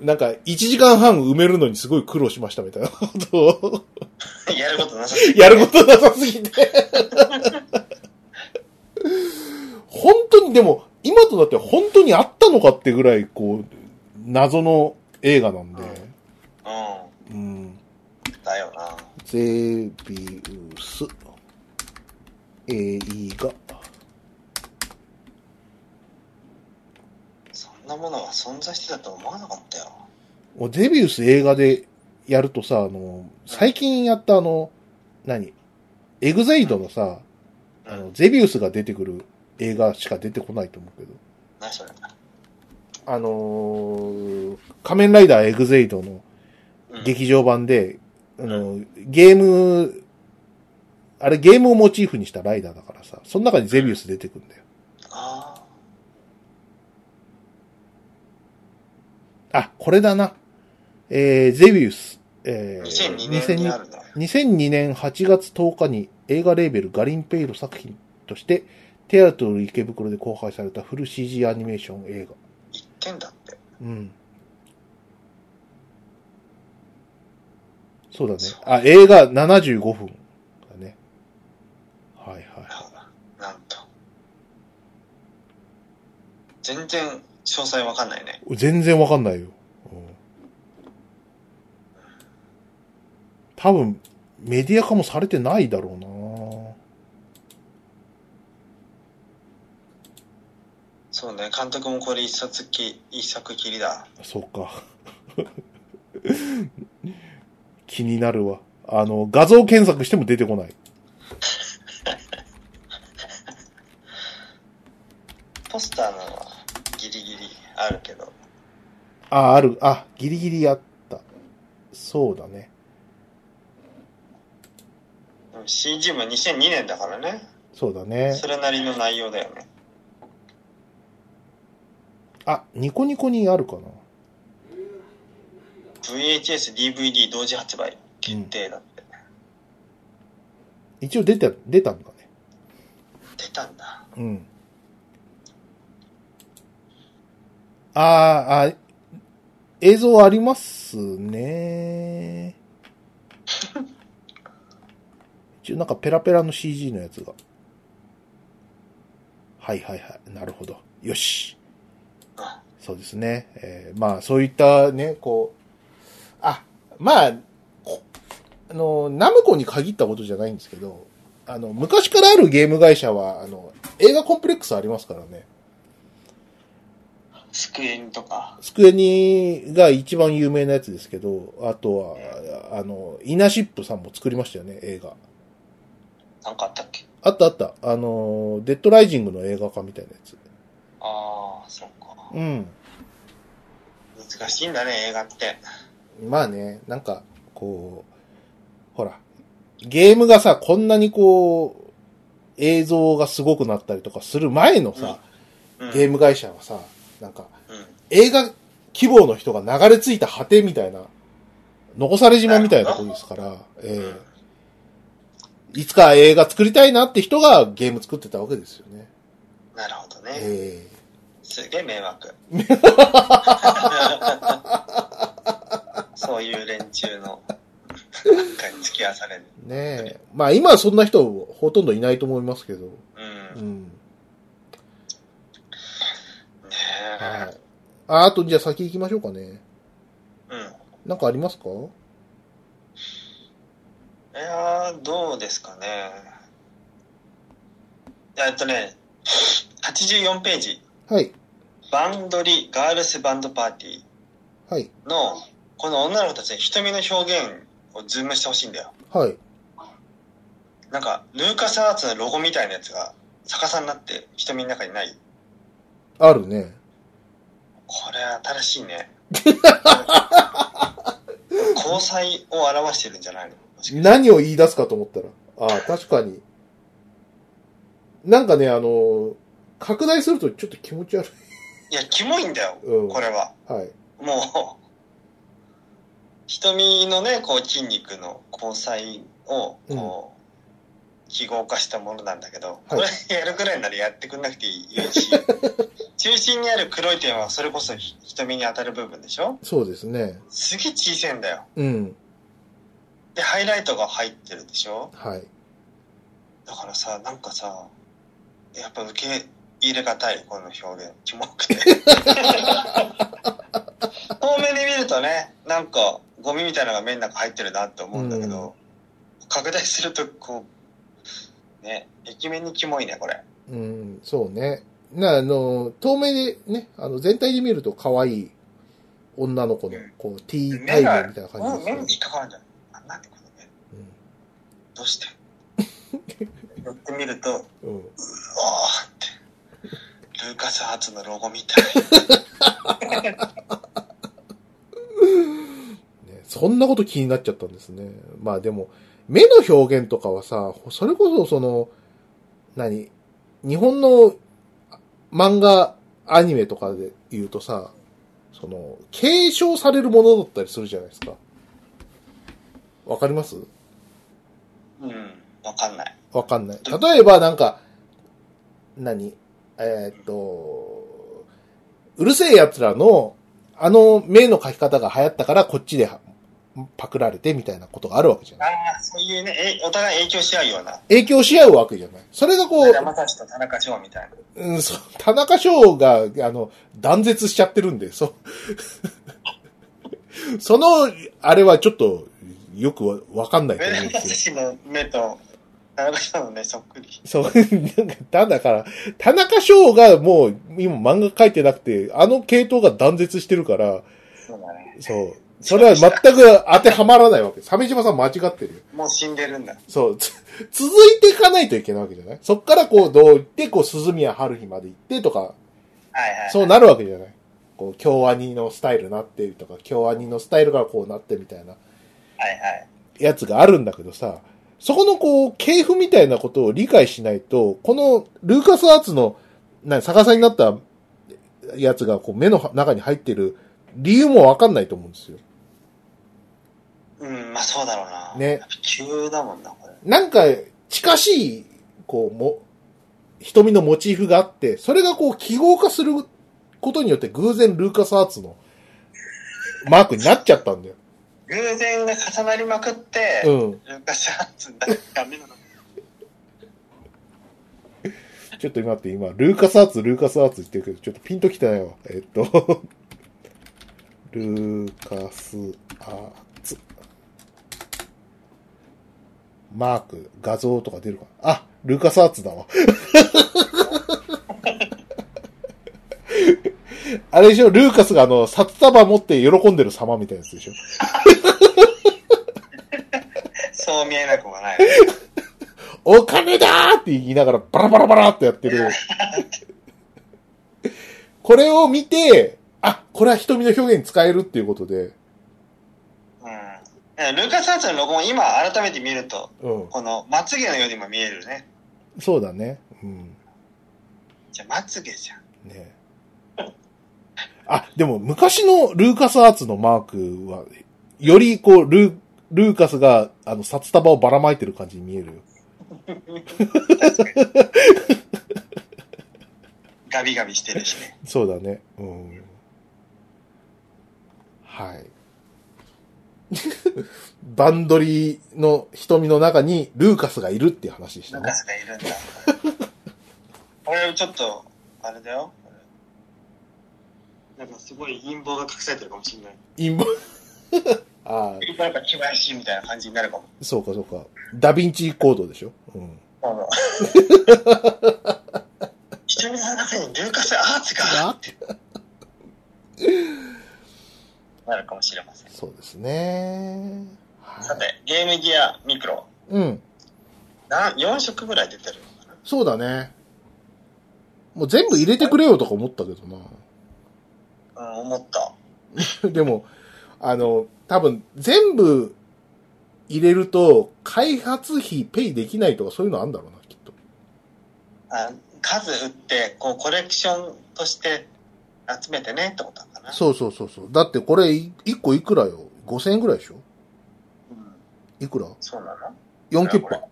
[SPEAKER 2] なんか1時間半埋めるのにすごい苦労しましたみたいな ことを
[SPEAKER 1] やることなさすぎ
[SPEAKER 2] やることなさすぎて。 本当に、でも、今となっては本当にあったのかってぐらい、こう、謎の映画なんで、
[SPEAKER 1] うん
[SPEAKER 2] うん。
[SPEAKER 1] だよな。
[SPEAKER 2] ゼビウス、映画。
[SPEAKER 1] そんなものが存在してたとは思わなかったよ。
[SPEAKER 2] もうゼビウス映画でやるとさ、あの、最近やったあの、何エグザイドのさ、あの、ゼビウスが出てくる映画しか出てこないと思うけど、
[SPEAKER 1] 何それ。
[SPEAKER 2] あのー仮面ライダーエグゼイドの
[SPEAKER 1] うん、
[SPEAKER 2] 劇場版で、あの、ゲーム、あれゲームをモチーフにしたライダーだからさ、その中にゼビウス出てくんだよ。
[SPEAKER 1] ああ。
[SPEAKER 2] あ、これだな。えー、ゼビウス。えー、
[SPEAKER 1] 2002年にあるんだ。
[SPEAKER 2] 2002年8月10日に映画レーベルガリンペイロ作品として、テアトル池袋で公開されたフル CG アニメーション映画。
[SPEAKER 1] 一点だって。
[SPEAKER 2] うん。そうだね。あ、映画75分だね。はいはい。
[SPEAKER 1] なんと。全然詳細わかんないね。
[SPEAKER 2] 全然わかんないよ。うん多分、メディア化もされてないだろう
[SPEAKER 1] そうね、監督もこれ一冊き、一作きりだ。
[SPEAKER 2] なそうか。 気になるわ。あの、画像検索しても出てこない。
[SPEAKER 1] ポスターなのはギリギリあるけど。
[SPEAKER 2] あ、ある。あ、ギリギリあった。そうだね。
[SPEAKER 1] でも CG も2002年だからね。
[SPEAKER 2] そうだね。
[SPEAKER 1] それなりの内容だよね。
[SPEAKER 2] あ、ニコニコにあるかな。
[SPEAKER 1] VHS、DVD 同時発売決定だって。
[SPEAKER 2] 一応出て、出たんだね。
[SPEAKER 1] 出たんだ。
[SPEAKER 2] うん。あーあ、映像ありますね。一応なんかペラペラの CG のやつが。はいはいはい。なるほど。よし。そうですね。えーまあそういったね、こう。あ、まあ、こあの、ナムコに限ったことじゃないんですけど、あの、昔からあるゲーム会社は、あの、映画コンプレックスありますからね。
[SPEAKER 1] スクエニとか。
[SPEAKER 2] スクエニが一番有名なやつですけど、あとは、あの、イナシップさんも作りましたよね、映画。
[SPEAKER 1] なんかあったっけ
[SPEAKER 2] あったあった。あの、デッドライジングの映画化みたいなやつ。
[SPEAKER 1] ああ、そうか。
[SPEAKER 2] うん。
[SPEAKER 1] 難しいんだね、映画って。
[SPEAKER 2] まあね、なんか、こう、ほら、ゲームがさ、こんなにこう、映像がすごくなったりとかする前のさ、
[SPEAKER 1] うん。
[SPEAKER 2] ゲーム会社はさ、なんか、
[SPEAKER 1] う
[SPEAKER 2] 映画希望の人が流れ着いた果てみたいな、残され島みたいなとこですから、え
[SPEAKER 1] ん。う
[SPEAKER 2] え
[SPEAKER 1] ん
[SPEAKER 2] いつか映画作りたいなって人がゲーム作ってたわけですよね。
[SPEAKER 1] なるほどね。
[SPEAKER 2] え
[SPEAKER 1] すげえ迷 惑。そういう連中の、なんかに付き合わされる。
[SPEAKER 2] えねえ。まあ今はそんな人ほとんどいないと思いますけど。
[SPEAKER 1] うん。
[SPEAKER 2] う
[SPEAKER 1] ね
[SPEAKER 2] ん。は
[SPEAKER 1] え
[SPEAKER 2] い。あ、あとじゃあ先行きましょうかね。
[SPEAKER 1] うん。
[SPEAKER 2] なんかありますか
[SPEAKER 1] いやー、どうですかね。えっとね、84ページ、
[SPEAKER 2] はい。
[SPEAKER 1] バンドリ、ガールスバンドパーティ
[SPEAKER 2] はい。
[SPEAKER 1] ーの、この女の子たちの瞳の表現をズームしてほしいんだよ。
[SPEAKER 2] はい。
[SPEAKER 1] なんか、ルーカスアーツのロゴみたいなやつが逆さになって瞳の中にない。
[SPEAKER 2] あるね。
[SPEAKER 1] これ新しいね。交際を表してるんじゃないのもしかして
[SPEAKER 2] 何を言い出すかと思ったら。ああ、確かに。なんかね、あの、拡大するとちょっと気持ち悪い。
[SPEAKER 1] いや、キモいんだよ、
[SPEAKER 2] うん。
[SPEAKER 1] こ
[SPEAKER 2] は
[SPEAKER 1] れは。
[SPEAKER 2] い。
[SPEAKER 1] もう、瞳のね、こう筋肉の交際を、こう、記号化したものなんだけど、これやるくらいならやってくんなくていいし、中心にある黒い点はそれこそ瞳に当たる部分でしょ
[SPEAKER 2] そうですね。
[SPEAKER 1] すげえ小さいんだよ。
[SPEAKER 2] うん。
[SPEAKER 1] で、ハイライトが入ってるでしょ
[SPEAKER 2] はい。
[SPEAKER 1] だからさなんかさやっぱ受け入れがたいこの表現キモくて遠目で見るとねなんかゴミみたいなのが目の中入ってるなって思うんだけど、拡大するとこうね壁面にキモいねこれ
[SPEAKER 2] うん、そうね。な、あの、透明でね、あの、全体で見ると可愛い女の子の
[SPEAKER 1] うん、
[SPEAKER 2] こう、ティータイ
[SPEAKER 1] 目
[SPEAKER 2] ム
[SPEAKER 1] が
[SPEAKER 2] みたいな
[SPEAKER 1] うん目
[SPEAKER 2] 感
[SPEAKER 1] に引
[SPEAKER 2] じです
[SPEAKER 1] っかかるんじゃないあなんでこの目
[SPEAKER 2] ね。
[SPEAKER 1] どうしてやってみると、うわ
[SPEAKER 2] うん。
[SPEAKER 1] ーって、ルーカスハーツのロゴみたい。
[SPEAKER 2] ね、そんなこと気になっちゃったんですね。まあでも、目の表現とかはさ、それこそその、何日本のあ漫画、アニメとかで言うとさ、その、継承されるものだったりするじゃないですか。わかります
[SPEAKER 1] うん、わかんない。
[SPEAKER 2] わかんない。例えばなんか、何えーっと、うるせえ奴らの、あの目の描き方が流行ったからこっちでパクられてみたいなことがあるわけじゃ
[SPEAKER 1] あ
[SPEAKER 2] ない。
[SPEAKER 1] あ、そういうね、えお互い影響し合うような。
[SPEAKER 2] 影響し合うわけじゃない。それがこう、
[SPEAKER 1] 山崎と田中翔みたいな。
[SPEAKER 2] うん、そう田中翔が、あの、断絶しちゃってるんで、そ、 その、あれはちょっと、よくわわかんないと思うん
[SPEAKER 1] 上
[SPEAKER 2] で
[SPEAKER 1] 田
[SPEAKER 2] すよ。
[SPEAKER 1] 氏の目と田中翔の目そっくり。
[SPEAKER 2] そう、なんか、ただから、田中翔がもう、今漫画描いてなくて、あの系統が断絶してるから、
[SPEAKER 1] そうだね。
[SPEAKER 2] そう。それは全く当てはまらないわけ。鮫島さん間違ってるよ。
[SPEAKER 1] もう死んでるんだ。
[SPEAKER 2] そう、つ続いていかないといけないわけじゃないそっからこう、どう行って、こう、鈴宮春日まで行ってとか、
[SPEAKER 1] はいはい。
[SPEAKER 2] そうなるわけじゃないこう、京アニのスタイルなってとか、京アニのスタイルがこうなってみたいな
[SPEAKER 1] はいはい。
[SPEAKER 2] やつがあるんだけどさ、そこのこう、系譜みたいなことを理解しないと、このルーカスアーツの、な、逆さになったやつがこう目の中に入ってる理由もわかんないと思うんですよ。
[SPEAKER 1] うん、まあそうだろうな。
[SPEAKER 2] ね
[SPEAKER 1] やっぱ急だもんな、これ。
[SPEAKER 2] なんか、近しい、こう、も、瞳のモチーフがあって、それがこう記号化することによって偶然ルーカスアーツのマークになっちゃったんだよ。
[SPEAKER 1] 偶然が重なりまくって、
[SPEAKER 2] うん。
[SPEAKER 1] ルーカス・ハーツになっちゃダメ なの。
[SPEAKER 2] ちょっと待って、今、ルーカスアーツ、ルーカスアーツ言ってるけど、ちょっとピンときてないわ。えっと、ルーカスアーツ。マーク、画像とか出るかな。あ、ルーカスアーツだわ。 あれでしょ、ルーカスがあの、札束持って喜んでる様みたいなやつでしょ。
[SPEAKER 1] そう見えなくもない。
[SPEAKER 2] お金だーって言いながらバラバラバラってやってる。 これを見て、あ、これは瞳の表現に使えるっていうことで、
[SPEAKER 1] うん。ルーカス・ハーツのロゴも今改めて見ると、
[SPEAKER 2] うん。
[SPEAKER 1] このまつげのようにも見えるね。
[SPEAKER 2] そうだね。うん。
[SPEAKER 1] じゃあまつげじゃん。
[SPEAKER 2] ねあ、でも昔のルーカスアーツのマークは、よりこう、ルー、ルーカスが、あの、札束をばらまいてる感じに見えるよ。
[SPEAKER 1] ガビガビしてるしね。
[SPEAKER 2] そうだね。うん。はい。 バンドリーの瞳の中にルーカスがいるっていう話でし
[SPEAKER 1] ルー
[SPEAKER 2] た
[SPEAKER 1] カ
[SPEAKER 2] ね。
[SPEAKER 1] スがいるんだ。 これちょっと、あれだよ。なんかすごい陰謀が隠されてるかもしれない。
[SPEAKER 2] 陰謀。 ああ、
[SPEAKER 1] なんか気晴らしいみたいな感じになるかも。
[SPEAKER 2] そうかそうか。ダヴィンチコードでしょうん。
[SPEAKER 1] あの 瞳の中にルーカス・アーツが
[SPEAKER 2] あ
[SPEAKER 1] なるかもしれません。
[SPEAKER 2] そうですね。はい
[SPEAKER 1] さて、ゲームギアミクロ。
[SPEAKER 2] うん。
[SPEAKER 1] な4色ぐらい出てるのかな
[SPEAKER 2] そうだね。もう全部入れてくれよとか思ったけどな。
[SPEAKER 1] うん、思った。
[SPEAKER 2] でも、あの、多分、全部入れると、開発費ペイできないとかそういうのあるんだろうな、きっと。
[SPEAKER 1] あ数打って、こう、コレクションとして集めてねってことかな。
[SPEAKER 2] そうそうそうそう。だってこれ、い1個いくらよ ?5000 円ぐらいでしょ
[SPEAKER 1] うん、
[SPEAKER 2] いくら
[SPEAKER 1] そうなの
[SPEAKER 2] ?4 キュッ
[SPEAKER 1] これ
[SPEAKER 2] パ。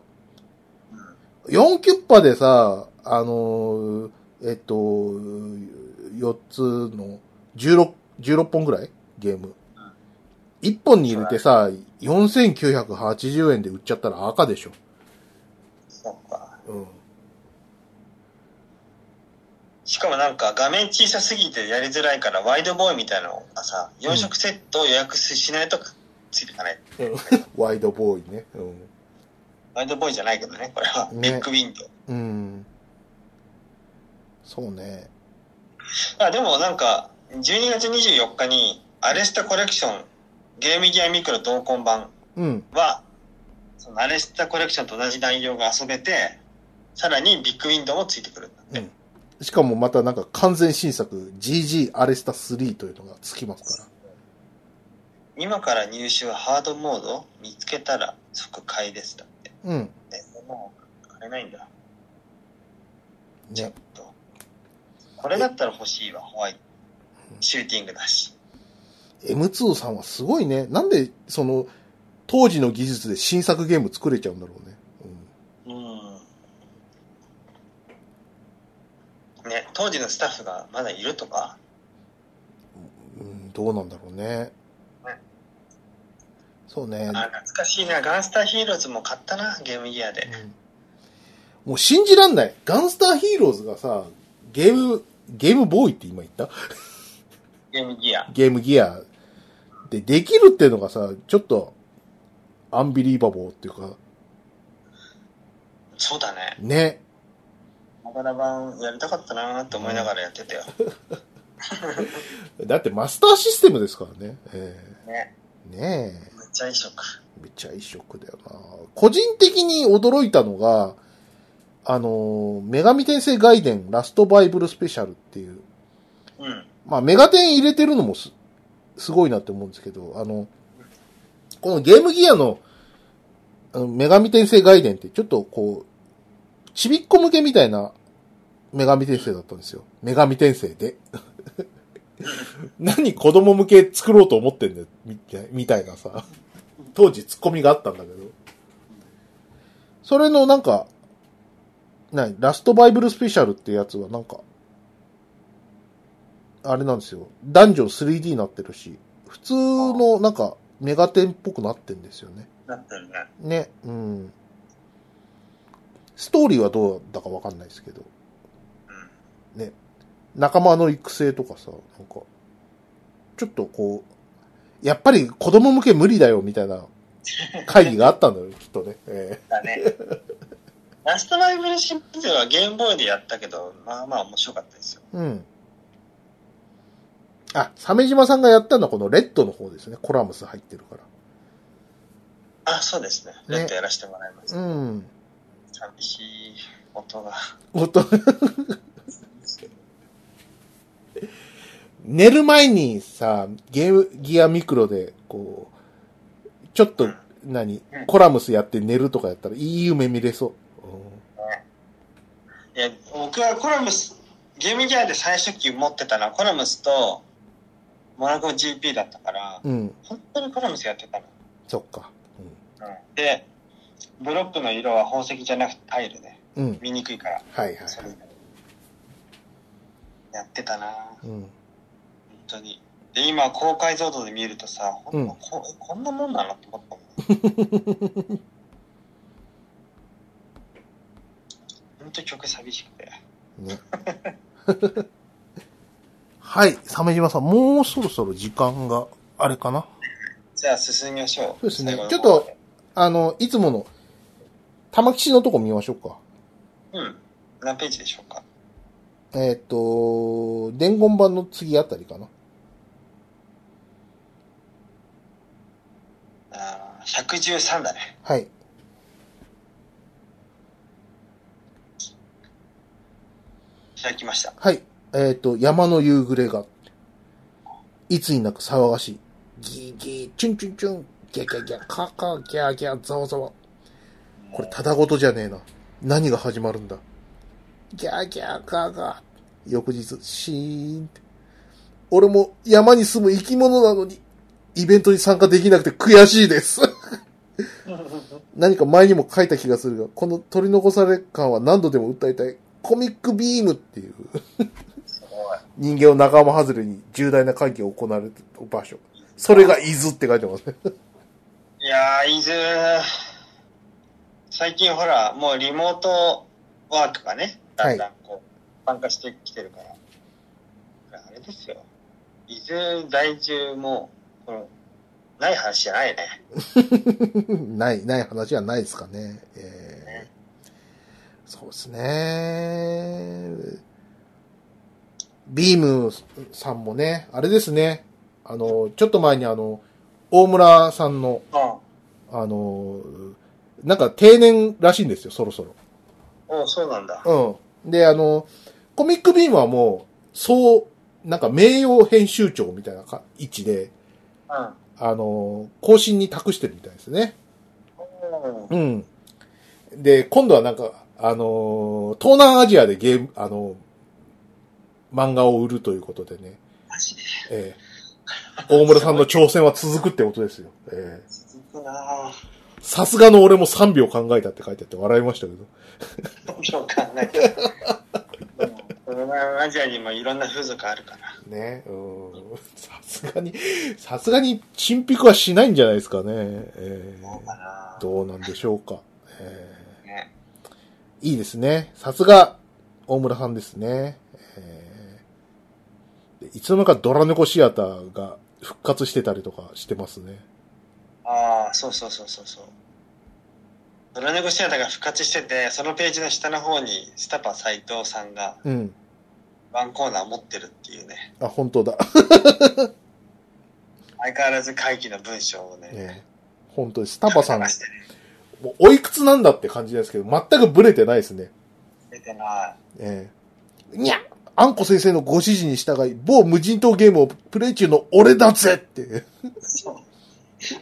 [SPEAKER 1] うん。
[SPEAKER 2] 4キュッパでさ、あのー、えっと、4つの16、16本ぐらいゲーム。1本に入れてさ、4980円で売っちゃったら赤でしょ。
[SPEAKER 1] そっか。
[SPEAKER 2] うん。
[SPEAKER 1] しかもなんか画面小さすぎてやりづらいからワイドボーイみたいなのがさ、4色セットを予約しないとついていかない。
[SPEAKER 2] ワイドボーイね。うん。
[SPEAKER 1] ワイドボーイじゃないけどね、これは。
[SPEAKER 2] ね
[SPEAKER 1] ビッグウィンドウ。
[SPEAKER 2] うん。そうね。
[SPEAKER 1] あ、でもなんか、12月24日にアレスタコレクション、ゲームギアミクロ同梱版
[SPEAKER 2] うん。
[SPEAKER 1] は、そのアレスタコレクションと同じ内容が遊べて、さらにビッグウィンドウもついてくるんだって。
[SPEAKER 2] うんしかもまたなんか完全新作 GG アレスタ3というのがつきますから。
[SPEAKER 1] 今から入手はハードモード見つけたら即買いですだって。
[SPEAKER 2] うん。
[SPEAKER 1] ね、もう買えないんだ。ちょっ
[SPEAKER 2] ね。
[SPEAKER 1] と。これだったら欲しいわ、ホワイト。シューティングだし。
[SPEAKER 2] M2 さんはすごいね。なんで、その、当時の技術で新作ゲーム作れちゃうんだろうね。
[SPEAKER 1] うん。ね、当時のスタッフがまだいるとか、
[SPEAKER 2] うん。うん、どうなんだろうね。そうね。
[SPEAKER 1] あ、懐かしいな、ガンスターヒーローズも買ったな、ゲームギアで。
[SPEAKER 2] うんもう信じらんない。ガンスターヒーローズがさ、ゲーム、ゲームボーイって今言った
[SPEAKER 1] ゲームギア。
[SPEAKER 2] ゲームギアでできるっていうのがさ、ちょっと、アンビリーバボーっていうか、
[SPEAKER 1] そうだね。
[SPEAKER 2] ね。
[SPEAKER 1] マガラ版やりたかったなって思いながらやってたよ。
[SPEAKER 2] だってマスターシステムですからね。え
[SPEAKER 1] ね、
[SPEAKER 2] えねえ。
[SPEAKER 1] めっちゃ異色。
[SPEAKER 2] めっちゃ異色だよな。個人的に驚いたのが、あのー、女神転生外伝ラストバイブルスペシャルっていう、
[SPEAKER 1] うん。
[SPEAKER 2] まあメガテン入れてるのもす、すごいなって思うんですけど、あの、このゲームギアの、あの女神転生外伝ってちょっとこう、ちびっこ向けみたいな女神転生だったんですよ。女神転生で。 何子供向け作ろうと思ってんだよ、みたいみたいなさ。当時ツッコミがあったんだけど。それのなんか、何ラストバイブルスペシャルってやつはなんか、あれなんですよ。ダンジョン 3D になってるし、普通のなんかメガテンっぽくなってんですよね。
[SPEAKER 1] なってるね。
[SPEAKER 2] ね、うん。ストーリーはどうだかわかんないですけど、
[SPEAKER 1] うん。
[SPEAKER 2] 仲間の育成とかさ、なんか、ちょっとこう、やっぱり子供向け無理だよみたいな会議があったんだよ、きっとね。え
[SPEAKER 1] だ ね。ラストライブルシリーズはゲームボーイでやったけど、まあまあ面白かったですよ。
[SPEAKER 2] えうん。あ、鮫島さんがやったのはこのレッドの方ですね。コラムス入ってるから。
[SPEAKER 1] あ、そうですね。レッドやらせてもらいます。
[SPEAKER 2] うん。
[SPEAKER 1] 寂しい音が。
[SPEAKER 2] おっと寝る前にさ、ゲームギアミクロで、こう、ちょっと
[SPEAKER 1] うん、
[SPEAKER 2] 何
[SPEAKER 1] うん、
[SPEAKER 2] コラムスやって寝るとかやったら、いい夢見れそう。
[SPEAKER 1] いや、僕はコラムス、ゲームギアで最初期持ってたのはコラムスとモナコ GP だったから、
[SPEAKER 2] うん、
[SPEAKER 1] 本当にコラムスやってたの。
[SPEAKER 2] そっか。
[SPEAKER 1] うん、で、ブロックの色は宝石じゃなくてタイルで、
[SPEAKER 2] うん、うん、
[SPEAKER 1] 見にくいから、
[SPEAKER 2] はいはい。
[SPEAKER 1] それでやってたな本
[SPEAKER 2] うん、
[SPEAKER 1] 当に。で、今、高解像度で見るとさ、ほんと
[SPEAKER 2] うん
[SPEAKER 1] こえこんなもんなのって思ったもん。本当曲寂しくて。
[SPEAKER 2] ね。はい、鮫島さん、もうそろそろ時間が、あれかな
[SPEAKER 1] じゃあ進みましょう。
[SPEAKER 2] そうですね
[SPEAKER 1] 最後の
[SPEAKER 2] ちょっとあの、いつもの、玉吉のとこ見ましょうか。
[SPEAKER 1] うん。何ページでしょうか。
[SPEAKER 2] えーっ、と、伝言版の次あたりかな。
[SPEAKER 1] あー113だね。
[SPEAKER 2] はい。
[SPEAKER 1] 開きました。
[SPEAKER 2] はい。えーっ、と、山の夕暮れが、いつになく騒がしい。ギーギー、チュンチュンチュン、ギャギャギャ、カーカー、ギャーギャー、ザワザワ。これ、ただごとじゃねえな。何が始まるんだ。ギャーギャー、ガーガー。翌日、シーンって。俺も山に住む生き物なのに、イベントに参加できなくて悔しいです。何か前にも書いた気がするが、この取り残され感は何度でも訴えたい。コミックビームっていう。
[SPEAKER 1] すごい。
[SPEAKER 2] 人間を仲間外れに重大な会議を行われる場所。それが伊豆って書いてますね。
[SPEAKER 1] いやー、伊豆、最近ほら、もうリモートワークがね、だんだんこう、参加してきてるから。これあれですよ。伊豆在住も、この、ない話じゃないね。
[SPEAKER 2] ない、ない話はないですかね。えーそうですね。ビームさんもね、あれですね。あの、ちょっと前にあの、大村さんの、
[SPEAKER 1] うん。
[SPEAKER 2] あの、なんか定年らしいんですよ、そろそろ。
[SPEAKER 1] うん、そうなんだ。
[SPEAKER 2] うん。で、あの、コミックビームはもう、そう、なんか名誉編集長みたいなか位置で、
[SPEAKER 1] うん。
[SPEAKER 2] あの、更新に託してるみたいですね。
[SPEAKER 1] うん
[SPEAKER 2] うん。で、今度はなんか、あの、東南アジアでゲーム、あの、漫画を売るということでね、
[SPEAKER 1] マジで。
[SPEAKER 2] ええ大村さんの挑戦は続くってことですよ。ええ
[SPEAKER 1] 続くなぁ。
[SPEAKER 2] さすがの俺も3秒考えたって書いてあって笑いましたけど。
[SPEAKER 1] そう考えてる。うん東南アジアにもいろんな風俗あるから。
[SPEAKER 2] ね、うん。さすがに、さすがに、沈黙はしないんじゃないですかね。え
[SPEAKER 1] どう
[SPEAKER 2] ー
[SPEAKER 1] かなぁ。
[SPEAKER 2] どうなんでしょうか。え
[SPEAKER 1] ね
[SPEAKER 2] ーいいですね。さすが、大村さんですね。えーでいつの間にかドラ猫シアターが復活してたりとかしてますね。
[SPEAKER 1] ああ、そうそうそうそうそう。ドラネゴシアターが復活してて、そのページの下の方にスタパ斎藤さんが
[SPEAKER 2] うん。
[SPEAKER 1] ワンコーナー持ってるっていうね。
[SPEAKER 2] あ、本当だ。
[SPEAKER 1] 相変わらず会議の文章をね。
[SPEAKER 2] ね、本当です。タパさん
[SPEAKER 1] 書、き流してね
[SPEAKER 2] もうおいくつなんだって感じですけど、全くブレてないですね。
[SPEAKER 1] 出てない。
[SPEAKER 2] ええにゃあんこ先生のご指示に従い、某無人島ゲームをプレイ中の俺だぜって。
[SPEAKER 1] そ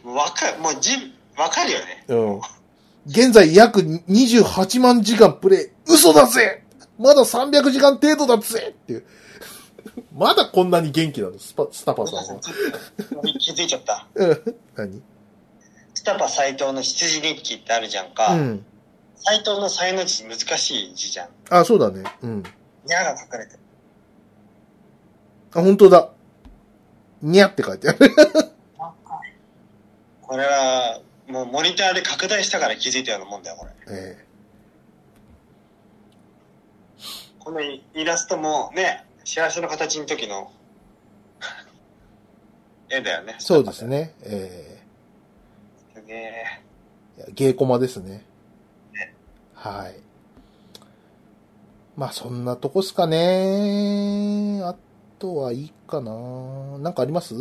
[SPEAKER 1] う。わかる、もうじ、わかるよね。
[SPEAKER 2] うん。現在約28万時間プレイ。嘘だぜまだ300時間程度だぜっていう。まだこんなに元気なのスパ、スタパさんは。
[SPEAKER 1] 気づいちゃった。
[SPEAKER 2] うん。何
[SPEAKER 1] スタパ斎藤の羊日記ってあるじゃんか。
[SPEAKER 2] うん。
[SPEAKER 1] 斎藤の才の字難しい字じゃん。
[SPEAKER 2] あ、そうだね。うん。
[SPEAKER 1] にゃが隠れてる。
[SPEAKER 2] あ、本当だ。にゃって書いてある。
[SPEAKER 1] これは、もうモニターで拡大したから気づいたようなもんだよ、これ。
[SPEAKER 2] え
[SPEAKER 1] このイラストもね、幸せの形の時の 絵だよね。
[SPEAKER 2] えそうです。ね。え
[SPEAKER 1] すげえ。
[SPEAKER 2] えゲーコマですね。はい。まあそんなとこっすかね。あとはいいかな。なんかあります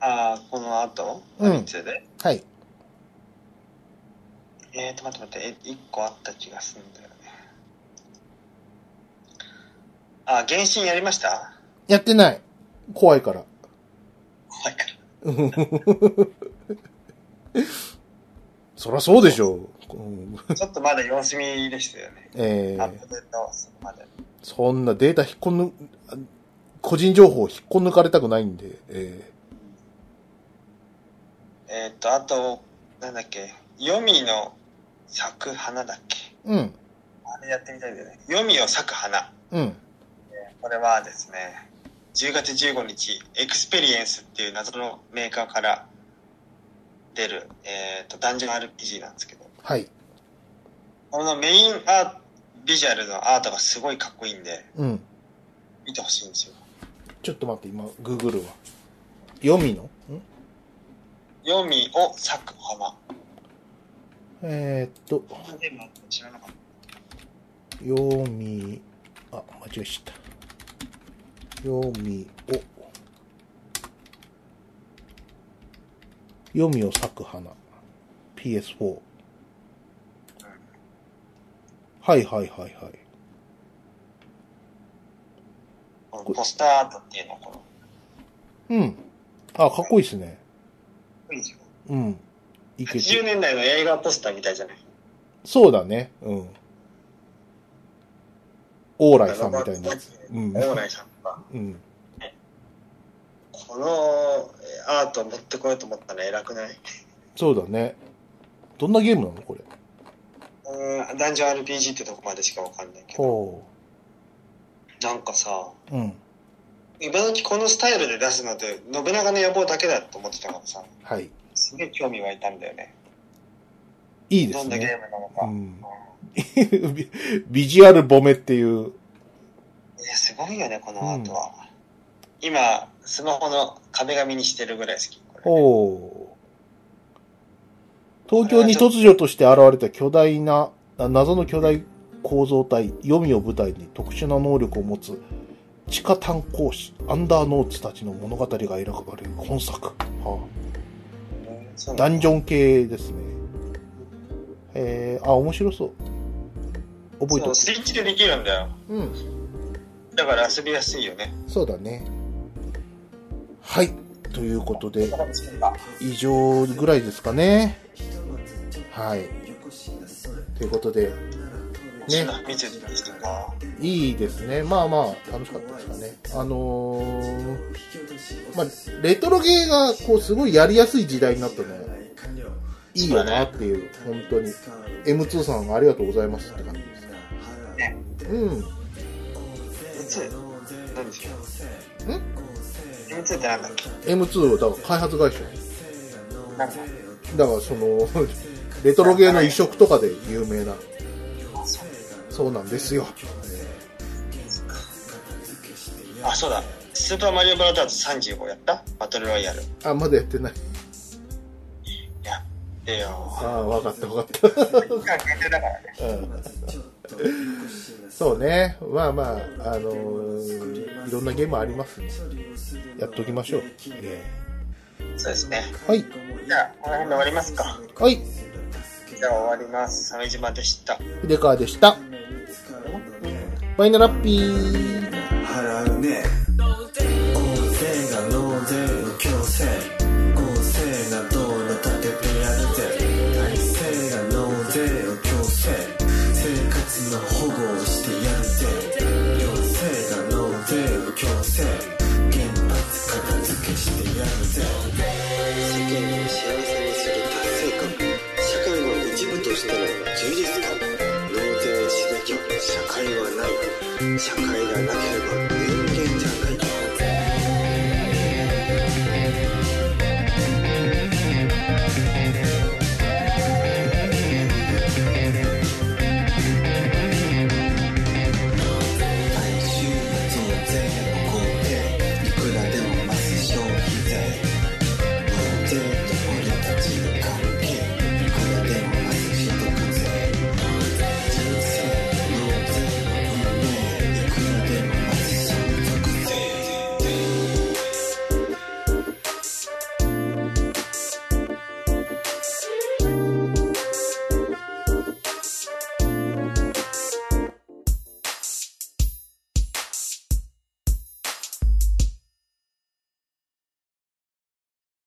[SPEAKER 1] ああ、この後、
[SPEAKER 2] うん
[SPEAKER 1] 何について
[SPEAKER 2] はい。
[SPEAKER 1] えーと、待って待って、え一個あった気がするんだよね。あ、原神やりま した
[SPEAKER 2] やってない。怖いから。
[SPEAKER 1] 怖いから。
[SPEAKER 2] そらそうでしょう。うん
[SPEAKER 1] ちょっとまだ様子見でしたよね。
[SPEAKER 2] え
[SPEAKER 1] アッ
[SPEAKER 2] ー
[SPEAKER 1] プデートするまで。
[SPEAKER 2] そんなデータ引っこぬ、あ個人情報を引っこ抜かれたくないんで、え
[SPEAKER 1] えっ、と、あと、なんだっけ、ヨミの咲く花だっけ。
[SPEAKER 2] ーうん、
[SPEAKER 1] あれやってみたいんだよね。ヨミを咲く花。
[SPEAKER 2] うん。
[SPEAKER 1] これはですね、10月15日、エクスペリエンスっていう謎のメーカーから出る、えっ、と、ダンジョン RPG なんですけど、
[SPEAKER 2] はい。
[SPEAKER 1] このメインアービジュアルのアートがすごいかっこいいんで、
[SPEAKER 2] うん。
[SPEAKER 1] 見てほしいんですよ。
[SPEAKER 2] ちょっと待って、今、グーグルは。読みのん
[SPEAKER 1] ヨミを咲く花。こ
[SPEAKER 2] えーっと、
[SPEAKER 1] のゲームは知らなかった。
[SPEAKER 2] 読み、あ、間違えちゃった。読みを。読みを咲く花。PS4。はいはいはいはい。
[SPEAKER 1] このポスターアートっていうのは、この、
[SPEAKER 2] うん。あ、かっこいいですね。
[SPEAKER 1] いいですよ
[SPEAKER 2] うん。いけ
[SPEAKER 1] 80
[SPEAKER 2] て。
[SPEAKER 1] 年代の映画ポスターみたいじゃない
[SPEAKER 2] そうだね。うん。オーライさんみたいなやつ。うん。
[SPEAKER 1] 大内さんが、
[SPEAKER 2] うん。
[SPEAKER 1] このアートを持ってこようと思ったら偉くない
[SPEAKER 2] そうだね。どんなゲームなのこれ。
[SPEAKER 1] うん、ダンジョン RPG ってとこまでしかわかんないけど、
[SPEAKER 2] ほ
[SPEAKER 1] なんかさ、
[SPEAKER 2] う。うん。
[SPEAKER 1] 今時このスタイルで出すのって信長の野望だけだと思ってたからさ、
[SPEAKER 2] はい。
[SPEAKER 1] すげえ興味湧いたんだよね。
[SPEAKER 2] いいで
[SPEAKER 1] ど
[SPEAKER 2] す
[SPEAKER 1] んなゲ
[SPEAKER 2] ね。
[SPEAKER 1] ームなのか。
[SPEAKER 2] う
[SPEAKER 1] うん
[SPEAKER 2] ん。ビビジュアルボメっていう。
[SPEAKER 1] いや、すごいよね、このアートは。今、スマホの壁紙にしてるぐらい好き。これ
[SPEAKER 2] ほう。東京に突如として現れた巨大な、あ謎の巨大構造体、読みを舞台に特殊な能力を持つ地下炭鉱士、アンダーノーツたちの物語が描かれる本作。はあ
[SPEAKER 1] うんそうな
[SPEAKER 2] ダ
[SPEAKER 1] んだ
[SPEAKER 2] ンジョン系ですね。へえー、あ、面白そう。覚えて
[SPEAKER 1] そ
[SPEAKER 2] お
[SPEAKER 1] うスイッチでできるんだよ
[SPEAKER 2] く。うん。
[SPEAKER 1] だから遊びやすいよね
[SPEAKER 2] そうだね。はい。ということで、
[SPEAKER 1] は
[SPEAKER 2] 以上ぐらいですかね。はい。ということで、ね、
[SPEAKER 1] 見てたんですけど
[SPEAKER 2] いいですね。まあまあ、楽しかったですかね。あのー、まあ、レトロゲーが、こう、すごいやりやすい時代になったね。いいよなっていう、本当に。M2 さん、ありがとうございますって感じです。
[SPEAKER 1] ね
[SPEAKER 2] うん。
[SPEAKER 1] M2 何ですか M2 ってなん
[SPEAKER 2] ん
[SPEAKER 1] だっけ
[SPEAKER 2] M2 をだから開発会社
[SPEAKER 1] なんか
[SPEAKER 2] だからその レトロゲーの移植とかで有名なそうなんですよ
[SPEAKER 1] あそうだスーパーマリオブラザーズ35やったバトルロイヤル
[SPEAKER 2] あまだやってない
[SPEAKER 1] やってよ
[SPEAKER 2] ああ分かった分かっ
[SPEAKER 1] 期間限定だからね
[SPEAKER 2] た、うん、そうねまあまああのーいろんなゲームありますねやっときましょう、え
[SPEAKER 1] そうですね
[SPEAKER 2] えはい
[SPEAKER 1] じゃあこの辺で終わりますか
[SPEAKER 2] はい
[SPEAKER 1] じゃあ終わります鮫島でした
[SPEAKER 2] 筆川でしたバイナラッピー
[SPEAKER 3] 払うね公正が納税の強制公正な道路立ててやるぜ体制が納税を強制生活の保護をしてやるぜ行政が納税を強制原発片付けしてやるぜ
[SPEAKER 4] 世間を幸せにする達成感社会の一部としての充実感納税しなきゃ社会はない社会がなければ人間じゃない
[SPEAKER 3] 大衆増税の工程いくらでも増す消費税納税